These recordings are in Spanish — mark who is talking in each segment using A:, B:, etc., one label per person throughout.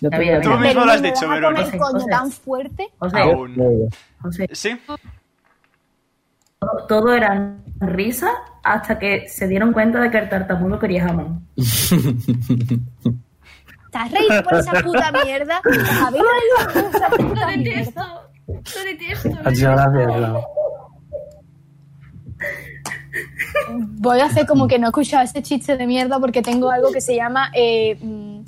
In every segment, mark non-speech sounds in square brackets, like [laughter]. A: No
B: La vida,
A: tengo idea.
B: Tú venga.
C: mismo lo has
D: ¿me
C: dicho,
D: vas a
C: Verónica.
D: poner
B: José,
D: coño
B: José.
D: tan fuerte?
B: José,
C: Aún.
A: No idea.
C: [laughs]
B: José,
C: ¿Sí?
B: todo, todo eran risas hasta que se dieron cuenta de que el tartamudo quería jamón.
D: ¿Te has reído por esa puta
B: [laughs]
D: mierda? ¿Habéis reído por esa
E: Lo
D: puta mierda?
E: detesto. Lo detesto. lo
A: Ha sido
E: detesto.
A: gracioso.
D: Voy a hacer como que no he escuchado este chiste de mierda porque tengo algo que se llama... eh, mm,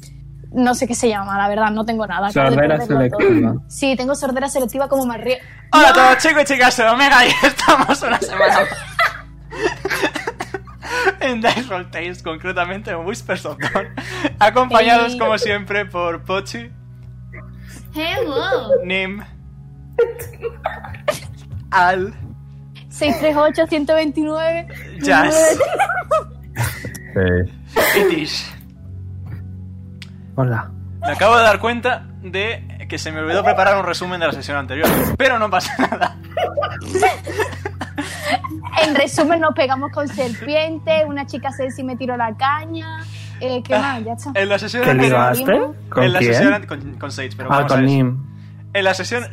D: no sé qué se llama, la verdad, no tengo nada. acabo de
A: Sordera
D: perderlo todo.
A: selectiva.
D: Sí, tengo sordera selectiva como me río.
C: Hola a todos chicos y chicas de Omega y [laughs] estamos una semana más en Dice Roll Tales, concretamente en Whispers of Dawn, [laughs] acompañados
D: Hey.
C: como siempre por Pochi,
E: Hello.
C: Nim, Al,
D: 638-129.
C: Jazz
F: Sí.
C: y Tish.
A: Hola.
C: Me acabo de dar cuenta de que se me olvidó preparar un resumen de la sesión anterior, pero no pasa nada.
D: [laughs] En resumen, nos pegamos con serpiente, una chica sexy me tiró la caña.
C: Ah,
D: Eh, ¿Qué más? Ya está.
C: En la sesión
A: ¿Qué
C: anterior...
A: ligaste? ¿Con
C: en la sesión an-
A: quién?
C: con, con Sage, pero
A: Ah,
C: vamos a
A: con
C: eso.
A: Nim.
C: En la sesión...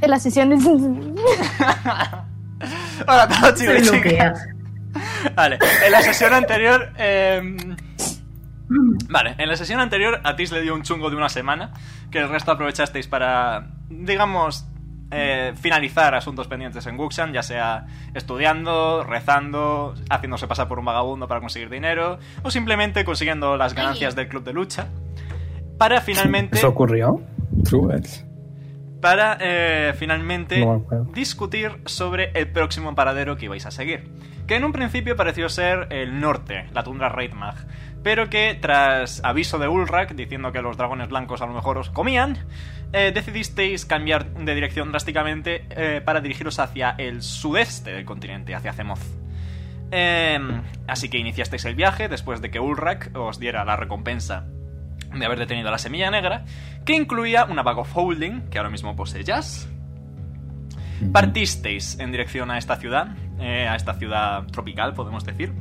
D: En la sesión
C: [laughs]
D: de...
C: Hola a todos chicos
B: Se
C: y [laughs]
B: bloquea.
C: chicas. [laughs] Vale, en la sesión anterior. em, Vale, en la sesión anterior a Tis le dio un chungo de una semana, que el resto aprovechasteis para, digamos, eh, finalizar asuntos pendientes en Wuxan, ya sea estudiando, rezando, haciéndose pasar por un vagabundo para conseguir dinero, o simplemente consiguiendo las ganancias del club de lucha, para finalmente,
A: ¿Eso ocurrió?
F: Trubels.
C: para, eh, finalmente
A: No me acuerdo.
C: discutir sobre el próximo paradero que ibais a seguir. Que en un principio pareció ser el norte, la tundra Raidmag. Pero que tras aviso de Ulrak diciendo que los dragones blancos a lo mejor os comían, eh, decidisteis cambiar de dirección drásticamente eh, para dirigiros hacia el sudeste del continente, hacia Zemoz. Em, así que iniciasteis el viaje después de que Ulrak os diera la recompensa de haber detenido la semilla negra, que incluía una bag of holding, que ahora mismo posee Jazz, partisteis en dirección a esta ciudad, eh, a esta ciudad tropical, podemos decir.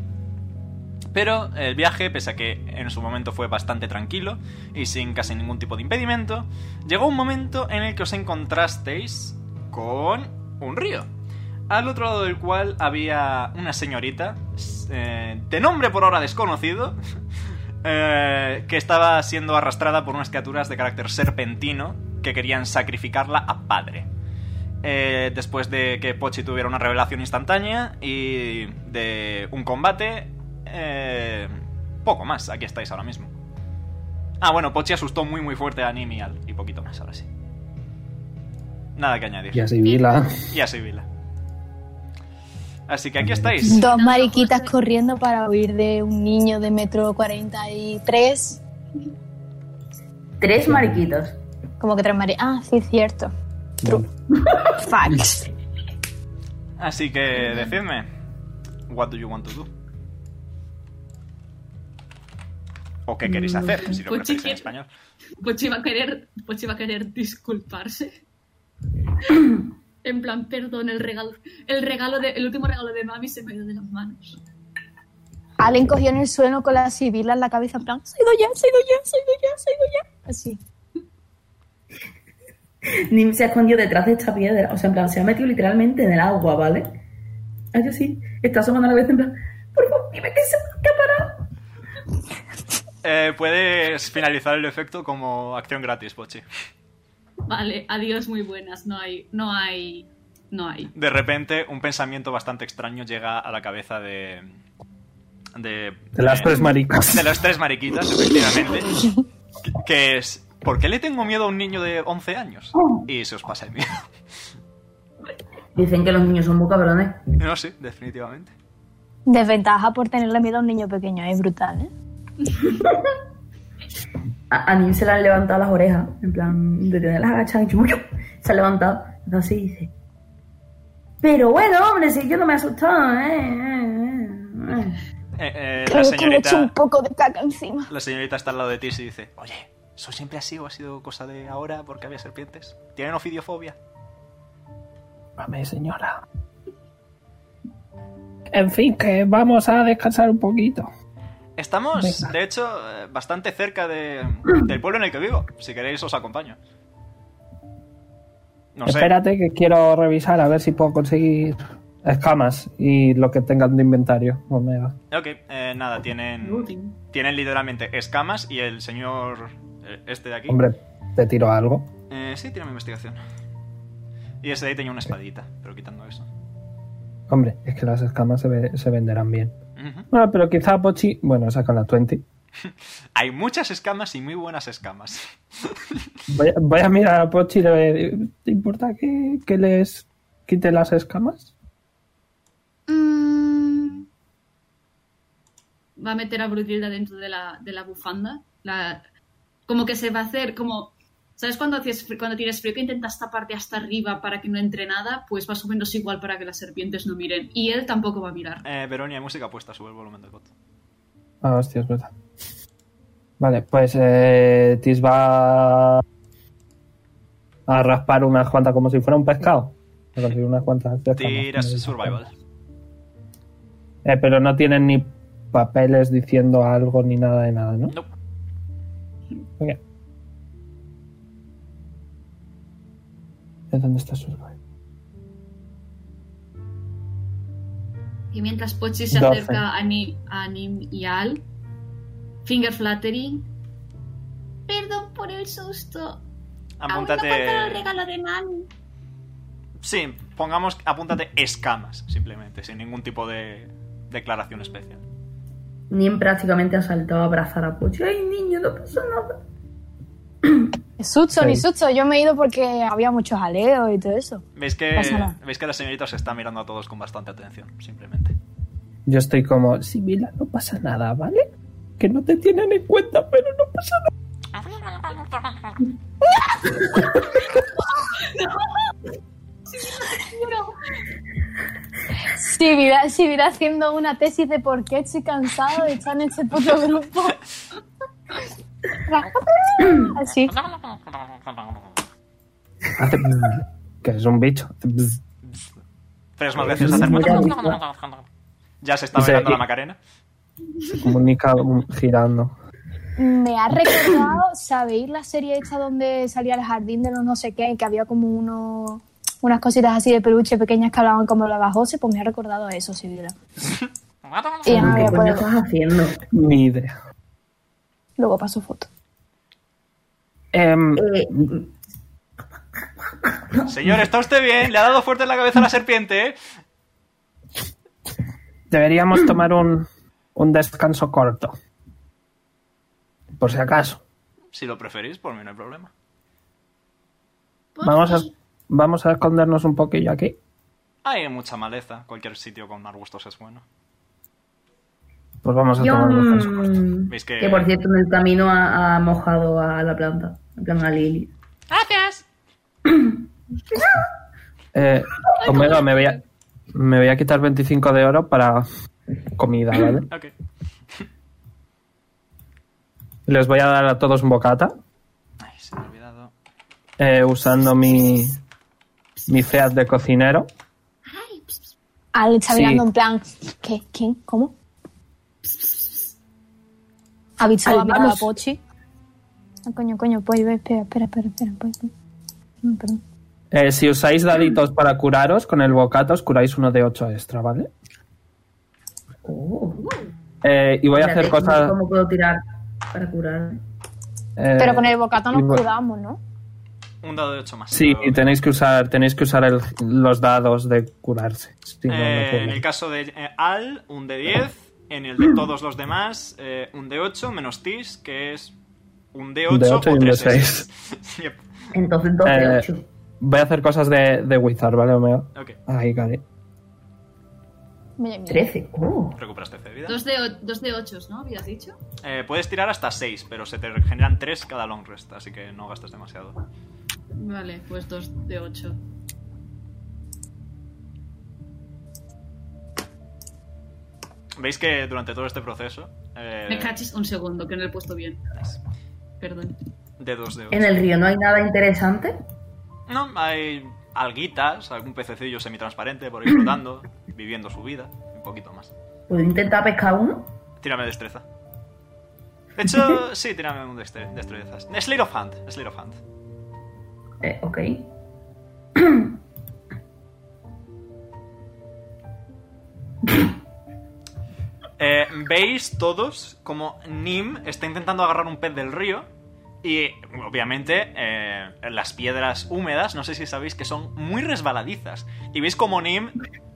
C: Pero el viaje, pese a que en su momento fue bastante tranquilo y sin casi ningún tipo de impedimento, llegó un momento en el que os encontrasteis con un río, al otro lado del cual había una señorita, eh, de nombre por ahora desconocido, [laughs] eh, que estaba siendo arrastrada por unas criaturas de carácter serpentino que querían sacrificarla a padre eh, después de que Pochi tuviera una revelación instantánea y de un combate, eh, poco más, aquí estáis ahora mismo. Ah, bueno, Pochi asustó muy muy fuerte a Nim y Al, y poquito más, ahora sí. Nada que añadir.
A: Y así vi la.
C: Y así, Vila. Así que
A: Mm.
C: aquí estáis.
D: Dos mariquitas corriendo para huir de un niño de metro 43.
B: Tres mariquitas.
D: Como que tres mariquitas. Ah, sí, cierto. True. Facts.
C: Así que decidme, what do you want to do? ¿O qué
D: Mm.
C: queréis hacer? Si lo
D: Pues
C: preferís
E: Pochi
C: en
E: Pues quiere-
C: español.
E: Pochi va a querer, Pochi va a querer disculparse. En plan, perdón, el regalo, el regalo de, el último regalo de mami se me dio de las manos.
D: Allen cogió en el suelo con la sibila en la cabeza, en plan, soy doña, soy doña, soy doña, soy doña. Así.
B: Nim se ha escondido detrás de esta piedra. O sea, en plan, se ha metido literalmente en el agua, ¿vale? Ah, yo sí. Está asomando la cabeza en plan, por favor, dime que se que ha parado.
C: Eh, puedes finalizar el efecto como acción gratis, Pochi.
E: Vale, adiós, muy buenas. No hay, no hay, no hay.
C: De repente, un pensamiento bastante extraño llega a la cabeza de. De,
A: De las
C: eh,
A: tres maricas.
C: De las tres mariquitas, efectivamente. que, que es. ¿Por qué le tengo miedo a un niño de 11 años?
D: Oh.
C: Y se os pasa el miedo. [laughs]
B: Dicen que los niños son muy cabrones.
C: No sé, definitivamente.
D: Desventaja por tenerle miedo a un niño pequeño, es brutal, ¿eh?
B: A, a Nim se le han levantado las orejas, en plan, de tenerlas agachadas, y chumuyo, se ha levantado. Entonces y dice, pero bueno, hombre, si yo no me he asustado, eh, eh, eh, eh".
C: Eh, eh, la
D: Creo que me echo un
C: señorita.
D: poco de caca encima.
C: La señorita está al lado de ti y dice: Oye, ¿eso siempre ha sido o ha sido cosa de ahora porque había serpientes? ¿Tienen ofidiofobia?
A: Mame, señora. En fin, que vamos a descansar un poquito.
C: Estamos, de hecho, eh, bastante cerca
A: [clears throat]
C: de- del pueblo en el que vivo. Si queréis, os acompaño. No sé.
A: Espérate que quiero revisar a ver si puedo conseguir escamas y lo que tengan de inventario. Omega.
C: Ok, eh, nada, tienen,
E: Útil.
C: tienen literalmente escamas y el señor eh, este de aquí.
A: Hombre, te tiro algo.
C: Eh, sí, tiene mi investigación. Y ese de ahí tenía una espadita, pero quitando eso.
A: Hombre, es que las escamas se, ve- se venderán bien.
C: Ujú.
A: Bueno, pero quizá Pochi... Bueno, saca la 20.
C: Hay muchas escamas y muy buenas escamas.
A: Voy a, voy a mirar a Pochi y le voy a decir, ¿Te importa que, que les quite las escamas?
D: Mm,
E: va a meter a Brutilda dentro de la, de la bufanda. La, como que se va a hacer como... ¿Sabes cuando, haces, fr- cuando tienes frío que intentas taparte hasta arriba para que no entre nada? Pues más o menos igual para que las serpientes no miren. Y él tampoco va a mirar.
C: Eh, Verónica, hay música puesta, sube el volumen del bot.
A: Ah, hostia, es verdad. Vale, pues eh, Tis va a raspar unas cuantas como si fuera un pescado. A conseguir unas cuantas escamas.
C: Tiras survival.
A: Eh, pero no tienen ni papeles diciendo algo ni nada de nada, ¿no?
C: No.
A: Ok. ¿En dónde está survival?
E: Y mientras Pochi se
A: Doce.
E: acerca a, Ni- a Nim y a Al, Finger Flattery... Perdón por el susto. Aún no falta el
C: Apúntate.
E: regalo de mami.
C: Sí, pongamos, apúntate escamas, simplemente, sin ningún tipo de declaración especial.
B: Nim prácticamente ha saltado a abrazar a Pochi. ¡Ay, niño, no pasa nada!
D: Susto, ni
A: Sí.
D: susto. Yo me he ido porque había muchos aleos y todo eso.
C: ¿Veis que,
D: Pasa nada.
C: ¿Veis que la señorita os está mirando a todos con bastante atención? Simplemente.
A: Yo estoy como, sí, Mila, no pasa nada, ¿vale? Que no te tienen en cuenta, pero no pasa nada.
D: Si vivirá, si vivirá haciendo una tesis de por qué estoy cansado de estar en este puto grupo. Así.
A: Hace bzz, que es un bicho. Hace bzz.
C: Pero es más gracioso hacer
A: Muy
C: mucho.
A: bonito.
C: Ya se está
A: Sí.
C: bailando la Macarena.
A: Se comunica um, girando.
D: Me ha recordado, ¿sabéis la serie esta donde salía el jardín de los no sé qué y que había como uno, unas cositas así de peluche pequeñas que hablaban como la bajose? Pues me ha recordado a eso, si vivirá. Y
B: ¿Qué
D: ya me
B: coño
D: acuerdo.
B: Ah, estás haciendo?
A: Ni idea.
D: Luego paso foto.
A: Em,
B: Eh,
C: Señor, ¿está usted bien? Le ha dado fuerte en la cabeza a la serpiente, ¿eh?
A: deberíamos tomar un, un descanso corto. Por si acaso.
C: Si lo preferís, por mí no hay problema.
A: Vamos a, vamos a escondernos un poquillo aquí.
C: Hay mucha maleza. Cualquier sitio con arbustos es bueno.
A: Pues vamos a
B: yo,
A: tomar un descanso corto.
B: mm,
C: Veis que-
B: que por cierto, en el camino ha, ha mojado a la planta. En plan, a Lily. [clears throat]
A: Eh, Omega, me voy, a, me voy a quitar 25 de oro para comida, Ah, ¿vale?
C: Ok.
A: Les voy a dar a todos un bocata
C: Ay, se me ha olvidado.
A: eh, usando mi, mi feat de cocinero.
D: Al está
A: Sí.
D: mirando en plan, ¿qué? ¿Quién? ¿Cómo? ¿Ha visto
B: Al,
D: a la
B: vamos.
D: Pochi? Ah, coño, coño, pues, ve, espera, espera, espera, espera, pues, ve. Mm, perdón.
A: Eh, si usáis daditos para curaros, con el bocata os curáis uno de 8 extra, ¿vale?
B: Oh.
A: Eh, y voy a
B: Espérate,
A: hacer cosas...
B: ¿Cómo puedo tirar para curar?
A: eh,
D: Pero con el bocata
A: y
D: nos
A: voy-
D: curamos, ¿no?
C: Un dado de 8 más.
A: Sí,
C: Pero-
A: y tenéis que usar, tenéis que usar el- los dados de curarse. Si no, no
C: Eh, en
A: puedo.
C: el caso de eh, Al, un de 10. En el de todos los demás, eh, un de 8 menos Tis, que es un de 8,
A: Un de ocho y
C: o
A: un de
C: 3
A: seis.
C: [laughs] Yep.
B: Entonces, 12,
A: Eh,
B: 8.
A: Voy a hacer cosas de, de Wizard, ¿vale, Omega?
C: Ok,
A: Ahí, Gary.
D: Mira, mira.
B: 13. Oh.
C: recuperas 13 de vida.
E: Dos de, o- dos de ochos, ¿no? ¿Habías dicho?
C: Eh, puedes tirar hasta 6, pero se te generan 3 cada long rest, así que no gastas demasiado.
E: Vale, pues dos de ocho.
C: Veis que durante todo este proceso. eh,
E: Me cachis un segundo, que no lo he puesto bien. Perdón.
C: de 2 de 8.
B: En el río no hay nada interesante.
C: No, hay alguitas, algún pececillo semitransparente por ahí flotando, viviendo su vida, un poquito más.
B: Puedo intentar pescar uno.
C: Tírame destreza. De hecho, sí, tírame un destre- destrezas. Slate of Hand, Slate of Hand.
B: Eh, ok.
C: Eh, Veis todos como Nim está intentando agarrar un pez del río y obviamente eh, las piedras húmedas, no sé si sabéis que son muy resbaladizas. Y veis como Nim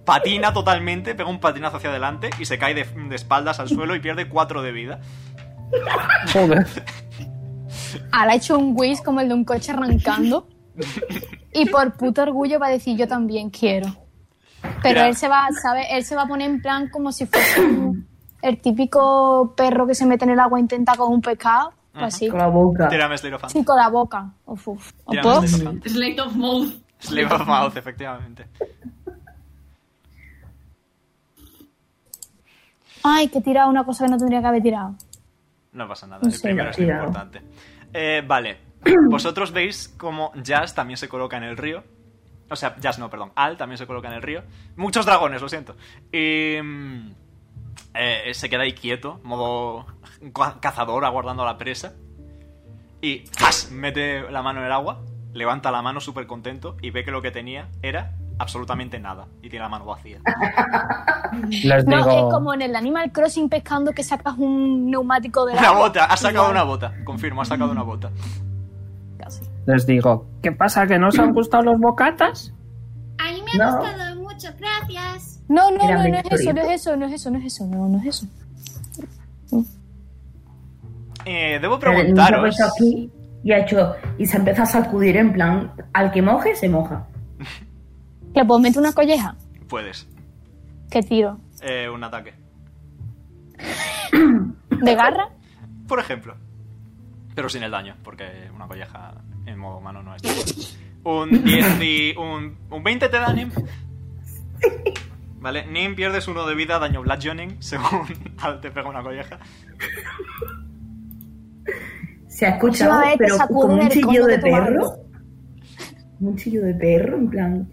C: patina totalmente, pega un patinazo hacia adelante y se cae de, de espaldas al suelo y pierde 4 de vida.
A: Joder.
D: Ahora ha hecho un whiz como el de un
A: [laughs]
D: coche arrancando. y por puto orgullo va a decir yo también quiero. Pero
C: Mira.
D: él se va, ¿sabe? Él se va a poner en plan como si fuese un- el típico perro que se mete en el agua e intenta con un pescado. pues así.
B: Con la boca.
C: Tírame Slate of Hand.
D: Sí, con la boca. Uf, uf. ¿O
C: Tírame
D: puedo?
C: Slate of Hand.
E: Slate of Mouth.
C: Slate of Mouth, efectivamente.
D: Ay, que he tirado una cosa que no tendría que haber tirado.
C: No pasa nada,
D: No
C: el
D: sé,
C: primero es lo
B: cuidado.
C: importante. Eh,
B: [clears throat]
C: vale, vosotros veis como Jazz también se coloca en el río. O sea, Jazz no, perdón, Al también se coloca en el río. Muchos dragones, lo siento. Y. mm, eh, se queda ahí quieto, modo ca- cazador, aguardando a la presa. Y ¡zas! mete la mano en el agua, levanta la mano súper contento y ve que lo que tenía era absolutamente nada. Y tiene la mano vacía.
A: Les
D: No,
A: digo.
D: es como en el Animal Crossing pescando que sacas un neumático de la.
C: Una bota, ha sacado una bota, confirmo, ha sacado una bota.
A: Les digo. ¿Qué pasa? ¿Que no os han gustado los bocatas?
F: A mí me ha
B: No.
F: gustado mucho, gracias.
D: No, no,
B: Era
D: no, no es
B: Victorino.
D: eso, no es eso, no es eso, no es eso, no, no es eso.
C: Eh, debo
B: El niño se ha
C: preguntaros.
B: puesto aquí y ha hecho. Y se empieza a sacudir en plan. Al que moje, se moja.
D: ¿Le puedo meter una colleja?
C: Puedes.
D: ¿Qué tiro?
C: Eh, un ataque.
D: ¿De garra?
C: Por ejemplo. Pero sin el daño, porque una colleja en modo humano no es daño. Un 10 y- un, un 20 te da Nim. Vale, Nim pierdes uno de vida, daño bludgeoning, [laughs] según Al te pega una colleja.
B: Se ha escuchado,
D: Próxima vez te
B: pero
D: sacudo
B: como un
D: el
B: chillido
D: coño
B: de
D: de tu madre.
B: perro. Como Un chillido de perro, en plan.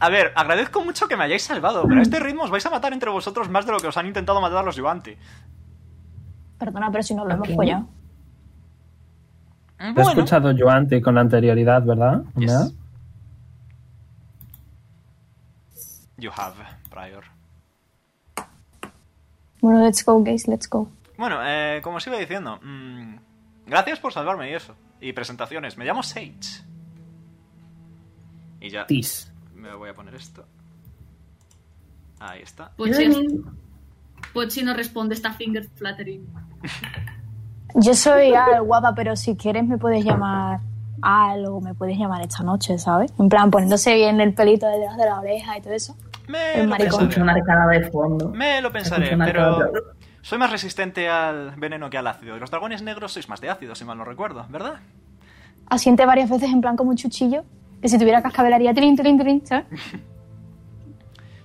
C: A ver, agradezco mucho que me hayáis salvado, pero a este ritmo os vais a matar entre vosotros más de lo que os han intentado matar los Yuanti.
D: Perdona, pero si no lo hemos
B: Ok.
D: follado.
C: Ah,
A: Lo he escuchado yo antes con anterioridad, ¿verdad? ¿Verdad?
C: Yes. You have prior.
D: Bueno, let's go, guys, let's go.
C: Bueno, eh, como os iba diciendo, mm, gracias por salvarme y eso. Y presentaciones. Me llamo Sage. Y ya
A: Tis.
C: me voy a poner esto. Ahí está.
E: Pochi, Pochi no responde, está finger flattering.
D: Yo soy Al, guapa, pero si quieres me puedes llamar Al o me puedes llamar esta noche, ¿sabes? En plan, poniéndose bien el pelito detrás de la oreja y todo eso.
C: Me
D: El
C: lo
D: maricón.
C: pensaré.
B: Escucho una arcada de fondo.
C: Me lo pensaré,
B: Escucho una
C: pero
B: arcada de-
C: soy más resistente al veneno que al ácido. Y los dragones negros sois más de ácido, si mal no recuerdo, ¿verdad?
D: Asiente varias veces en plan como un chuchillo, que si tuviera cascabelaría, trin, trin, trin, ¿sabes?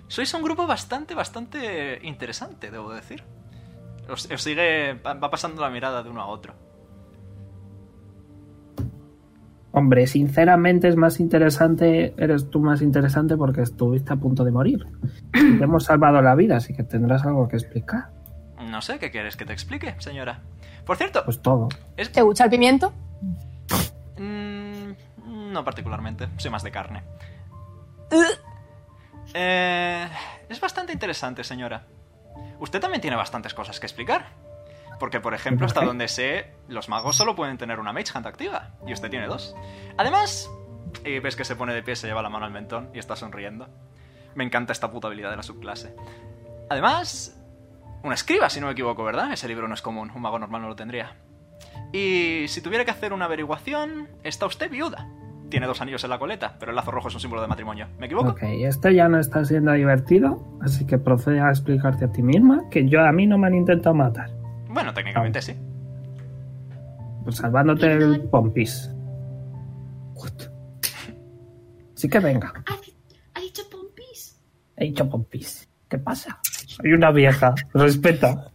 C: Sois un grupo bastante, bastante interesante, debo decir. Os, os sigue, va pasando la mirada de uno a otro.
A: Hombre, sinceramente es más interesante. Eres tú más interesante porque estuviste a punto de morir. Y Te hemos salvado la vida, así que tendrás algo que explicar.
C: No sé, ¿qué quieres que te explique, señora? Por cierto,
A: Pues todo.
C: es,
D: ¿Te gusta el pimiento?
C: Mm, no particularmente, soy más de carne. Eh, es bastante interesante, señora. Usted también tiene bastantes cosas que explicar. Porque, por ejemplo, hasta donde sé, los magos solo pueden tener una Mage Hand activa. Y usted tiene dos. Además, y ves que se pone de pie, se lleva la mano al mentón y está sonriendo. Me encanta esta puta habilidad de la subclase. Además, una escriba, si no me equivoco, ¿verdad? Ese libro no es común, un mago normal no lo tendría. Y si tuviera que hacer una averiguación, está usted viuda. Tiene dos anillos en la coleta, pero el lazo rojo es un símbolo de matrimonio. ¿Me equivoco?
A: Ok, esto ya no está siendo divertido, así que procede a explicarte a ti misma que yo a mí no me han intentado matar.
C: Bueno, técnicamente sí.
A: Pues salvándote el pompis. Justo. Así que venga.
F: ¿Ha, di- ha dicho pompis?
A: He dicho pompis. ¿Qué
E: [laughs]
A: pasa? Soy una vieja. Respeta.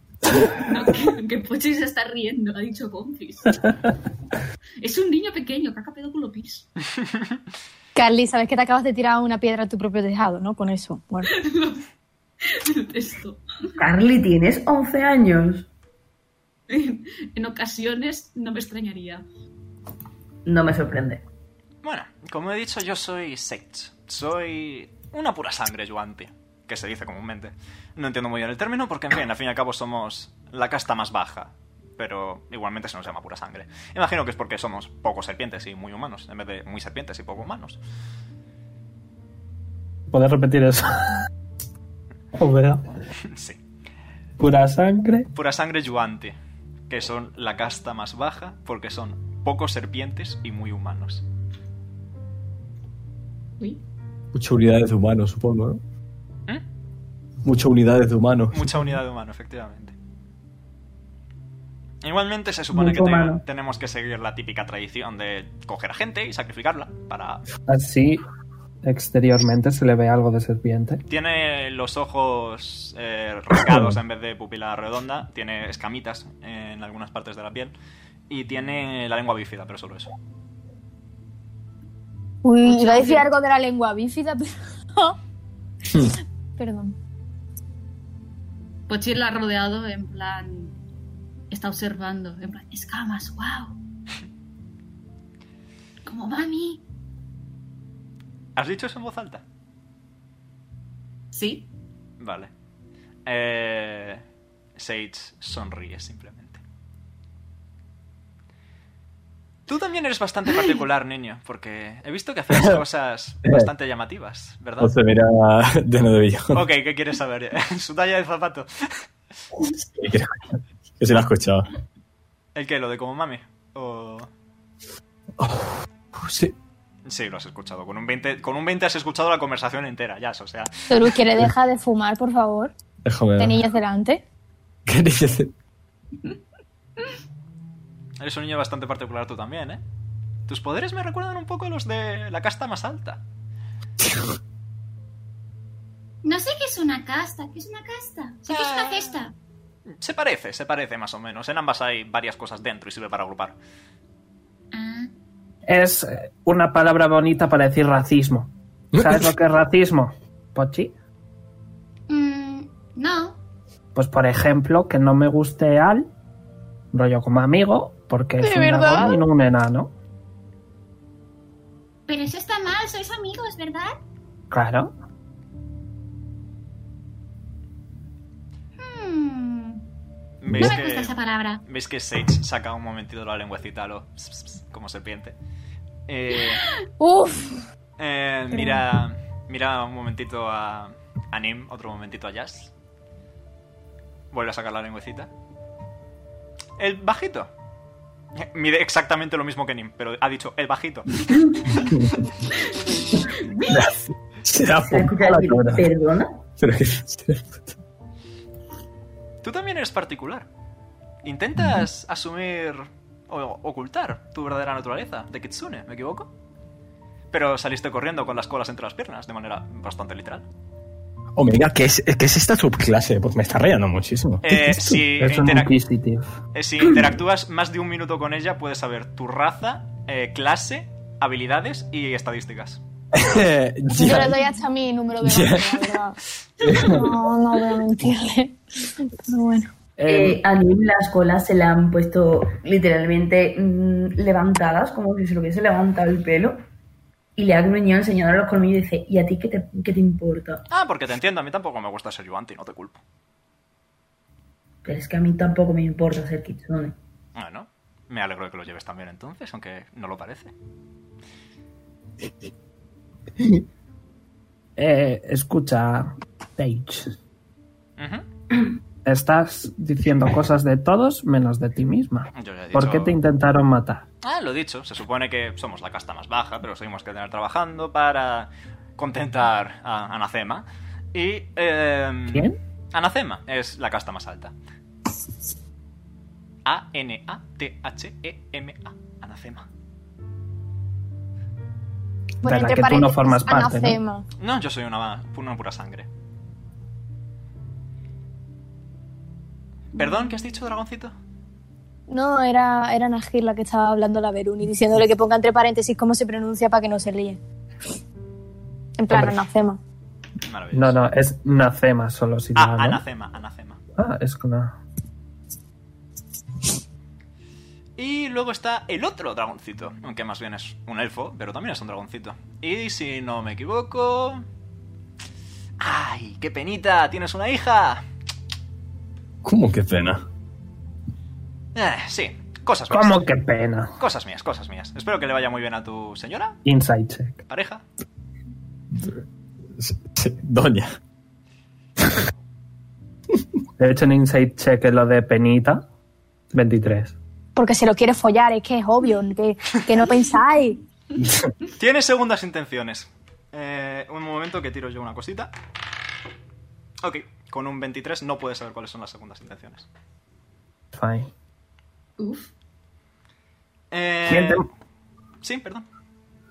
E: Aunque, aunque Pochi se está riendo, ha dicho
A: [laughs]
E: Pompis. es un niño pequeño, caca pedóculo pis.
D: Carly, sabes que te acabas de tirar una piedra a tu propio tejado, ¿no? Con eso.
C: [laughs]
D: Bueno.
E: Detesto.
B: Carly, tienes 11 años.
E: en, en ocasiones no me extrañaría.
B: No me sorprende.
C: Bueno, como he dicho, yo soy Sage. Soy una pura sangre yuante, que se dice comúnmente. No entiendo muy bien el término porque, en fin, al fin y al cabo somos la casta más baja. Pero igualmente se nos llama pura sangre. Imagino que es porque somos pocos serpientes y muy humanos, en vez de muy serpientes y poco humanos.
A: ¿Puedes repetir eso? [laughs] O verdad.
C: sí.
A: Pura sangre.
C: Pura sangre yuante, que son la casta más baja porque son pocos serpientes y muy humanos.
E: Uy.
G: Muchas unidades de humanos, supongo, ¿no?
C: ¿Mm?
G: Muchas unidades de humanos.
C: Mucha unidad de humano, efectivamente. Igualmente se supone
B: Mucho
C: que te-
B: humano.
C: tenemos que seguir la típica tradición de coger a gente y sacrificarla para...
A: Así exteriormente se le ve algo de serpiente.
C: Tiene los ojos eh, rasgados en vez de pupila redonda, tiene escamitas en algunas partes de la piel y tiene la lengua bífida, pero solo eso.
D: Uy, iba a decir algo de la lengua bífida, [laughs] pero.
B: Hmm.
D: Perdón.
E: Pochir la Pues ha rodeado en plan. Está observando, en plan, escamas, wow.
F: Como mami.
C: ¿Has dicho eso en voz alta?
E: Sí,
C: Vale. Eh, Sage sonríe simplemente. Tú también eres
G: [laughs]
C: bastante particular, niño, porque he visto que haces cosas bastante llamativas, ¿verdad?
G: O se mira lleno de billón.
C: Ok, ¿qué quieres saber? [laughs] Su talla de
G: [laughs]
C: zapato.
G: Que se la ha escuchado.
C: ¿El qué? ¿Lo de como mami? O...
G: Oh, Sí.
C: Sí, lo has escuchado. Con un 20, con un 20 has escuchado la conversación entera, ya, o sea.
D: Toru, ¿quiere dejar de fumar, por favor?
G: Déjame. ver.
D: Tenillas delante.
G: ¿Qué dices?
C: Eres un niño bastante particular tú también, ¿eh? Tus poderes me recuerdan un poco a los de la casta más alta.
F: No sé qué es una casta. ¿Qué es una casta? Sé que es una cesta.
C: Se parece, se parece más o menos. En ambas hay varias cosas dentro y sirve para agrupar.
F: Ah,
A: Es eh, una palabra bonita para decir
C: [laughs]
A: racismo. ¿Sabes lo que es racismo? Pues Pochi.
F: mm, no.
A: Pues por ejemplo, que no me guste al rollo como amigo, porque es
D: ¿De
A: un
D: verdad?
A: dragón y no un enano.
F: Pero eso está mal. Sois amigos, ¿verdad?
A: Claro.
F: Mm,
C: ¿Veis
F: no me gusta
C: que,
F: esa palabra.
C: veis que Sage saca un momentito la lengüecita a lo ps, ps, ps, como serpiente? Eh,
D: Uf,
C: eh, mira, mira un momentito a, a Nim, otro momentito a Jazz. Vuelve a sacar la lengüecita. El bajito. Eh, Mide exactamente lo mismo que Nim, pero ha dicho el bajito.
G: Se la ha
B: Se escucha
G: la
B: decir,
G: cara.
B: ¿Perdona?
G: Pero que- se la-
C: Tú también eres particular. Intentas asumir o ocultar tu verdadera naturaleza de Kitsune, ¿me equivoco? Pero saliste corriendo con las colas entre las piernas, de manera bastante literal.
G: Omega, ¿qué es, ¿qué es esta subclase? Pues me está rayando muchísimo.
C: Eh, si,
A: es un
C: interac-
A: inquisitive.
C: eh, si interactúas más de un minuto con ella, puedes saber tu raza, eh, clase, habilidades y estadísticas.
G: Eh, [laughs]
D: yo
G: ya.
D: le doy hasta mi número de
G: Ya.
D: base, la verdad. No, no voy a mentirle. Pero bueno.
B: Eh, a Nim las colas se le han puesto literalmente mm, levantadas, como si se lo hubiese levantado el pelo. Y le ha gruñido enseñando los colmillos y dice, ¿y a ti qué te, qué te importa?
C: Ah, porque te entiendo, a mí tampoco me gusta ser yuanti, no te culpo.
B: Pero es que a mí tampoco me importa ser kitsune.
C: Bueno, me alegro de que lo lleves también entonces, aunque no lo parece.
A: Eh, escucha, Paige.
C: Ujú.
A: Estás diciendo cosas de todos menos de ti misma.
C: Yo ya he
A: ¿Por
C: dicho-
A: qué te intentaron matar?
C: Ah, lo dicho, se supone que somos la casta más baja, pero seguimos que tener trabajando para contentar a Anacema. Y. em,
A: ¿Quién?
C: Anacema es la casta más alta. A-N-A-T-H-E-M-A. E Anacema.
A: De la que tú ah, no formas parte, ¿no?
D: anafema.
C: No, yo soy una, una pura sangre. ¿Perdón? ¿Qué has dicho, dragoncito?
D: No, era, era Najir la que estaba hablando la Veruni, diciéndole que ponga entre paréntesis cómo se pronuncia para que no se líe. En plan,
A: Hombre.
D: anafema.
C: Maravilloso.
A: No, no, es Nacema solo si
C: Ah,
A: no, ¿no?
C: Anacema, Anacema.
A: Ah, es una.
C: luego está el otro dragoncito, aunque más bien es un elfo, pero también es un dragoncito. Y si no me equivoco... ¡Ay, qué penita! ¡Tienes una hija!
G: ¿Cómo que pena?
C: Eh, sí, cosas mías.
A: ¿Cómo que pena?
C: Cosas mías, cosas mías. Espero que le vaya muy bien a tu señora,
A: Inside check.
C: pareja.
G: Sí, sí, Doña.
A: He hecho un inside check en lo de penita. 23.
D: Porque se lo quiere follar, es que es obvio, que, que no pensáis.
C: Tiene segundas intenciones. Eh, un momento que tiro yo una cosita. Ok, con un 23 no puedes saber cuáles son las segundas intenciones.
A: Fine.
E: Uf.
C: Eh,
A: Bien, te,
C: sí, perdón.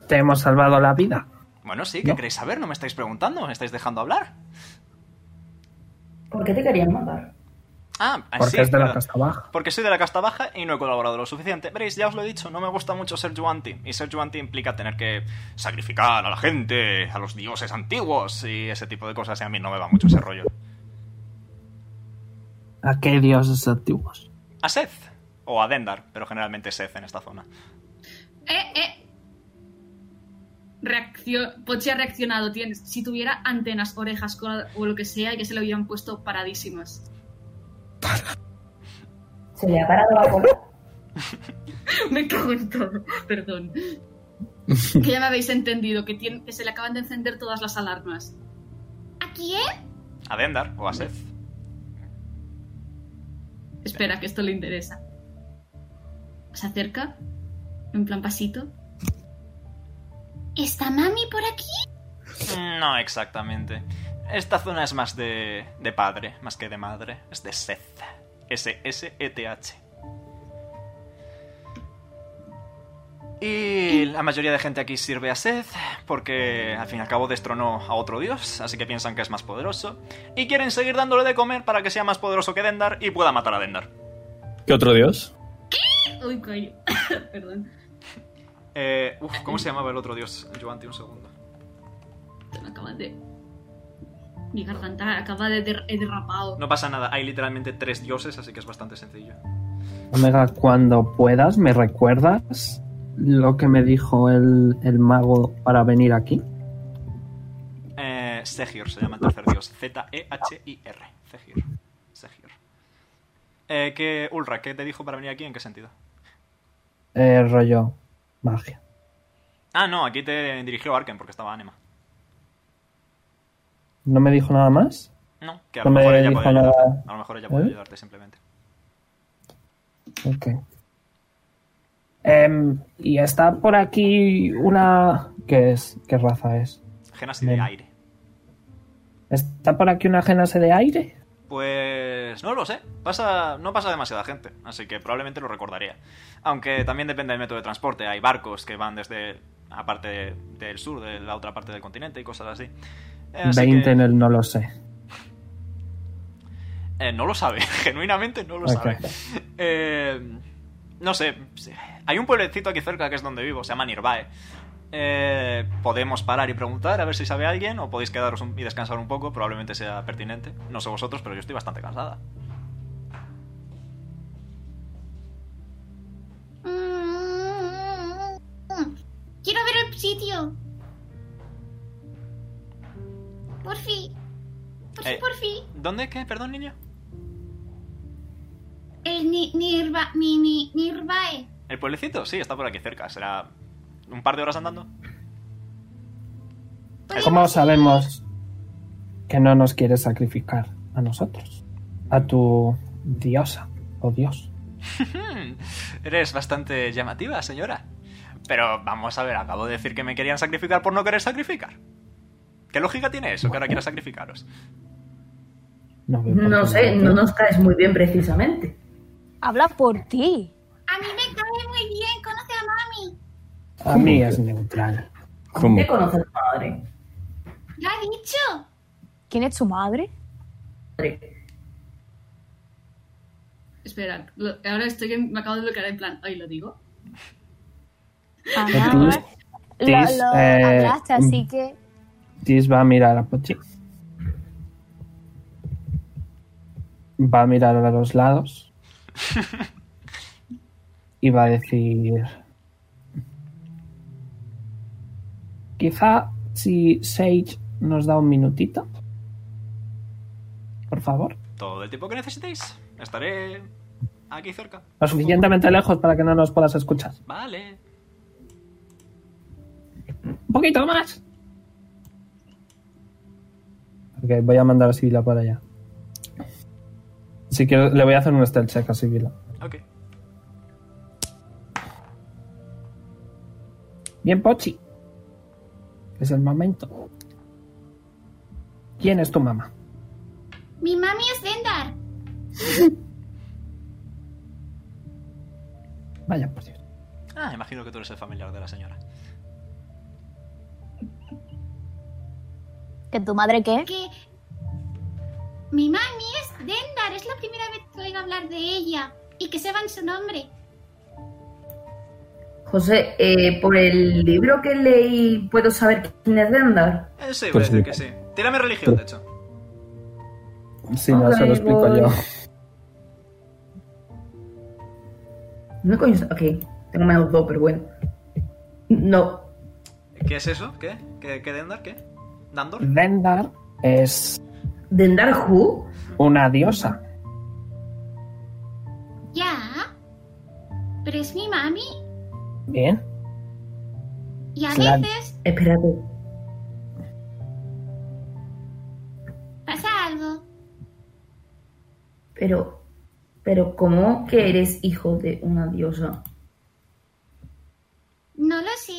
A: te hemos salvado la vida.
C: Bueno, sí, ¿qué
A: No.
C: queréis saber? ¿No me estáis preguntando? ¿Me estáis dejando hablar?
B: ¿Por qué te querían matar?
C: Ah, ah,
A: Porque
C: sí,
A: es de la
C: claro.
A: casta baja.
C: Porque soy de la casta baja y no he colaborado lo suficiente. Veréis, ya os lo he dicho, no me gusta mucho ser Yuanti. Y ser Yuanti implica tener que sacrificar a la gente, a los dioses antiguos y ese tipo de cosas. Y a mí no me va mucho ese rollo.
A: ¿A qué dioses antiguos?
C: A Seth o a Dendar, pero generalmente Seth en esta zona.
E: Eh, eh. Reacción, Pochi ha reaccionado. Tienes, si tuviera antenas, orejas cola- o lo que sea, y que se le hubieran puesto paradísimas. [laughs]
B: ¿Se le ha parado la boca?
E: Me cago en todo, perdón. Que ya me habéis entendido, que, tiene, que se le acaban de encender todas las alarmas.
F: ¿A quién?
C: A Dendar o a Seth.
E: Espera, que esto le interesa. Se acerca, en plan pasito.
F: ¿Está mami por aquí?
C: No exactamente. Esta zona es más de, de padre, más que de madre. Es de Seth. E S-S-E-T-H. Y la mayoría de gente aquí sirve a Seth porque al fin y al cabo destronó a otro dios, así que piensan que es más poderoso. Y quieren seguir dándole de comer para que sea más poderoso que Dendar y pueda matar a Dendar.
G: ¿Qué otro dios?
E: Uy, coño. [coughs] perdón.
C: Eh, uf, ¿cómo se llamaba el otro dios? Giovanni, un segundo.
E: Se me acaba de. Mi garganta acaba de der- he derrapado.
C: No pasa nada, hay literalmente tres dioses, así que es bastante sencillo.
A: Omega, cuando puedas, ¿me recuerdas lo que me dijo el, el mago para venir aquí?
C: Eh, Sehir se llama el tercer dios. E Z-E-H-I-R. Sehir. Sehir. Eh, ¿qué, Ulra, ¿qué te dijo para venir aquí? ¿En qué sentido?
A: Eh, rollo, magia.
C: Ah, no, aquí te dirigió Arken porque estaba Anima.
A: ¿No me dijo nada más?
C: No, que a lo
A: No me
C: mejor ella
A: dijo
C: puede ayudarte.
A: nada.
C: A lo mejor ella puede
A: ¿Eh?
C: ayudarte simplemente.
A: Ok. Em, y está por aquí una... ¿Qué es? ¿Qué raza es?
C: Genas y de
A: Bien.
C: aire.
A: ¿Está por aquí una genase de aire?
C: Pues no lo sé. Pasa, no pasa demasiada gente, así que probablemente lo recordaría. Aunque también depende del método de transporte. Hay barcos que van desde la parte del sur, de la otra parte del continente y cosas así. Eh, así
A: 20
C: que-
A: en el no lo sé.
C: Eh, no lo sabe, [laughs] genuinamente no lo
A: Ok.
C: sabe. Eh, no sé, hay un pueblecito aquí cerca que es donde vivo, se llama Nirvae. Eh, podemos parar y preguntar a ver si sabe alguien o podéis quedaros un- y descansar un poco, probablemente sea pertinente. No sé vosotros, pero yo estoy bastante cansada.
F: Mm. Quiero ver el sitio. Por fin. Por fin,
C: Eh.
F: por fin.
C: ¿Dónde? ¿Qué? ¿Perdón, niño?
F: El Eh, ni, nirva, ni, ni, nirvae.
C: ¿El pueblecito? Sí, está por aquí cerca, será un par de horas andando.
A: ¿Cómo sabemos que no nos quieres sacrificar a nosotros? A tu diosa o dios.
C: Hmm, Eres bastante llamativa, señora. Pero vamos a ver, acabo de decir que me querían sacrificar por no querer sacrificar. ¿Qué lógica tiene eso, que ahora quiera sacrificaros?
A: [laughs] No, veo por
B: No
A: qué
B: sé, no nos caes muy bien precisamente.
D: Habla por ti.
F: A mí me cae muy bien. Conoce a mami.
A: A mí es neutral.
G: ¿Cómo?
B: ¿Qué conoce tu madre?
F: Lo ha dicho.
D: ¿Quién es su madre?
B: Madre.
E: Espera, lo- ahora estoy en- me acabo de bloquear en plan, ay, lo digo.
C: Ah,
D: Ajá.
A: Tis-
D: Lo,
A: tis,
D: lo
A: eh,
G: Mm.
D: hablaste, así que
A: Tis va a mirar a Pochi. Va a mirar a los lados. y va a decir... Quizá si Sage nos da un minutito. Por favor.
C: Todo el tiempo que necesitéis. Estaré aquí cerca.
A: Lo suficientemente lejos para que no nos puedas escuchar.
C: Vale.
A: Un poquito más. Ok, voy a mandar a Sibila para allá. Si quiero, le voy a hacer un stealth check a Sibila.
C: Ok.
A: Bien, Pochi. Es el momento. ¿Quién es tu mamá?
F: Mi mami es Dendar.
A: Vaya, por Dios.
C: Ah, imagino que tú eres el familiar de la señora.
D: ¿Que tu madre qué?
F: Que. Mi mami es Dendar. Es la primera vez que oigo hablar de ella. Y que sepan su nombre.
B: José, eh, por el libro que leí, ¿puedo saber quién es Dendar?
C: Eh, sí, voy
G: Pues
C: a decir
G: sí.
C: que sí. Tírame religión, de hecho.
A: Si no,
B: Ok,
A: se lo explico
B: voy.
A: yo.
B: No coño, está- ok, tengo menos dos, pero bueno. No,
C: ¿Qué es eso? ¿Qué? ¿Qué, qué Dendar? ¿Qué? ¿Dandor?
A: Dendar es
B: ¿Dendar Who?
A: una diosa.
F: Ya. Pero es mi mami.
A: Bien.
F: Y a
A: Claro.
F: veces
B: Espérate,
F: pasa algo.
B: pero. Pero, ¿cómo que eres hijo de una diosa?
F: No lo sé.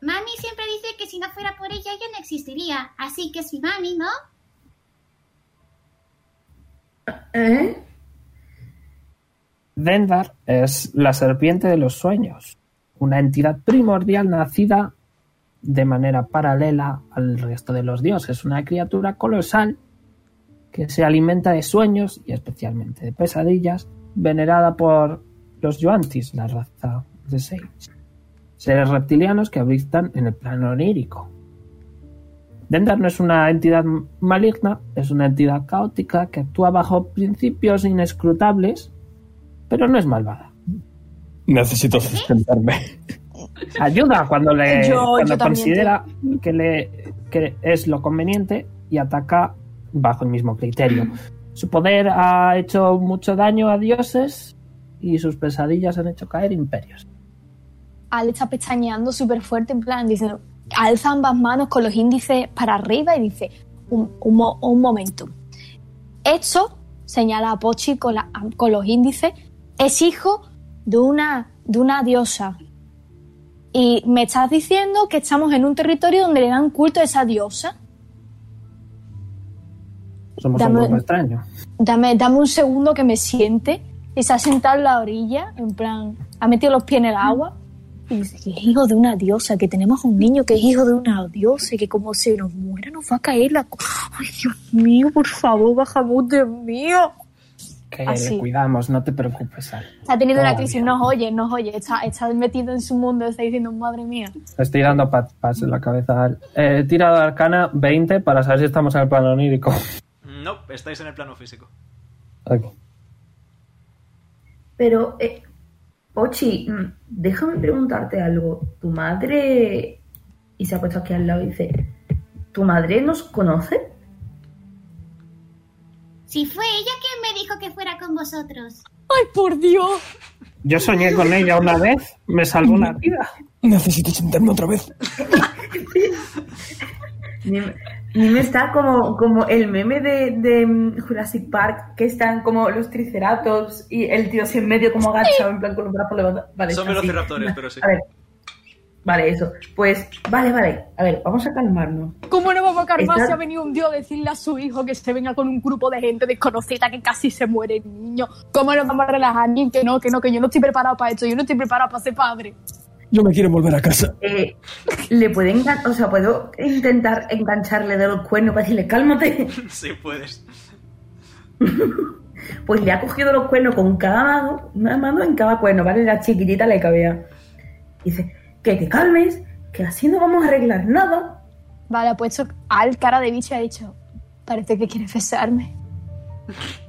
F: Mami siempre dice que si no fuera por ella, yo no existiría. Así que es mi mami, ¿no?
B: ¿Eh?
A: Dendar es la serpiente de los sueños, una entidad primordial nacida de manera paralela al resto de los dioses, una criatura colosal que se alimenta de sueños y especialmente de pesadillas, venerada por los Yuantis, la raza de Sage, seres reptilianos que habitan en el plano onírico. Dendar no es una entidad maligna, es una entidad caótica que actúa bajo principios inescrutables pero no es malvada.
G: Necesito sustentarme.
A: Ayuda cuando le
D: Yo-
A: cuando
D: yo también
A: considera que le que es lo conveniente y ataca bajo el mismo criterio. Su poder ha hecho mucho daño a dioses y sus pesadillas han hecho caer imperios.
D: Al está pestañeando súper fuerte, en plan, diciendo, alza ambas manos con los índices para arriba y dice, un, un, mo- un momento. Esto, señala a Pochi con, la- con los índices, es hijo de una, de una diosa. Y me estás diciendo que estamos en un territorio donde le dan culto a esa diosa.
A: Somos
D: Dame-
A: un grupo extraño.
D: Dame, dame un segundo que me siente. Y se ha sentado en la orilla, en plan, ha metido los pies en el agua. Y dice que es hijo de una diosa, que tenemos un niño que es hijo de una diosa y que como se nos muera nos va a caer la... co- Ay, Dios mío, por favor, bajamos de mío.
A: Que
D: Así.
A: le cuidamos, no te preocupes, Sal.
D: Está teniendo una
A: Todavía.
D: crisis, nos oye, nos oye, está, está metido en su mundo, está diciendo, madre mía.
A: Estoy dando pat pats en la cabeza. a Al. Eh, he tirado arcana 20 para saber si estamos en el plano onírico.
C: No, estáis en el plano físico.
A: Aquí.
B: Pero, eh, Ochi, mm, déjame preguntarte algo. Tu madre. Y se ha puesto aquí al lado y dice: ¿Tu madre nos conoce?
F: Si fue ella quien me dijo que fuera con vosotros.
D: Ay, por Dios.
A: Yo soñé con ella una vez, me salvó la vida.
G: Necesito sentarme otra vez.
B: Ni me- ni me está como, como el meme de, de, mm, Jurassic Park, que están como los triceratops y el tío así en medio como agachado, en plan con los brazos levantados. Vale,
C: Son
B: así.
C: velociraptores, pero sí.
B: A ver. Vale, eso. Pues, vale, vale. A ver, vamos a calmarnos.
D: ¿Cómo no vamos a calmar
B: Está-
D: si ha venido un tío a decirle a su hijo que se venga con un grupo de gente desconocida que casi se muere el niño? ¿Cómo nos vamos a relajar? Ni que no, que no, que yo no estoy preparado para esto, yo no estoy preparado para ser padre.
G: Yo me quiero volver a casa.
B: Eh, le puede engan- o sea, puedo intentar engancharle de los cuernos para decirle, cálmate.
C: sí, puedes.
B: Pues le ha cogido los cuernos con cada mano, una mano en cada cuerno, ¿vale? La chiquitita le cabía. Dice, que te calmes, que así no vamos a arreglar nada.
D: Vale, ha puesto al cara de bicho y ha dicho, parece que quieres besarme.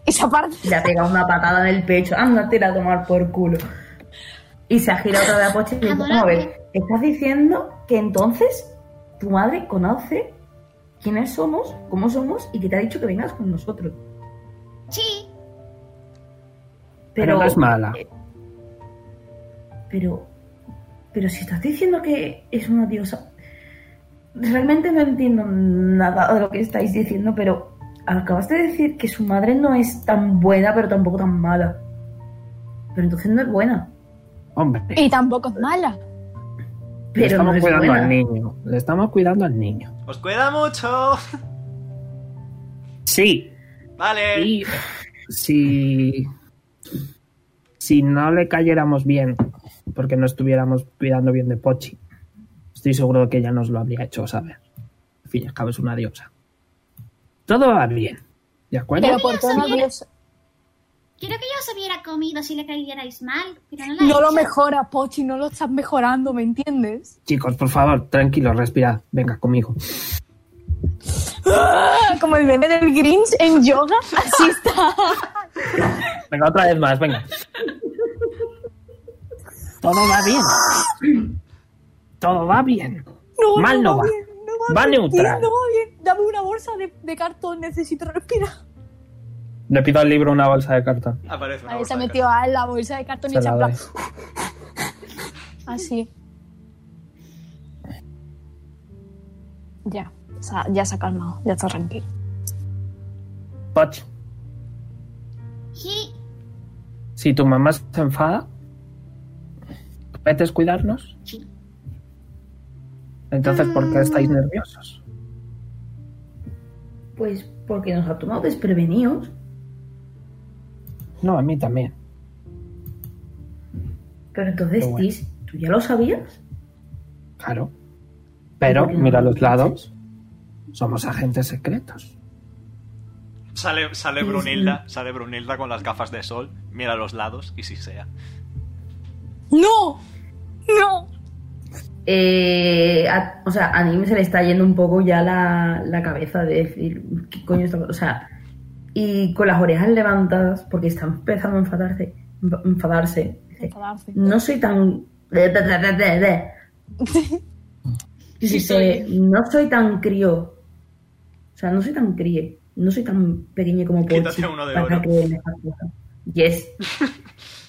D: Esa parte.
B: Y le ha pegado una patada en el pecho. Anda, tira a tomar por culo. Y se ha girado otra vez a Pochi y dice, vamos a ver, ¿estás diciendo que entonces tu madre conoce quiénes somos, cómo somos y que te ha dicho que vengas con nosotros?
F: Sí,
A: Pero no es mala.
B: Pero, pero si estás diciendo que es una diosa, realmente no entiendo nada de lo que estáis diciendo, pero acabas de decir que su madre no es tan buena, pero tampoco tan mala. Pero entonces no es buena.
A: Hombre,
D: Y tampoco es mala.
A: le
B: Pero no
A: estamos
B: es
A: cuidando
B: buena.
A: al niño. Le estamos cuidando al niño.
C: ¡Os cuida mucho! [laughs]
A: Sí,
C: Vale.
A: Y si, si no le cayéramos bien, porque no estuviéramos cuidando bien de Pochi, estoy seguro de que ella nos lo habría hecho saber. Al fin y al cabo es una diosa. Todo va bien, ¿de acuerdo?
D: Pero ¿por qué una diosa?
F: quiero que yo os hubiera comido si le cayerais mal, pero no lo he
D: No lo
F: hecho.
D: mejora, Pochi, no lo estás mejorando, ¿me entiendes?
A: Chicos, por favor, tranquilos, respirad. Venga, conmigo.
D: Como el bebé del Grinch en yoga, así está.
A: Venga, otra vez más, venga. Todo va bien. Todo va bien.
D: [laughs] No,
A: Mal no
D: va.
A: va.
D: bien, no va,
A: Va
D: bien,
A: neutral.
D: No va bien. Dame una bolsa de, de cartón, necesito respirar.
A: Le pido al libro una bolsa de cartón.
G: Ah,
C: Aparece una
D: Vale,
C: bolsa
D: se
C: de
D: metió a la bolsa de cartón y Ah,
A: Se la
D: chapla.
A: doy.
D: Así. Ya, o sea, ya se ha calmado, ya está tranquilo.
A: Pochi,
F: Sí,
A: Si tu mamá se enfada, ¿prometes cuidarnos?
F: sí.
A: Entonces, ¿por qué estáis nerviosos?
B: Pues porque nos ha tomado desprevenidos.
A: No, a mí también.
B: Pero entonces,
A: Pero bueno.
B: Tis, ¿tú ya lo sabías?
A: Claro. Pero, mira los lados. Somos agentes secretos.
C: Sale, sale Brunilda, sale Brunilda con las gafas de sol, mira a los lados y si sea.
D: ¡No! ¡No!
B: Eh, a- o sea, a mí se le está yendo un poco ya la, la cabeza de decir, ¿qué coño está O sea, y con las orejas levantadas, porque está empezando a enfadarse. enf- enfadarse. dice,
D: Enfadarse.
B: No soy
D: [laughs]
B: tan. [laughs] Y
E: Sí,
B: dice, no soy tan crío. O sea, no soy tan críe. No soy tan pequeño como Pochi
C: Quítate uno de
B: para
C: oro.
B: creerme esas cosas.
A: [laughs]
B: Yes.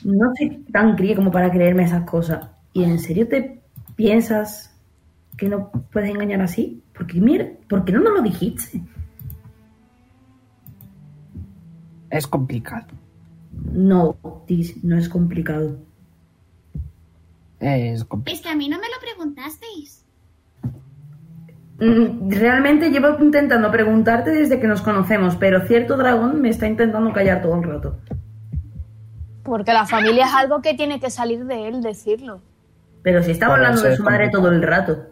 B: no soy tan críe como para creerme esas cosas. ¿Y en serio te piensas que no puedes engañar así? Porque mira, ¿por qué no nos lo dijiste?
A: Es complicado.
B: No, Tis, no es complicado.
A: Es complicado.
F: Es que a mí no me lo preguntasteis.
B: Mm, Realmente llevo intentando preguntarte desde que nos conocemos, pero cierto dragón me está intentando callar todo el rato.
D: Porque la familia es algo que tiene que salir de él, decirlo.
B: Pero si estaba
A: Para
B: hablando
A: ser
B: de su madre
A: complicado.
B: todo el rato.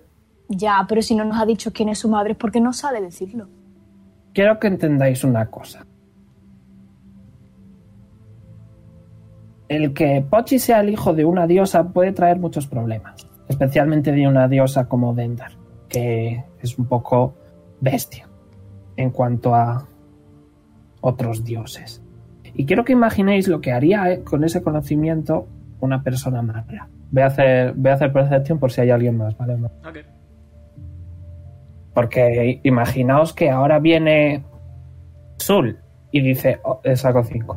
D: Ya, pero si no nos ha dicho quién es su madre, es porque no sabe decirlo.
A: Quiero que entendáis una cosa. El que Pochi sea el hijo de una diosa puede traer muchos problemas, especialmente de una diosa como Dendar, que es un poco bestia en cuanto a otros dioses. Y quiero que imaginéis lo que haría eh, con ese conocimiento una persona mala. Voy a hacer, voy a hacer percepción por si hay alguien más, ¿vale?
C: Ok.
A: Porque imaginaos que ahora viene Sul y dice, oh, eh, saco 5.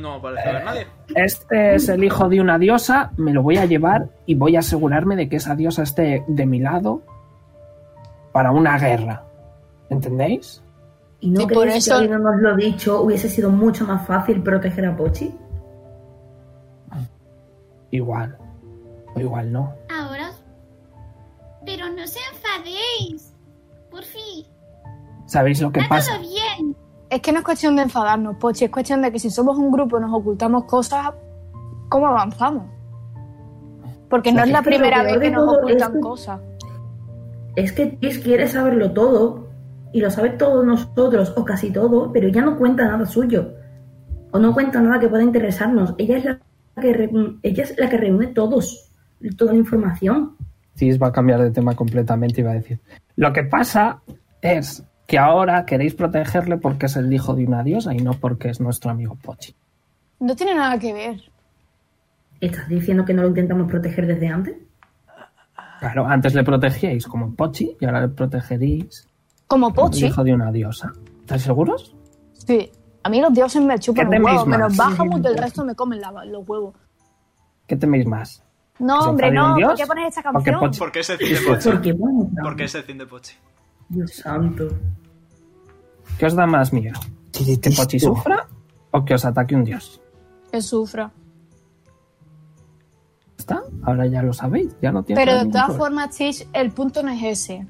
C: No parece haber nadie.
A: Este es el hijo de una diosa, me lo voy a llevar y voy a asegurarme de que esa diosa esté de mi lado para una guerra. ¿Entendéis?
B: ¿Y no
D: Y
B: crees
D: por
B: que
D: eso-
B: habiéndonos lo dicho hubiese sido mucho más fácil proteger a Pochi?
A: Igual. O igual no.
F: Ahora os- Pero no se enfadéis. Por fin.
A: ¿Sabéis lo que
F: Está
A: pasa?
F: todo bien.
D: Es que no es cuestión de enfadarnos, Pochi, es cuestión de que si somos un grupo y nos ocultamos cosas, ¿cómo avanzamos? Porque
A: O sea, que
D: no es la
B: es que lo
D: primera
B: peor
D: vez
B: de
D: que nos
B: todo es
D: ocultan
B: que-
D: cosas.
B: Es que Tis quiere saberlo todo y lo sabe todos nosotros, o casi todo, pero ya no cuenta nada suyo. O no cuenta nada que pueda interesarnos. Ella es la que, re- ella es la que reúne todos, toda la información.
A: Cis va a cambiar de tema completamente y va a decir. Lo que pasa es que ahora queréis protegerle porque es el hijo de una diosa y no porque es nuestro amigo Pochi.
D: No tiene nada que ver.
B: ¿Estás diciendo que no lo intentamos proteger desde antes?
A: Claro, antes le protegíais como Pochi y ahora le protegeríais
D: Como
A: como
D: Pochi.
A: hijo de una diosa. ¿Estáis seguros?
D: Sí. A mí los dioses me chupan
A: ¿Qué
D: los huevos,
A: teméis
D: me los
A: más?
D: bajan porque el resto me comen la- los huevos.
A: ¿Qué teméis más?
D: No,
A: ¿Se
D: hombre,
A: enfade
D: no,
A: un
D: ¿por
A: dios?
D: qué pones esa
A: ¿O que
D: canción?
A: Pochi-
C: ¿Por qué es el cine de
B: ¿Por
C: Pochi?
B: qué? Bueno,
C: ¿Por qué es el cine de Pochi?
B: Dios santo.
A: ¿Qué os da más miedo? ¿Que Pochi
G: Esto.
A: sufra o que os ataque un dios?
D: Que sufra.
A: Ya ¿Está? Ahora ya lo sabéis, ya no tiene
D: Pero de
A: ningún
D: todas
A: problema.
D: formas, Tish, el punto no es ese.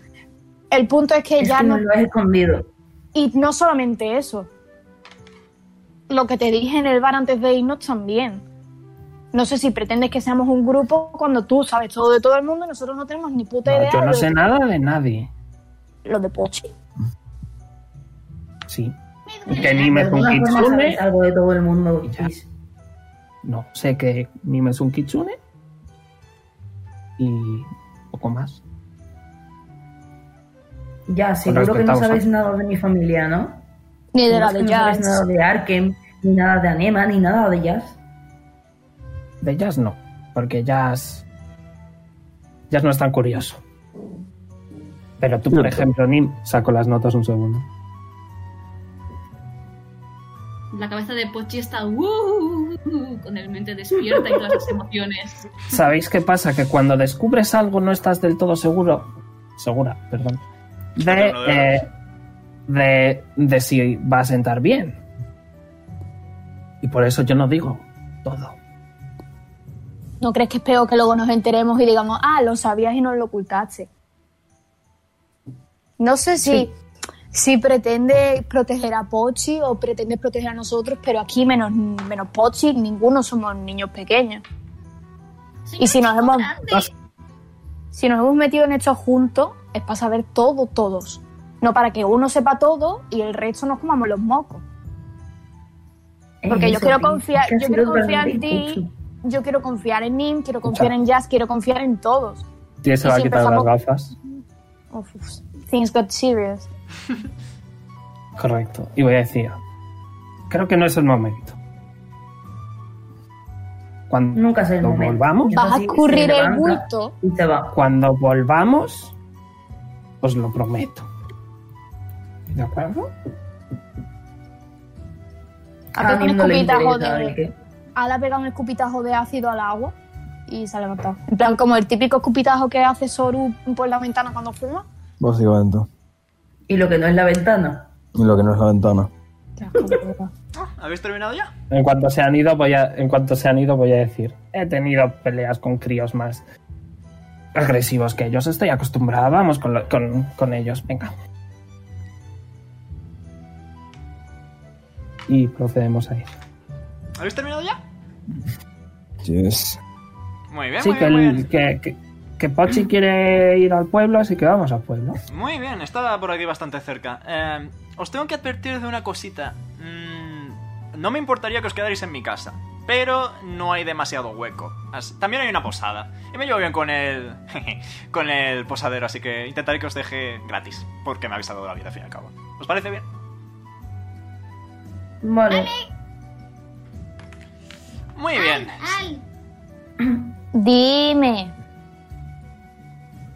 D: El punto es que
B: Es
D: ya
B: que
D: no...
B: no lo has escondido.
D: Y no solamente eso. Lo que te dije en el bar antes de irnos también. No sé si pretendes que seamos un grupo cuando tú sabes todo de todo el mundo y nosotros no tenemos ni puta
A: No,
D: idea
A: yo
D: de
A: no
D: lo
A: sé
D: que-
A: nada de nadie.
D: lo de Pochi.
A: Sí.
F: Me duele
A: Que
F: la-
A: ni me
B: De alguna forma
A: Kitsune.
B: sabes algo de todo el mundo.
A: Ya.
B: Chris.
A: No, sé que ni me es un kitsune. Y poco más.
B: Ya, seguro que
A: respecto a
B: no
A: vosotros.
B: sabes nada de mi familia, ¿no?
D: Ni de la
B: Seguro
D: de
B: que no sabes
D: Jazz.
B: nada de Arkham, ni nada de Anema, ni nada de Jazz.
A: De Jazz no, porque Jazz. Jazz no es tan curioso. Pero tú, por
G: No.
A: ejemplo, Nim, saco las notas un segundo.
E: La cabeza de Pochi está "Uh", con el mente despierta y todas las emociones.
A: ¿Sabéis qué pasa? Que cuando descubres algo no estás del todo seguro. Segura, perdón. De,
C: Pero no de-
A: eh, de, de si va a sentar bien. Y por eso yo no digo todo.
D: ¿No crees que es peor que luego nos enteremos y digamos, ah, lo sabías y nos lo ocultaste? No sé si, si pretende proteger a Pochi o pretende proteger a nosotros, pero aquí menos, menos Pochi, ninguno somos niños pequeños.
F: Soy
D: Y si nos hemos,
F: grande.
D: si nos hemos metido en esto juntos, es para saber todo, todos. No para que uno sepa todo y el resto nos comamos los mocos.
B: Es
D: Porque yo
B: Eh, eso,
D: quiero
B: tío.
D: confiar-
B: Es que
D: yo
B: ha
D: quiero
B: sido
D: confiar en
B: totalmente
D: ti.
B: injusto.
D: Yo quiero confiar en Nim, quiero confiar en Jazz, quiero confiar en todos.
A: Tienes se
D: Y
A: va a
D: si
A: quitar las
D: empezamos-
A: gafas.
D: Uf, things got serious.
A: Correcto. Y voy a decir, creo que no es el momento. Cuando,
B: Nunca es el
A: ¿Lo
B: momento.
A: volvamos?
D: Vas a
B: Entonces,
D: escurrir
B: se
D: el
B: levanta
D: bulto.
B: Y se va.
A: cuando volvamos, os lo prometo. ¿De acuerdo?
D: Ha pegado un
B: mí no le
D: escupitajo
B: interesa, es
D: de.
B: que-
D: Ha le ha pegado un escupitajo de ácido al agua y se ha levantado. En plan, como el típico escupitajo que hace Soru por la ventana cuando fuma.
G: Básicamente.
B: Y lo que no es la ventana.
G: Y lo que no es la ventana.
D: Qué asco, de verdad.
C: Ah, ¿Habéis terminado ya?
A: En cuanto se han ido, voy a, en cuanto se han ido, voy a decir. He tenido peleas con críos más agresivos que ellos. Estoy acostumbrada. Vamos con, lo- con, con ellos. Venga. Y procedemos a ir.
C: ¿Habéis terminado ya?
G: Yes.
C: Muy bien,
A: Sí,
C: muy
A: que,
C: bien, muy
A: el-
C: bien.
A: que, que, que Pochi quiere ir al pueblo, así que vamos al pueblo.
C: Muy bien, estaba por aquí bastante cerca. Eh, os tengo que advertir de una cosita. Mm, no me importaría que os quedarais en mi casa, pero no hay demasiado hueco. As- También hay una posada. Y me llevo bien con el. [laughs] con el posadero, así que intentaré que os deje gratis. Porque me habéis dado la vida al fin y al cabo. ¿Os parece bien?
B: Vale.
C: Muy bien.
F: Ay,
D: Dime.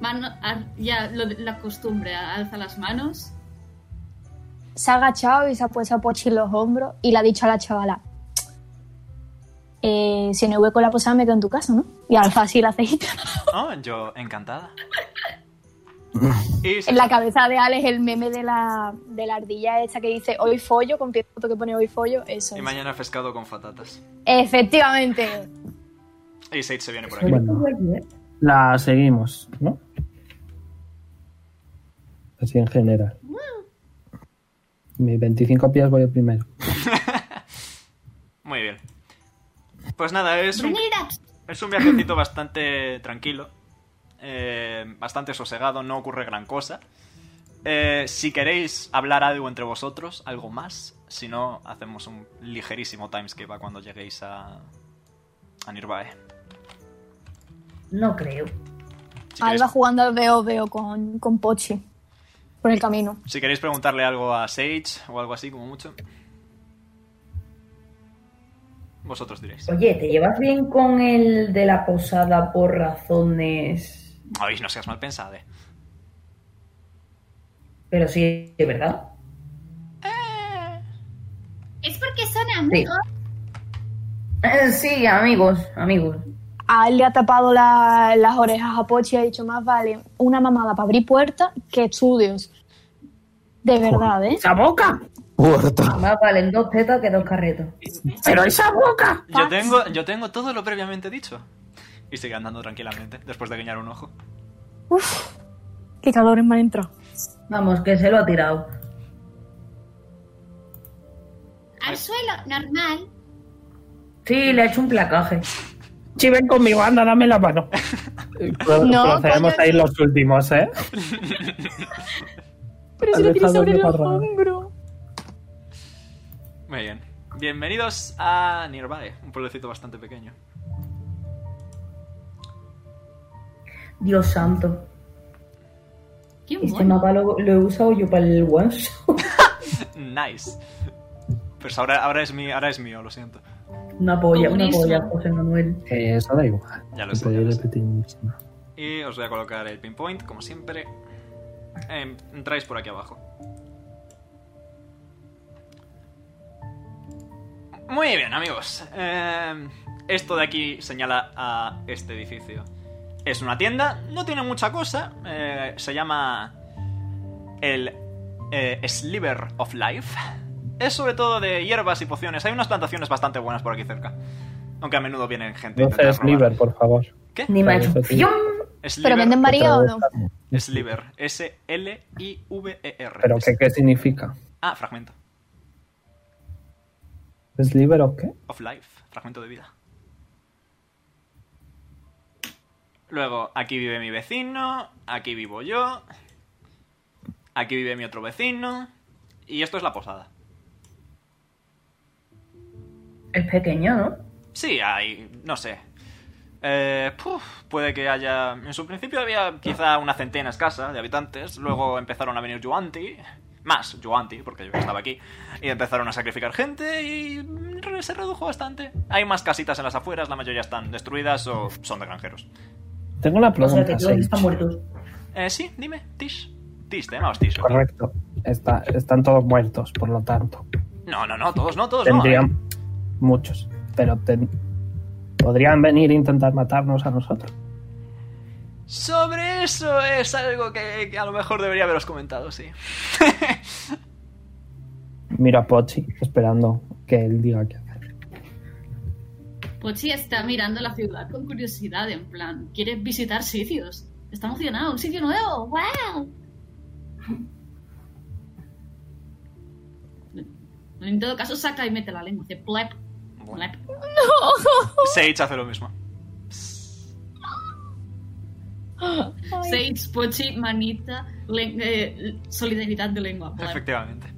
E: Mano- ar- ya lo de- la costumbre, alza las manos.
D: Se ha agachado y se ha puesto a Pochi en los hombros y le ha dicho a la chavala. Eh, si no hay hueco en la posada, me quedo en tu casa, ¿no? Y alfa así la cejita.
C: Oh, yo encantada. Y se-
D: En la cabeza de Alex el meme de la, de la ardilla esta que dice hoy follo, con pie que pone hoy follo, eso.
C: y
D: es.
C: mañana pescado con fatatas. [laughs]
D: Efectivamente.
C: Y Sage se viene por aquí.
A: Bueno, la seguimos, ¿no? Así en general. Mis 25 pies voy el primero.
C: Muy bien. Pues nada, es un
F: venid aquí.
C: Es un viajecito bastante tranquilo, eh, bastante sosegado, no ocurre gran cosa. Eh, si queréis hablar algo entre vosotros, algo más, si no, hacemos un ligerísimo timescape a cuando lleguéis a, a Nirvae.
B: No creo.
C: Si
D: Alba
C: queréis,
D: jugando al veo veo con, con Pochi por el camino.
C: si queréis preguntarle algo a Sage o algo así, como mucho. Vosotros diréis.
B: Oye, ¿te llevas bien con el de la posada por razones?
C: Ay, no seas mal pensada. eh.
B: Pero sí, de verdad.
F: Es porque son amigos.
B: Eh, Sí, amigos, amigos.
D: A él le ha tapado la- las orejas a Pochi y ha dicho, más vale una mamada para abrir puertas que estudios. De verdad, ¿eh?
A: ¡Esa boca!
G: Puerta.
B: Más valen dos tetas que dos carretos.
A: ¡Pero esa boca!
C: Yo tengo, yo tengo todo lo previamente dicho. Y sigue andando tranquilamente, después de guiñar un ojo. [laughs]
D: Qué calores me han entrado.
B: Vamos, que se lo ha tirado.
F: Al suelo, normal.
B: Sí, le ha hecho un placaje.
A: Si ven conmigo, anda, dame la mano.
D: No,
A: Procedemos
D: coño,
A: a ir los últimos, ¿eh?
D: Pero
A: si lo tienes sobre los hombros.
C: Muy bien. Bienvenidos a Nearby, un pueblecito bastante pequeño. [laughs]
B: Dios santo.
E: ¿Quién
B: Este
E: mola?
B: mapa lo, lo he usado yo para el one shot.
C: Nice. Pues ahora, ahora, es mío, ahora es mío, lo siento.
B: [laughs] Una polla, una
E: Comunismo.
B: polla, José Manuel.
A: Eh, Eso da igual.
C: Ya lo
A: Se
C: sé,
A: puede
C: ya lo
A: ir
C: sé.
A: repitiendo.
C: Y os voy a colocar el pinpoint, como siempre. Em, entráis por aquí abajo. Muy bien, amigos. Em, esto de aquí señala a este edificio. Es una tienda, no tiene mucha cosa. eh, se llama el eh, Sliver of Life. Es sobre todo de hierbas y pociones. Hay unas plantaciones bastante buenas por aquí cerca. Aunque a menudo vienen gente. a intentar
A: Entonces,
C: robar.
A: Liver, por favor.
C: ¿Qué?
B: Ni me ha hecho
A: Claro, eso sí.
B: ¡Fium!
D: ¿Pero
C: Sliver
D: venden María o no?
C: Sliver. S-L-I-V-E-R.
A: ¿Pero qué, qué significa?
C: Ah, fragmento.
A: ¿Es Liver o qué?
C: Of life. Fragmento de vida. Luego, aquí vive mi vecino. Aquí vivo yo. Aquí vive mi otro vecino. Y esto es la posada.
B: Es pequeño, ¿no?
C: Sí, hay. no sé. Eh, puf, puede que haya. En su principio había quizá una centena escasa de habitantes. Luego empezaron a venir Yuanti. Más Yuanti, porque yo estaba aquí. Y empezaron a sacrificar gente y. re- Mm, se redujo bastante. Hay más casitas en las afueras, la mayoría están destruidas o son de granjeros.
A: Tengo una
B: O sea, que
A: pregunta.
B: todos
A: sí.
B: están muertos.
C: Eh, sí, dime, Tish. Tish, te llamabas Tish. ¿verdad?
A: Correcto. Está- están todos muertos, por lo tanto.
C: No, no, no, todos no, ¿eh? todos no.
A: Tendrían muchos, pero ten- podrían venir e intentar matarnos a nosotros.
C: Sobre eso es algo que, que a lo mejor debería haberos comentado, sí.
A: Mira a Pochi, esperando que él diga qué hacer.
E: Pochi Pues está mirando la ciudad con curiosidad, en plan, quiere visitar sitios. Está emocionado, un sitio nuevo, wow. [laughs] En todo caso, saca y mete la lengua, hace plep, plep.
C: Sage hace lo mismo.
E: Sage, Pochi, manita, len- eh, solidaridad de lengua. plep.
C: Efectivamente.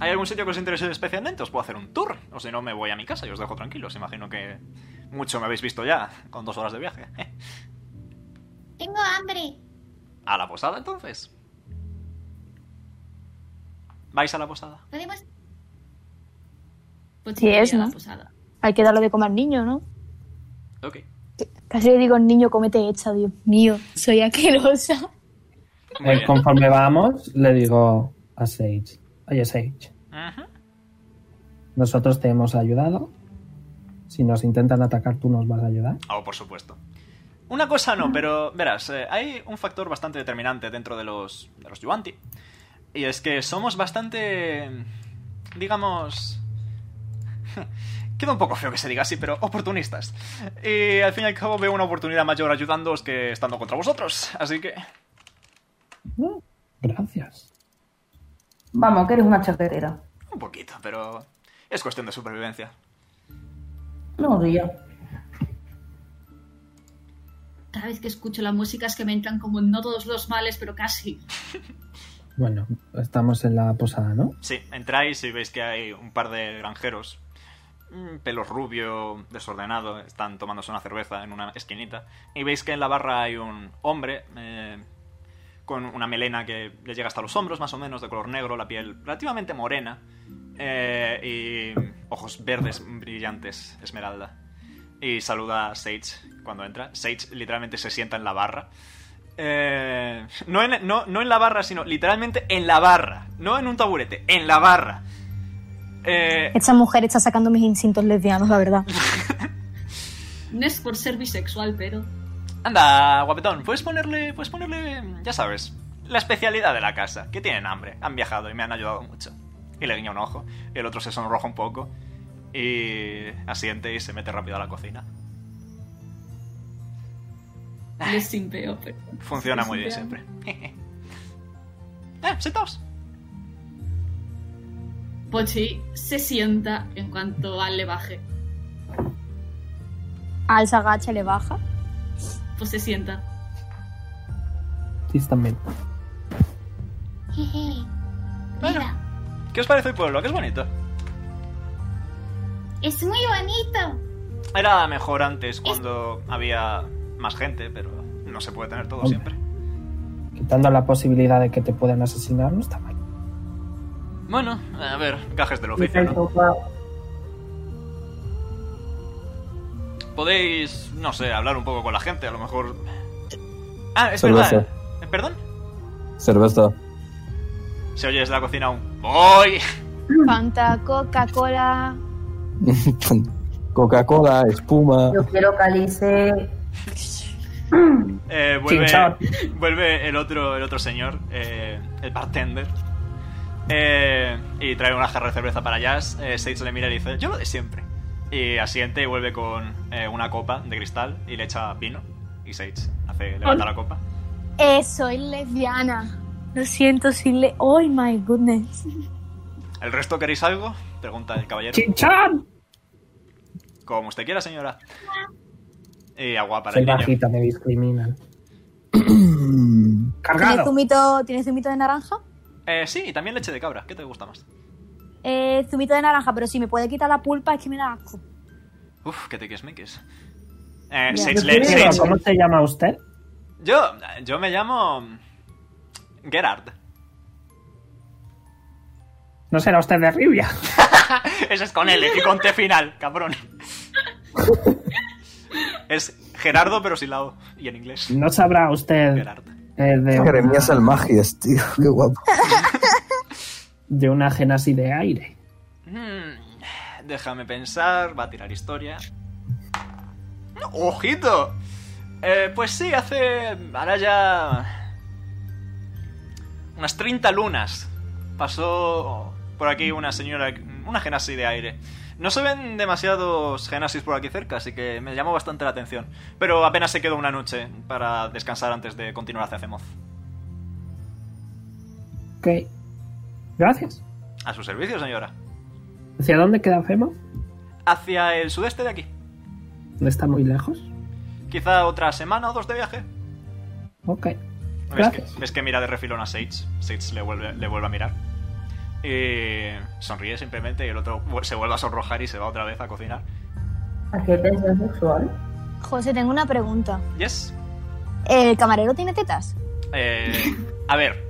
C: ¿Hay algún sitio que os interese especialmente? Os puedo hacer un tour. O si no, me voy a mi casa y os dejo tranquilos. Imagino que mucho me habéis visto ya con dos horas de viaje. [laughs]
F: Tengo hambre.
C: ¿A la posada entonces? ¿Vais a la posada?
F: Podemos.
E: Pochi
D: Sí es,
E: llega a la
D: ¿no?
E: posada.
D: Hay que darle de comer al niño, ¿no?
C: Ok.
D: Casi le digo, niño, comete esta, Dios mío. Soy asquerosa.
C: Muy
A: Eh,
C: bien.
A: conforme vamos, le digo a Sage. Oye, Sage,
C: Ujú.
A: nosotros te hemos ayudado. Si nos intentan atacar, tú nos vas a ayudar.
C: Oh, por supuesto. Una cosa no, pero verás, eh, hay un factor bastante determinante dentro de los, de los Yuanti. Y es que somos bastante. digamos. [laughs] Queda un poco feo que se diga así, pero oportunistas. Y al fin y al cabo veo una oportunidad mayor ayudándoos que estando contra vosotros. Así que.
A: No, Mm, gracias.
B: Vamos, que eres una chaquetera.
C: un poquito, pero. es cuestión de supervivencia.
B: No, tía.
E: Cada vez que escucho la música es que me entran como no todos los males, pero casi.
A: Bueno, estamos en la posada, ¿no?
C: Sí, entráis y veis que hay un par de granjeros. mm, Pelo rubio, desordenado, están tomándose una cerveza en una esquinita. Y veis que en la barra hay un hombre eh, con una melena que le llega hasta los hombros, más o menos, de color negro, la piel relativamente morena. Eh, y ojos verdes brillantes, Esmeralda. Y saluda a Sage cuando entra. Sage literalmente se sienta en la barra. Eh, no, en, no, no en la barra, sino literalmente en la barra. No en un taburete, en la barra. Eh,
D: Esta mujer está sacando mis instintos lesbianos, la verdad.
E: No es por ser bisexual, pero...
C: Anda, guapetón, puedes ponerle, puedes ponerle, ya sabes, la especialidad de la casa, que tienen hambre, han viajado y me han ayudado mucho. Y le guiña un ojo, y el otro se sonroja un poco, y asiente y se mete rápido a la cocina.
E: Les simpeo, pero...
C: Funciona
E: les
C: muy bien
E: simpeo.
C: siempre. [laughs] eh, sentaos.
E: Pochi se sienta en cuanto al le baje.
D: Alza, agacha, le baja.
E: Pues se sienta.
A: Sí, también.
F: Jeje.
C: Bueno.
F: Mira,
C: ¿Qué os parece el pueblo? Que es bonito.
F: es muy
C: [laughs]
F: bonito.
C: Era mejor antes cuando había más gente, pero no se puede tener todo
A: Hombre.
C: siempre.
A: Quitando la posibilidad de que te puedan asesinar, no está mal.
C: Bueno, a ver, gajes del oficio, ¿no? Podéis, no sé, hablar un poco con la gente, a lo mejor. Ah, es
H: Cerveza.
C: verdad. Eh, ¿Perdón?
H: Cerveza.
C: Se oye desde la cocina un. ¡Voy!
D: Fanta, Coca-Cola.
H: [laughs] Coca-Cola, espuma.
B: Yo quiero calice.
C: Eh,
A: Chinchón.
C: vuelve, [laughs] vuelve el otro, el otro señor, eh, el bartender. Eh, y trae una jarra de cerveza para Jazz. Eh, Sage le mira y le dice: Yo lo de siempre. Y asiente y vuelve con eh, una copa de cristal y le echa vino. Y Sage hace levanta la copa.
D: Eh, soy lesbiana. Lo siento, soy le... Oh, my goodness.
C: ¿El resto queréis algo? Pregunta el caballero.
A: ¡Chinchón!
C: Como usted quiera, señora. Y agua para
A: Soy
C: el niño.
A: bajita,
H: [coughs]
A: me discriminan.
D: ¿Tienes
A: Cargado.
D: zumito, ¿Tienes zumito de naranja?
C: Eh, sí, y también leche de cabra. ¿Qué te gusta más?
D: Eh, zumito de naranja, pero si me puede quitar la pulpa es que me da asco.
C: Uf, que te quieres meques. Eh,
D: Ya,
C: Sage
D: yo
C: le-
A: Pero,
C: Sage-
A: ¿Cómo se llama usted?
C: Yo, yo me llamo... Gerard.
A: ¿No será usted de Rivia?
C: Ese es con L y con T final, cabrón. es Gerardo, pero sin la O. Y en inglés.
A: ¿No sabrá usted
C: Gerard.
A: eh, de,
H: Madre mía,
A: una,
H: salmagias, tío. Qué guapo.
A: [laughs] de una genasi de aire?
C: Mm, déjame pensar, va a tirar historia. No, ¡Ojito! Eh, pues sí, hace. Ahora ya. Unas 30 lunas. Pasó por aquí una señora. Una genasi de aire. No se ven demasiados genasis por aquí cerca, así que me llamó bastante la atención. Pero apenas se quedó una noche para descansar antes de continuar hacia Zemoz.
A: Ok. Gracias.
C: A su servicio, señora.
A: ¿Hacia dónde queda Femo?
C: Hacia el sudeste de aquí.
A: ¿No está muy lejos?
C: Quizá otra semana o dos de viaje.
A: Ok.
C: ¿Ves que,
A: Gracias.
C: ves que mira de refilón a Sage? Sage le vuelve, le vuelve a mirar. Y sonríe simplemente y el otro vu- se vuelve a sonrojar y se va otra vez a cocinar.
B: ¿A qué tensión sexual?
D: José, tengo una pregunta.
C: Yes.
D: ¿El camarero tiene tetas?
C: Eh, a ver,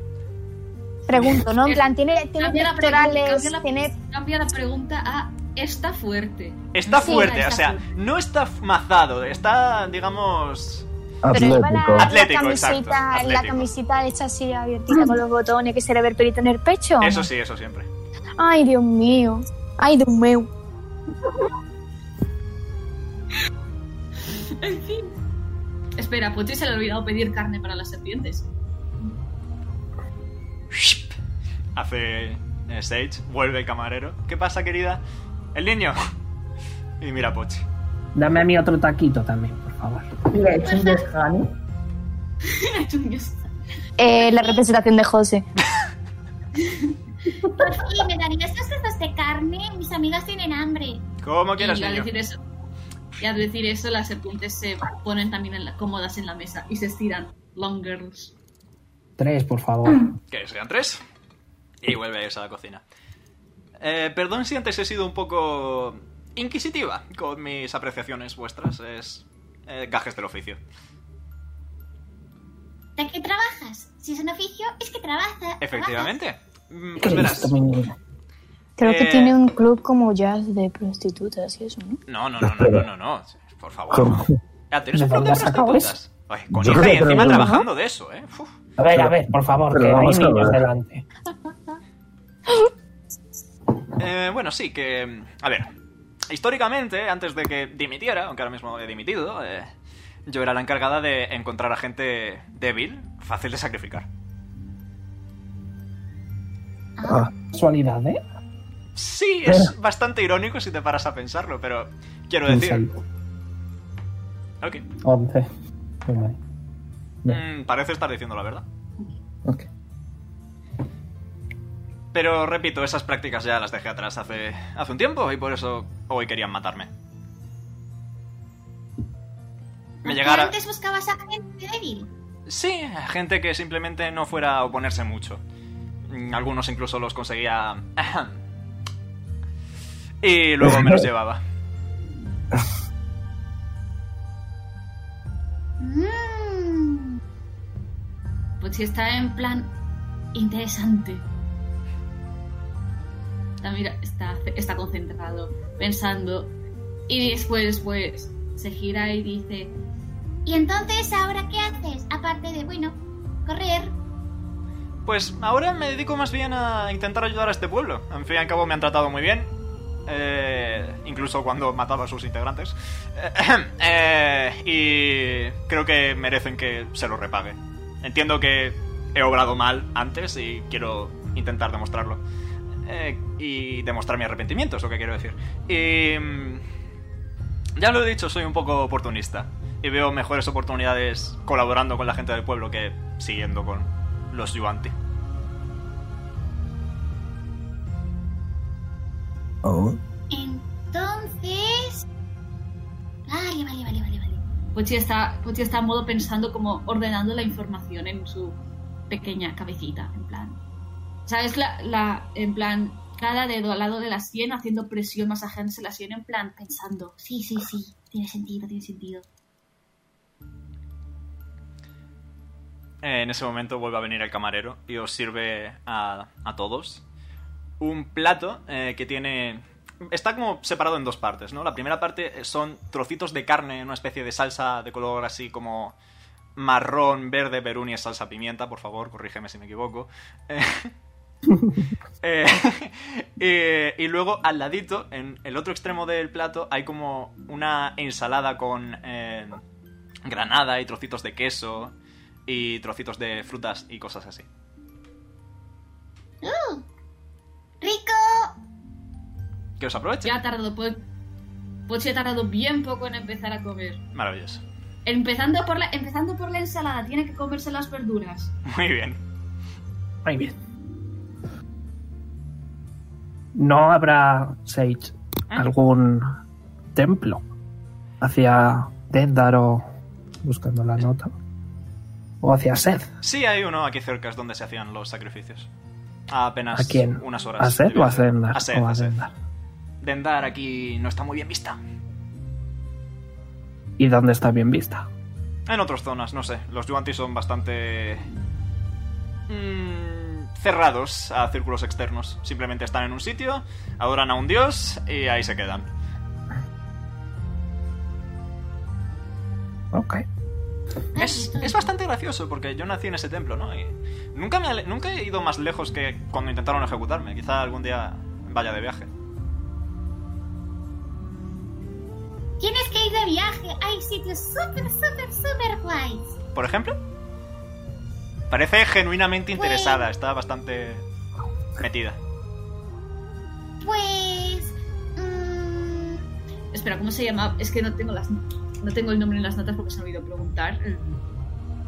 D: Pregunto, ¿no? En plan, ¿tiene, tiene
E: Cambia la
D: pectorales?
E: pregunta, cambia
D: ¿Tiene...?
E: la- Cambia la pregunta a... Está fuerte. [laughs]
C: está
D: Sí,
C: fuerte,
D: está
C: o sea,
D: fuerte.
C: no está f- mazado, está, digamos...
D: Pero lleva
H: Atlético.
D: la, la
C: Atlético,
D: camisita,
C: exacto,
D: la
C: atlético.
D: camisita hecha así abiertita con los botones que se le ve el pelito en el pecho.
C: Eso sí, eso siempre.
D: Ay, Dios mío. Ay, Dios mío.
E: En fin. Espera, Pochi se le ha olvidado pedir carne para las serpientes.
C: Hace eh, Sage, vuelve el camarero. ¿Qué pasa, querida? El niño. [laughs] Y mira a Pochi.
A: Dame a mí otro taquito también, por favor.
B: Y le he hecho un desgane.
D: Eh, la representación de José.
F: Y me darías los trozos de carne. Mis amigas tienen hambre.
C: Como quieras,
E: Y al
C: niño.
E: decir eso, y al decir eso, las serpientes se ponen también en la- cómodas en la mesa y se estiran. Long girls.
A: Tres, por favor.
C: Que sean tres. Y vuelve a la cocina. Eh, perdón si antes he sido un poco inquisitiva con mis apreciaciones vuestras. Es eh, gajes del oficio.
F: ¿De qué trabajas? Si es un oficio, es que trabajas.
C: Efectivamente. Mm, Pues
A: Cristo,
C: verás,
A: mi niño.
D: Creo que
C: Eh,
D: tiene un club como jazz de prostitutas y eso,
C: No,
D: ¿no?
C: no, no, no, no, no, no. Por favor. Ya, Ah, tienes un club
A: ¿De
C: de
A: dónde has sacado
C: prostitutas. Ay, con
G: Yo creo
C: hija y
G: que
C: encima
G: tenemos uno.
C: trabajando de eso, ¿eh? Uf.
A: A ver, a ver, por favor,
G: Pero
A: que hay
G: vamos a
A: niños
G: ver.
A: delante.
C: Eh, bueno, sí, que... A ver, históricamente, antes de que dimitiera, aunque ahora mismo he dimitido, eh, yo era la encargada de encontrar a gente débil, fácil de sacrificar.
H: Ah,
A: Casualidad, ¿eh?
C: Sí, es bastante irónico si te paras a pensarlo, pero quiero decir... Ok.
A: 11. Muy mal.
C: Mm, parece estar diciendo la verdad.
H: ok.
C: Pero repito, esas prácticas ya las dejé atrás hace, hace un tiempo y por eso hoy querían matarme. Me
F: Aunque
C: llegara...
F: Antes buscabas a gente débil.
C: Sí, gente que simplemente no fuera a oponerse mucho. Mm, Algunos incluso los conseguía... [clears throat] y luego me los llevaba.
F: Mm.
E: Pues si está en plan interesante. Está, mira, está, está concentrado, pensando. Y después, pues, se gira y dice...
F: Y entonces, ¿ahora qué haces? Aparte de, bueno, correr.
C: Pues ahora me dedico más bien a intentar ayudar a este pueblo. En fin y al cabo me han tratado muy bien. eh, incluso cuando mataba a sus integrantes. Eh, y creo que merecen que se lo repague. Entiendo que he obrado mal antes y quiero intentar demostrarlo. Eh, y demostrar mi arrepentimiento, es lo que quiero decir. Y... mm, Ya lo he dicho, soy un poco oportunista. Y veo mejores oportunidades colaborando con la gente del pueblo que siguiendo con los Yuanti.
H: Oh.
F: Entonces. Vale, vale, vale, vale, vale.
E: Pochi pues está, Pochi está en modo pensando como ordenando la información en su pequeña cabecita, en plan. ¿Sabes? La, la- en plan, cada dedo al lado de la sien haciendo presión masajeándose la sien, en plan, pensando.
F: Sí, sí, sí. Tiene sentido, tiene sentido.
C: Eh, en ese momento vuelve a venir el camarero y os sirve a, a todos un plato eh, que tiene... Está como separado en dos partes, ¿no? La primera parte eh, son trocitos de carne en una especie de salsa de color así como marrón, verde, perún y salsa pimienta, por favor, corrígeme si me equivoco. Eh, eh, [laughs] eh, y luego al ladito, en el otro extremo del plato, hay como una ensalada con eh, granada y trocitos de queso y trocitos de frutas y cosas así.
F: ¡Oh! ¡Rico!
C: Que os aproveche.
E: Ya ha tardado, Po- Pochi ha tardado bien poco en empezar a comer.
C: Maravilloso.
E: Empezando por, la, empezando por la ensalada, tiene que comerse las verduras.
C: Muy bien.
A: Muy bien. ¿No habrá, Sage, algún templo hacia Dendar o buscando la nota? ¿O hacia Seth?
C: Sí, hay uno aquí cerca, es donde se hacían los sacrificios. A apenas
A: ¿A quién?
C: unas horas.
A: ¿A Seth
C: de
A: o a
C: viaje.
A: Zendar?
C: A Seth,
A: O
C: a
A: a
C: Seth.
A: Zendar.
C: Dendar aquí no está muy bien vista.
A: ¿Y dónde está bien vista?
C: En otras zonas, no sé. Los Yuanti son bastante. mm, cerrados a círculos externos. Simplemente están en un sitio, adoran a un dios y ahí se quedan.
A: Ok.
C: Es, es bastante gracioso porque yo nací en ese templo, ¿no? Y nunca, me, ale- nunca he ido más lejos que cuando intentaron ejecutarme. Quizá algún día vaya de viaje.
F: Tienes que ir de viaje. Hay sitios súper, súper, súper guays.
C: ¿Por ejemplo? Parece genuinamente interesada, está bastante metida.
F: Pues. mm,
E: Espera, ¿cómo se llama? Es que no tengo las no tengo el nombre en las notas porque se me ha olvidado preguntar.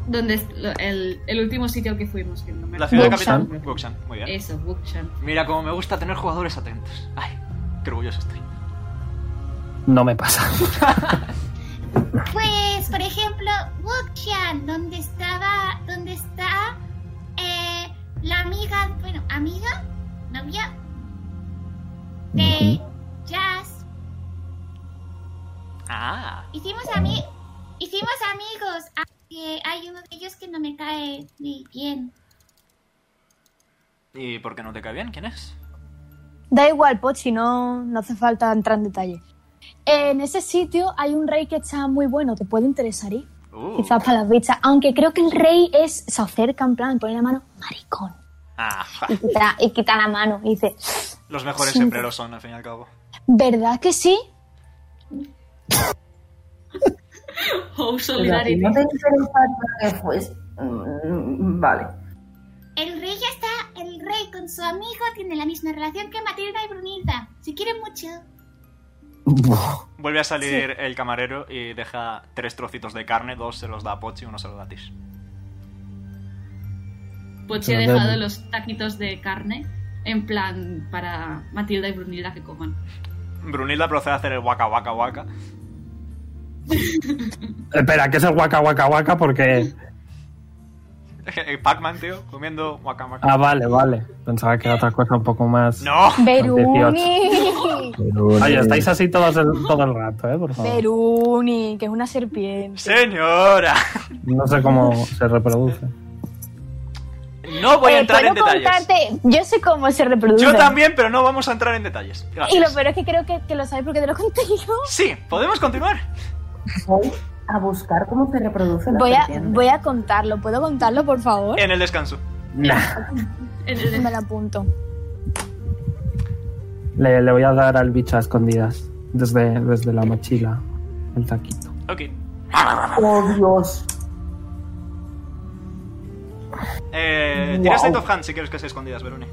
E: ¿Dónde es lo- el, el último sitio al que fuimos? Que no me
C: Mm. La ciudad
E: acuerdo.
C: capital,
A: Wuxan.
C: Wuxan, muy bien.
E: Eso, Wuxan.
C: Mira cómo me gusta tener jugadores atentos. Ay, qué orgulloso estoy.
A: No me pasa.
F: Pues, por ejemplo, Wuxian, donde estaba, donde está eh, la amiga, bueno, amiga, novia de Jazz.
C: Ah,
F: Hicimos ami hicimos amigos, aunque hay uno de ellos que no me cae muy bien.
C: ¿y por qué no te cae bien? ¿Quién es?
D: Da igual, Pochi, no, no hace falta entrar en detalle. En ese sitio hay un rey que está muy bueno, te puede interesar ir.
C: Uh,
D: Quizás para las vistas. Aunque creo que el rey es, se acerca en plan, pone la mano, maricón.
C: ajá.
D: Y quita, y quita la mano y dice,
C: Ah, Los mejores
D: Sí.
C: siempre lo son, al fin y al cabo.
D: ¿verdad que sí?
B: Pero
E: Oh,
B: a ti
E: solidarity.
B: no te interesa que pues. mm, Vale.
F: El rey ya está, el rey con su amigo tiene la misma relación que Matilda y Brunilda. Se quieren mucho.
C: Vuelve a salir el camarero y deja tres trocitos de carne, dos se los da a Pochi, uno se lo da a Tish.
E: Pochi ha
H: Pero
E: Pues dejado
H: dale.
E: los taquitos de carne en plan para Matilda y Brunilda que coman.
C: Brunilda procede a hacer el waka waka waka. [laughs]
G: Espera, que es el guaca guaca guaca porque.
C: Pac-Man, tío, comiendo waka waka.
G: Ah, vale, vale. Pensaba que era otra cosa un poco más.
C: ¡No!
D: Beruni.
G: Oye, estáis así todos el, todo el rato, ¿eh? Por favor.
D: Beruni, que es una serpiente.
C: ¡Señora!
G: No sé cómo se reproduce.
C: No voy a
D: Eh,
C: entrar en
D: ¿puedo
C: detalles.
D: contarte? Yo sé cómo se reproduce.
C: Yo también, pero no vamos a entrar en detalles.
D: Y lo
C: Gracias.
D: peor es que creo que, que lo sabes porque te lo conté yo.
C: Sí, podemos continuar.
B: Voy a buscar cómo se reproduce la
D: Voy a,
B: serpiente.
D: voy a contarlo. ¿Puedo contarlo, por favor?
C: En el descanso.
E: El- el-
D: Me lo apunto.
A: Le, le voy a dar al bicho a escondidas desde, desde la mochila, el taquito.
C: Ok.
B: Oh Dios.
C: Eh, tira State of Hand si quieres que sea escondidas, Verone.